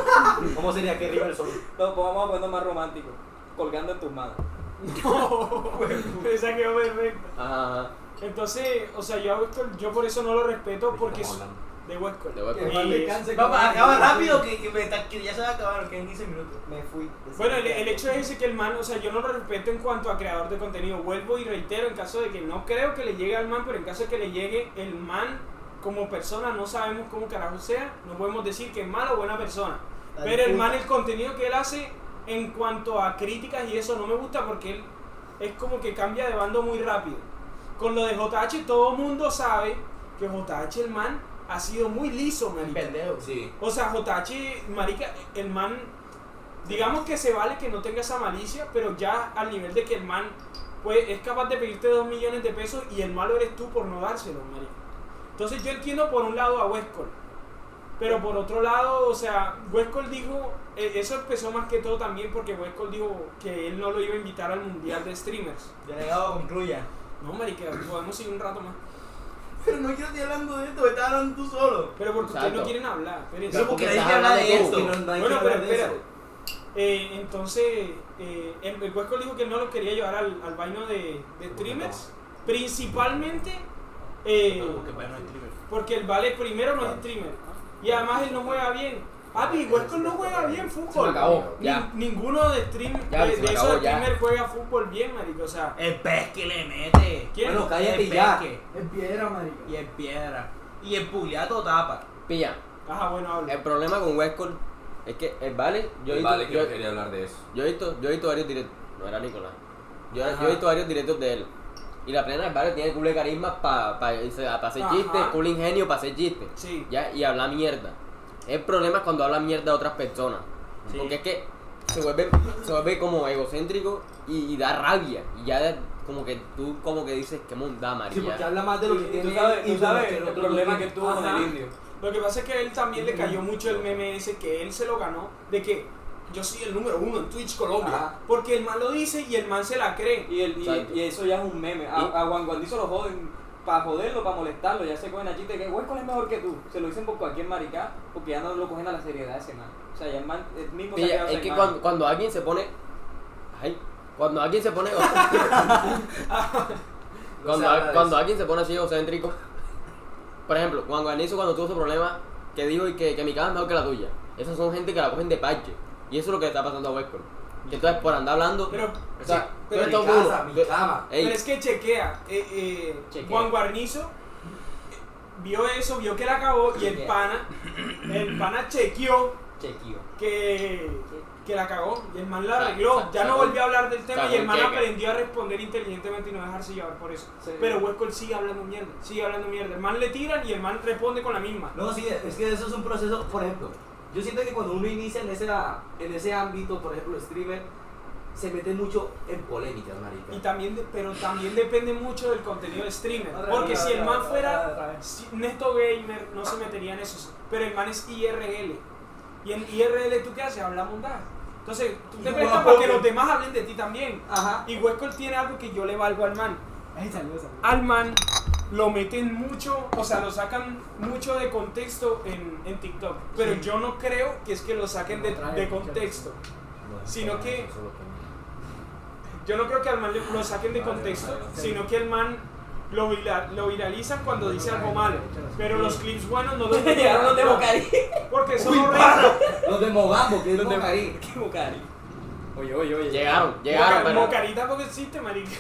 ¿Cómo sería que River Sol?
No, pues vamos a ponernos más romántico. Colgando en tus manos.
Esa quedó perfecta.
Ajá.
Entonces, o sea, yo, a Westcott- yo por eso no lo respeto porque es de Westcott.
De Westcott.
Y-
Papá, acaba rápido que, que, me está- que ya se va a acabar, que en 15 minutos.
Me fui.
Bueno, el, el hecho es ese que el man, o sea, yo no lo respeto en cuanto a creador de contenido. Vuelvo y reitero, en caso de que no creo que le llegue al man, pero en caso de que le llegue, el man como persona no sabemos cómo carajo sea, no podemos decir que es malo o buena persona. Pero el man, el contenido que él hace en cuanto a críticas y eso no me gusta porque él es como que cambia de bando muy rápido. Con lo de JH, todo el mundo sabe que JH, el man, ha sido muy liso, marica.
Pendejo.
Sí.
O sea, JH, marica, el man, digamos que se vale que no tenga esa malicia, pero ya al nivel de que el man pues, es capaz de pedirte dos millones de pesos y el malo eres tú por no dárselo, marica. Entonces yo entiendo por un lado a Westcott, pero por otro lado, o sea, Westcott dijo, eh, eso empezó más que todo también porque Westcott dijo que él no lo iba a invitar al mundial de streamers.
Delegado, concluya.
No, marica, podemos seguir un rato más.
Pero no quiero estar hablando de esto, me estás hablando tú solo.
Pero porque ustedes
Exacto.
no quieren hablar. espérense.
Pero porque nadie
estás
habla de esto.
hablando tú.
Bueno, pero espera. Eh, entonces, eh, el, el Huesco dijo que él no lo quería llevar al, al baño de, de streamers, principalmente eh, porque el Vale primero no es
Ah.
streamer y además él no juega bien. Papi, Huesco no juega bien fútbol.
acabó, ya.
Ni- ninguno de, stream,
Ya,
de, de
se me
esos
acabó, ya.
streamers juega fútbol bien, marico. O sea,
El pez que le mete.
¿quién?
Bueno, cállate ya.
Es piedra, marica.
Y el piedra. Y el puliato tapa.
Pilla,
Ajá, bueno, habla.
Eh,
el problema con Westcott es que el vale, yo he visto-
Vale, que
yo-
yo quería hablar de eso.
Yo he visto, yo he visto varios directos. No era Nicolás. Yo, yo he visto varios directos de él. Y la plena del barrio tiene culo de carisma para hacer
Ajá.
chistes, culo ingenio para hacer chistes.
Sí.
¿ya? Y hablar mierda. El problema es cuando habla mierda de otras personas.
Sí.
Porque es que se vuelve, se vuelve como egocéntrico y, y da rabia. Y ya de- como que tú como que dices, qué monda,
Sí,
María.
porque habla más de lo que
Y
tiene.
tú sabes, tú
y
sabes
de lo
el
otro
problema
no
que
tiene.
tuvo con
Ajá.
el indio.
Lo que pasa es que a él también le cayó mucho el meme ese que él se lo ganó de que yo soy el número uno en Twitch Colombia.
Ajá.
Porque el man lo dice y el man se la cree.
Y, el,
Exacto.
y, y eso ya es un meme. A,
¿Y?
a Juan Guandizo lo joden para joderlo, para molestarlo. Ya se cogen a chiste que Huesco es mejor que tú. Se lo dicen por cualquier maricá porque ya no lo cogen a la seriedad de ese man. O sea, ya el, man, el mismo se ha
Pilla,
quedado
es
sin
que
man.
cuando, cuando alguien se pone. Ay, cuando alguien se pone. cuando,
habla de
cuando
eso.
alguien se pone así egocéntrico. Por ejemplo, Juan Guarnizo cuando tuvo su problema, que dijo y que, que mi casa es mejor que la tuya. Esas son gente que la cogen de parche. Y eso es lo que le está pasando a Westcott. Entonces, por andar hablando.
Pero,
o sea,
pero
tú eres todo
Mi casa,
uno.
mi
Tú-
cama.
Ey,
pero es que chequea. eh, eh,
Chequea.
Juan Guarnizo eh, vio eso, vio que la acabó y el
Chequea.
pana, el pana chequeó
Chequio.
que, que la cagó. Y el man la
Ah,
arregló.
sa-
Ya no
sacó-
volvió a hablar del tema
sacó
y el
el
man
cheque.
aprendió a responder inteligentemente y no dejarse llevar por eso.
Sí.
Pero Westcott sigue hablando mierda, sigue hablando mierda. El man le tiran y el man responde con la misma.
No, sí, es que eso es un proceso, por ejemplo, yo siento que cuando uno inicia en ese, en ese ámbito, por ejemplo, streamer, se mete mucho en polémicas, marica.
Y también, de- pero también depende mucho del contenido de streamer.
Otra
Porque
vez,
si el
otra
man
vez,
fuera
otra vez.
si- Neto Gamer, no se metería en eso. Pero el man es IRL. Y en IRL, ¿tú qué haces? Habla montaje. Entonces, tú te prestas para que los demás hablen de ti también.
Ajá.
Y Huesco tiene algo que yo le valgo al man.
Ay, saludos, saludos.
Al man lo meten mucho, o sea, lo sacan mucho de contexto en, en TikTok. Pero
Sí.
yo no creo que es que lo saquen de,
Lo traen,
de contexto.
No,
Sino
no,
que-
eso lo tengo.
Yo no creo que al man lo saquen de contexto, sino que el man lo, vira- lo viralizan cuando dice algo malo. Pero los clips buenos no los
Llegaron los de Bocari.
Porque son horribles.
Los de Mogambo, que es los de Marín.
¿Qué Bocari?
Oye, oye, oye.
Llegaron, llegaron,
Moca-
pero.
Mocarita porque existe, marica.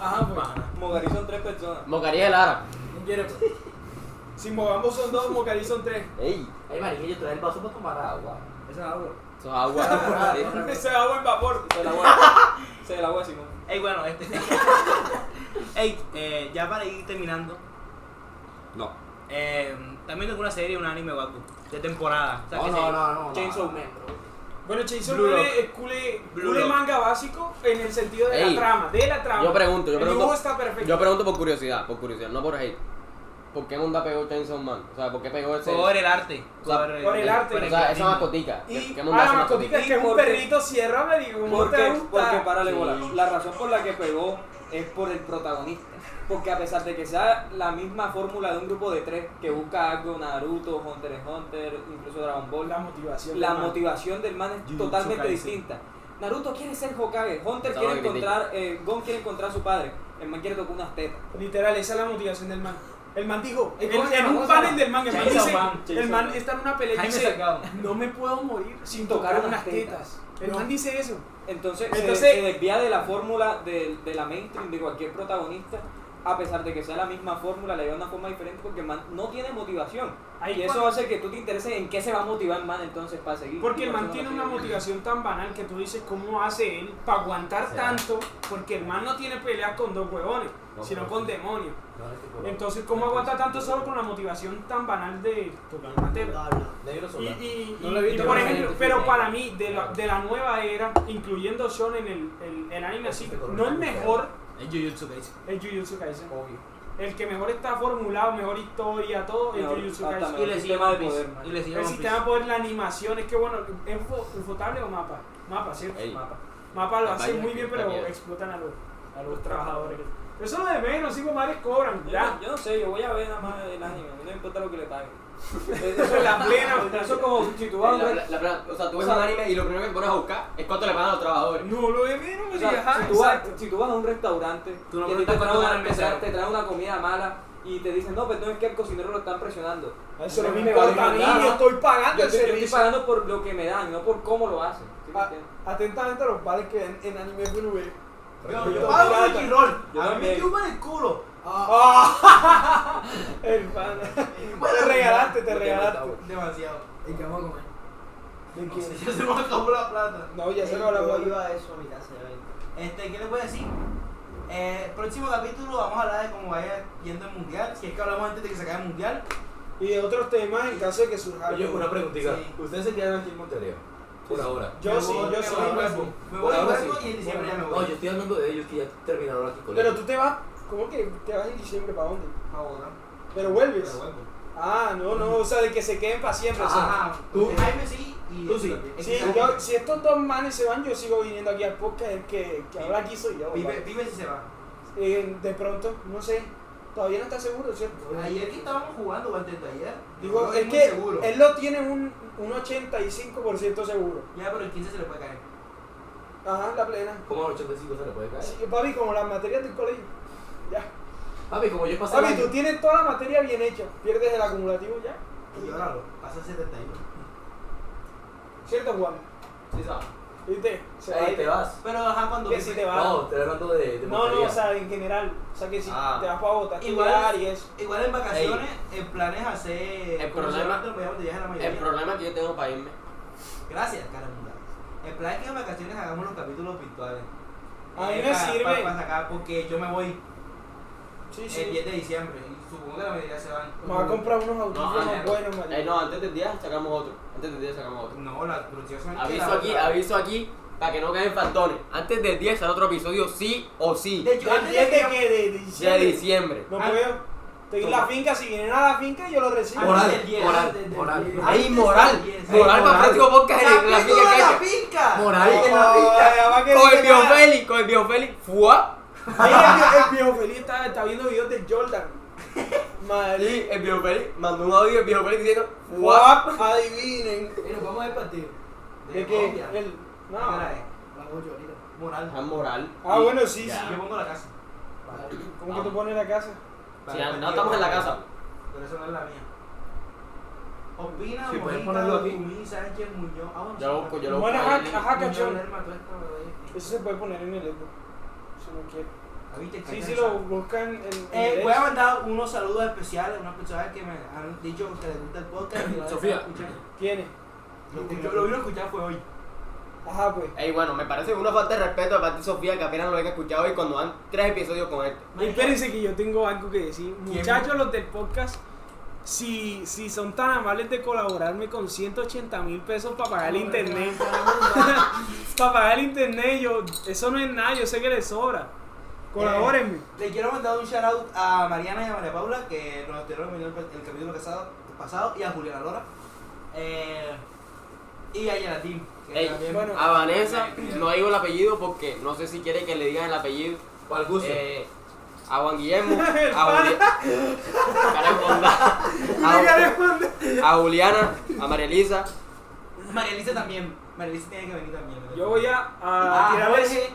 Ajá, pues.
Bocari son tres personas.
Mocaría de Lara.
Si Mogambo son dos, Mocarí son tres.
Ey,
Ay, marica, yo trae el vaso para tomar agua.
Eso es algo.
eso es agua. Sí.
Ese agua en vapor.
Se la agua. Se la agua, Simón.
Ey, bueno, este. Ey, eh, ya para ir terminando.
No.
Eh, también tengo una serie, un anime o algo. De temporada. O sea,
No,
¿qué
no,
serie?
no, no.
Chainsaw
no.
Man, bro.
Bueno, Chainsaw
Blue
Man
Lock.
es cule,
Blue
cule
Lock.
manga básico en el sentido de
Ey.
la trama. De la trama.
Yo pregunto, yo
El dibujo
pregunto.
está perfecto.
Yo pregunto por curiosidad, por curiosidad, no por hate. ¿Por qué Munda pegó Chainsaw Man? O sea, ¿por qué pegó ese?
Por el arte.
O sea,
por el arte.
O sea, esa mascotica.
y
¿Qué
a
Munda
la
hace
mascotica
mascotica?
es que es un
Porque-
perrito sierra, me digo, ¿cómo te
Porque,
gusta?
porque párale
Sí.
bola. La razón por la que pegó es por el protagonista. Porque a pesar de que sea la misma fórmula de un grupo de tres que busca algo, Naruto, Hunter x Hunter, incluso Dragon Ball,
Oh, La
la,
motivación. del man.
motivación del man es
Jujutsu
totalmente
Kaisen.
distinta. Naruto quiere ser Hokage, Hunter
Está
quiere
bien,
encontrar, eh, Gon quiere encontrar a su padre, el man quiere tocar unas tetas.
Literal, esa es la motivación del man. El man dijo,
¿Y
en,
cómo se
en
llama?
un
¿Cómo se
panel
llama?
del man, el man
Chainsaw
dice,
Man, Chainsaw
el man
Man.
está en una pelea y
Jaime
dice,
Sacao.
no me puedo morir sin tocar unas tetas. El
No.
man dice eso.
Entonces,
Entonces-
se, se desvía de la fórmula de, de la mainstream de cualquier protagonista, a pesar de que sea la misma fórmula, le da una forma diferente porque el man no tiene motivación.
Ahí
y eso
cuando-
hace que tú te intereses en qué se va a motivar el man entonces para seguir.
Porque el
Por eso
man
no
tiene
lo
una
sigue.
motivación tan banal que tú dices, ¿cómo hace él para aguantar tanto? Porque el man no tiene peleas con dos huevones,
No,
sino
no.
con demonios.
No, este color.
Entonces, ¿cómo aguanta tanto solo con la motivación tan banal de tocar una teta?
Negro
Y,
solar.
y-
No lo he
y,
visto,
por
pero-
ejemplo, pero para mí, de la, de la nueva era, incluyendo Sean en el, el, el anime
Este
así, no el mejor
Es Jujutsu Kaisen.
es Jujutsu Kaisen.
Obvio.
El que mejor está formulado, mejor historia, todo es
Mejor-
Jujutsu
hasta
Kaisen.
mejor.
Y le sigue
sistema
One
de
Piece.
poder, man.
Y le sigue
El
One
sistema de
Piece.
poder, la animación, es que bueno, ¿es ufo- ufotable o mapa? Mapa, ¿cierto?
Ey.
Mapa. Mapa lo
La
hace
vaina
muy
que
bien,
está
pero
bien.
explotan a los, a los trabajadores. Pero eso es lo de menos, cinco madres cobran, ya.
Yo, yo no sé, yo voy a ver nada más el anime, no me importa lo que le paguen.
Eso es la plena.
Eso es como si tú vas a un
La-
re-
la- la- O sea, tú ves un anime y lo primero que te pones a buscar es cuánto le pagan a los trabajadores.
No lo de menos,
o
pues,
sea,
ajá,
si, tú vas,
exacto.
si tú vas a un restaurante
Tú no
y a ti te
preguntas cuánto gana
traen, una,
el
te traen-
mesero.
te traen una comida mala y te dicen, no, pero no es que al cocinero lo están presionando.
Eso no me
Me
importa a
vale
mí,
nada.
yo estoy pagando
Yo
el
estoy, yo estoy
servicio. Ah,
pagando por lo que me dan, no por cómo lo hacen. ¿sí me
A-
entiendes?
Atentamente a los padres que ven en anime blue.
Yo, yo pago un Rickroll.
Yo
A mí
también.
me chupa el culo. Ah,
Ah, el pan. Te regalaste, te regalaste.
Demasiado.
¿Y qué vamos a comer?
¿De
No sé,
quién?
ya se me acabó la plata.
No, ya se
Ey,
lo hablamos.
Eh, Yo iba a eso a mi casa. ya ven. Este, ¿qué les voy a decir? Eh, próximo capítulo vamos a hablar de cómo vaya yendo el mundial. Si es que hablamos antes de que se acabe el mundial.
Y de otros temas en caso de que surja
Oye,
algo.
una preguntita.
Sí.
¿Ustedes se quedaron aquí en Montevideo? Por ahora.
Yo
Me
sí,
voy-
yo
me
sí.
voy,
yo
me
sí.
voy. Me voy
Por
a
ahora
huevo
sí.
y en diciembre ya me
No, yo
voy.
estoy hablando de ellos que ya terminaron aquí con
Pero tú te vas, ¿cómo que te vas en diciembre para dónde?
Pa' Bogotá.
Pero vuelves.
Me vuelvo.
Ah, no, no, o sea, de que se queden para siempre. o sea.
Ajá.
¿Tú?
Jaime sí y.
Tú sí.
es
Sí,
que-
yo, si estos dos manes se van, yo sigo viniendo aquí al podcast, el que, que ahora aquí soy yo.
Vive,
¿vale?
vive si se va.
Eh, de pronto, no sé, todavía no está seguro, ¿cierto?
Ayer que estábamos jugando o antes de ayer.
Digo,
no
es
muy
que
seguro.
él lo tiene un, un 85% seguro.
Ya, pero el 15 se le puede caer.
Ajá, la plena.
¿Cómo a los 85 se le puede caer?
Sí, papi, como las materias del colegio. Ya.
Papi, como yo pasé el
Papi,
año-
tú tienes toda la materia bien hecha. Pierdes el acumulativo ya.
Y llóralo. Pasa el 71.
¿Cierto, Juan?
Sí, sabe.
¿Viste? Se va a
Ahí
ir.
te vas.
Pero ajá, cuando.
Que si te vas.
No, te hablando de, de
Ah. no, no,
Montevideo.
o sea, en general. O sea, que si
Ah.
te vas para votar,
Igual-
igual y eso.
Igual en vacaciones, el plan es hacer.
El
¿cómo se
problema-
llama? Te lo podíamos dejar la mayoría.
El problema que yo tengo para irme.
Gracias, caramba. El plan es que en vacaciones hagamos los capítulos virtuales.
A mí
Eh,
me
pa- pa-
sirve.
pa sacar, porque yo me voy
Sí,
el
sí.
10 de diciembre. Y supongo que la mayoría se van.
Me va a comprar unos audífonos
antes-
buenos, marica.
Eh, no, antes del día sacamos otro. Antes del día sacamos otro.
No, la producción
Aviso aquí, aviso aquí. para que no caigan faltones. Antes del 10 al otro episodio, sí o sí.
De hecho,
¿Del
antes de
10 de
que
qué? ¿De de
De
diciembre?
diciembre.
No puedo. Estoy en la finca, si vienen a la finca yo lo recibo.
Moral,
del 10,
moral,
antes del
moral.
10.
Ahí
Antes
moral.
del 10.
Moral para el próximo podcast en la
¡Capítulo
finca
de la
Cacha.
finca!
Moral.
en la finca. Oh, Ya va que
Con el
viene la-
biofeli, con el biofeli. Fua.
Ahí el viejo feliz está, está viendo videos de Jordan. Madrid.
Y el biofeli mandó un audio el biofeli diciendo fua.
Guap, adivinen.
Y nos vamos a partir.
De que el. No.
Las 8 ahorita. Moral.
Ah, moral.
Ah,
Y-
bueno, sí, sí.
Yo pongo la casa.
¿Cómo que tú pones la casa?
Sí, ah, no estamos en la casa.
Pero esa no es la mía. Opina,
Sí, puedes
Mojita,
ponerlo aquí.
Luis Sánchez Muñoz. Ah, bueno,
Yo lo busco, yo lo
Bueno,
busco.
ajá,
ahí.
ajá,
Muñoz
cachón.
Lerma, todo esto, lo de-
Eso se puede poner en el Xbox. Si no quiere.
Ah, ¿viste?
Sí,
Está
sí,
cansado.
lo buscan en, en
Eh,
el
voy a
Xbox.
mandar unos saludos especiales a unas personas que me han dicho que les gusta el podcast. y lo-
Sofía.
escuchan.
¿Quién es?
Lo que lo vino a escuchar fue hoy.
Ajá, pues.
Ey, bueno, me parece una falta de respeto de parte de Sofía que apenas lo haya escuchado y cuando van tres episodios con esto.
Y espérense que yo tengo algo que decir. Muchachos, los del podcast, si, si son tan amables de colaborarme con 180 mil pesos para pagar el internet, para pagar el internet, yo, eso no es nada, yo sé que les sobra. Colabórenme.
Le quiero mandar un shout out a Mariana y a María Paula que nos estuvieron viendo el, el capítulo pasado, pasado y a Juliana Lora. Eh, y a Yaratín. que
Ey,
también-
bueno.
A Vanessa no digo el apellido porque no sé si quiere que le digan el apellido.
¿Cuál gusto?
Eh, a Juan Guillermo, a, Juli- Cara de bondad. a, a Juliana, a María Elisa.
María Elisa también. María Elisa tiene que venir también. ¿verdad?
Yo voy a, a
Ah,
tirarles-
Jorge,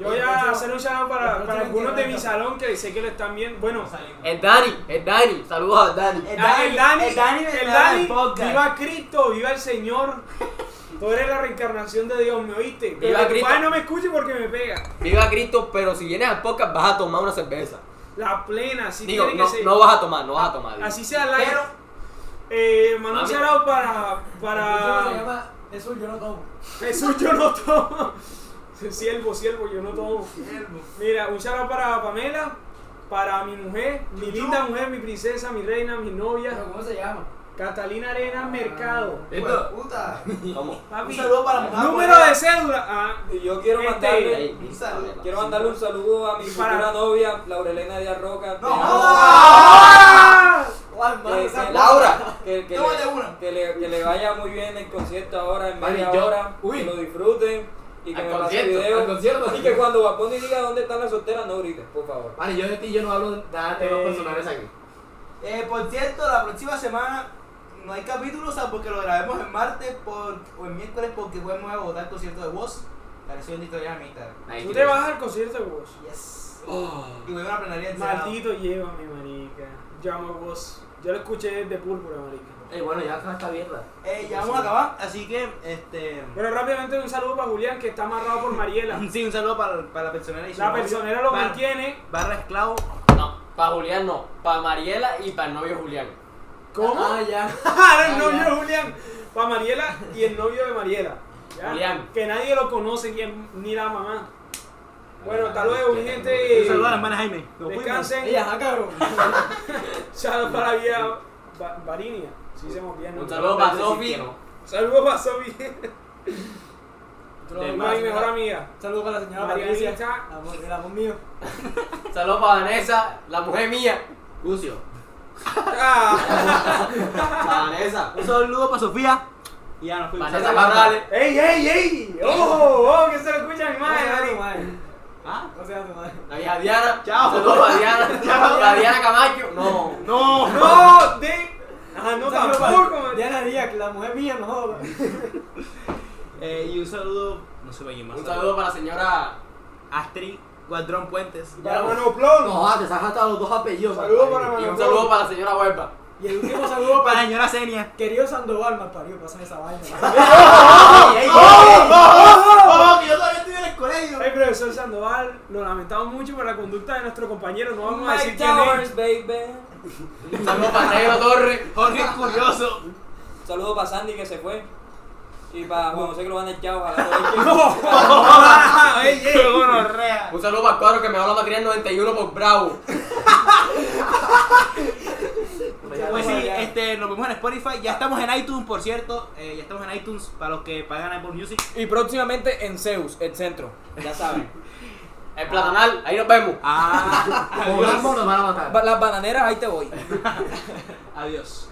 yo voy a hacer un shout para, para algunos de mi salón que sé que lo están bien. Bueno,
El Dani, el Dani, saludos a Dani.
El
ah, el Dani, el Dani,
me da el podcast.
viva Cristo, viva el Señor. Tú eres la reencarnación de Dios, ¿me oíste? Pero
Viva
que tu
Cristo.
padre no me escuche porque me pega.
Viva Cristo, pero si vienes al podcast vas a tomar una cerveza.
La plena, así
Digo,
tiene
no,
que ser. Ah,
no vas a tomar, no vas a tomar. digo.
Así sea la. Eh, mando un
Mami.
shout-out para. para.
Eso yo no tomo.
Jesús, yo no tomo. Siervo, siervo, yo no tomo. Mira, un shout-out para Pamela, para mi mujer, mi linda mujer, mi princesa, mi reina, mi novia,
¿Cómo se llama?
Catalina Arenas Mercado.
Esto.
Puta.
Vamos.
Un
Papi,
saludo para Mohamed.
número de cédula. Ah,
Y yo quiero
Este,
mandarle,
Ey,
saludo.
Pamela.
quiero mandarle un saludo a mi
Para-
futura novia, Laurelena Díaz Roca. Te
No.
amo.
¡Ah! Juan,
Eh,
Que-
vale, esa-
que-
Laura.
que, que
Tómate
le,
una.
que le- que le vaya muy bien el concierto ahora en
Vale,
media
yo-
hora,
uy.
que lo disfruten y que
Al
me pase
concierto,
video.
al concierto.
Y que cuando Baponi diga dónde están las solteras, no grites, por favor.
Vale, yo de ti yo no hablo nada de temas
Eh.
personales aquí.
Eh, por cierto, la próxima semana no hay capítulos, o sea, porque lo grabemos en martes por, o en miércoles porque voy a votar el concierto de voz. La versión de historia de amistad.
tú te vas al concierto de vos.
Yes. Y voy a una plenaria en
Maldito llévame, marica. Yo amo a vos. Yo lo escuché de púrpura, marica.
Eh, bueno, ya está esta mierda.
Eh, ya vamos a acabar, así que este.
Bueno, rápidamente un saludo para Julián que está amarrado por Mariela.
Sí, un saludo para, para la personera y su
La
novio.
personera lo
Barra-
mantiene.
Barra esclavo.
No, para Julián no, para Mariela y para el novio Julián.
¿Cómo?
Ah, ya.
Ahora el novio de Julián. Para Mariela y el novio de Mariela. ¿ya?
Julián.
Que nadie lo conoce, ni, ni la mamá. Bueno, hasta luego, mi
Un
gente.
saludo a la hermana Jaime. Nos fuimos.
Descansen.
Ella, ajá, cabrón.
Saludos para la vía Ba- Barinia. Si se movía, ¿no?
Un saludo para Sofi.
Saludos para Sofi.
Otro
Mi
más,
mejor
mira.
amiga.
Saludo para la señora
Marianita.
Patricia. Amor, el amor mío.
Saludos para Vanessa, la mujer mía.
Lucio.
Ah.
Para Vanessa.
Un saludo para Sofía. Y ya nos fuimos.
Vanessa Barrales.
¡Ey, ey, ey! ¡Ojo, oh! Que se lo escucha mi madre, marica.
¿Ah? O sea, tu madre.
La vieja Diana.
Chao.
Saludos para Diana. Para Diana Camacho. No.
No.
No, de. Ah, no,
Un saludo para
tampoco. marica.
Diana Díaz, que la mujer mía no joda. Eh, y un saludo. No se vaya más.
Un saludo para la señora.
Astrid Guadrón Puentes.
Para Manoplón.
No, ah, te has gastado los dos apellidos.
Saludos para
Y un
Manoplón.
saludo para la señora Huerva.
Y el último saludo Para la para. señora Senia. Querido Sandoval, más parió, pásame esa vaina.
¡Oh!
El profesor Sandoval, lo lamentamos mucho por la conducta de nuestro compañero. No vamos a
My
decir quién
Towers,
es.
baby.
Un saludo para Negro Torres.
¡Oh!
Jorge Curioso.
Saludo para Sandy que se fue. Y para Juan José que lo van a echar, ojalá todo el
Un saludo para el cuadro que me habló Macrián 91 por Bravo.
Me
Pues sí, este, nos vemos en Spotify. Ya estamos en iTunes, por cierto. Eh, ya estamos en iTunes para los que pagan Apple Music.
Y próximamente en Zeus, el centro. Ya saben.
El platanal, ahí nos vemos.
Ah,
Vamos, nos van a matar.
Ba- Las bananeras, ahí te voy.
adiós.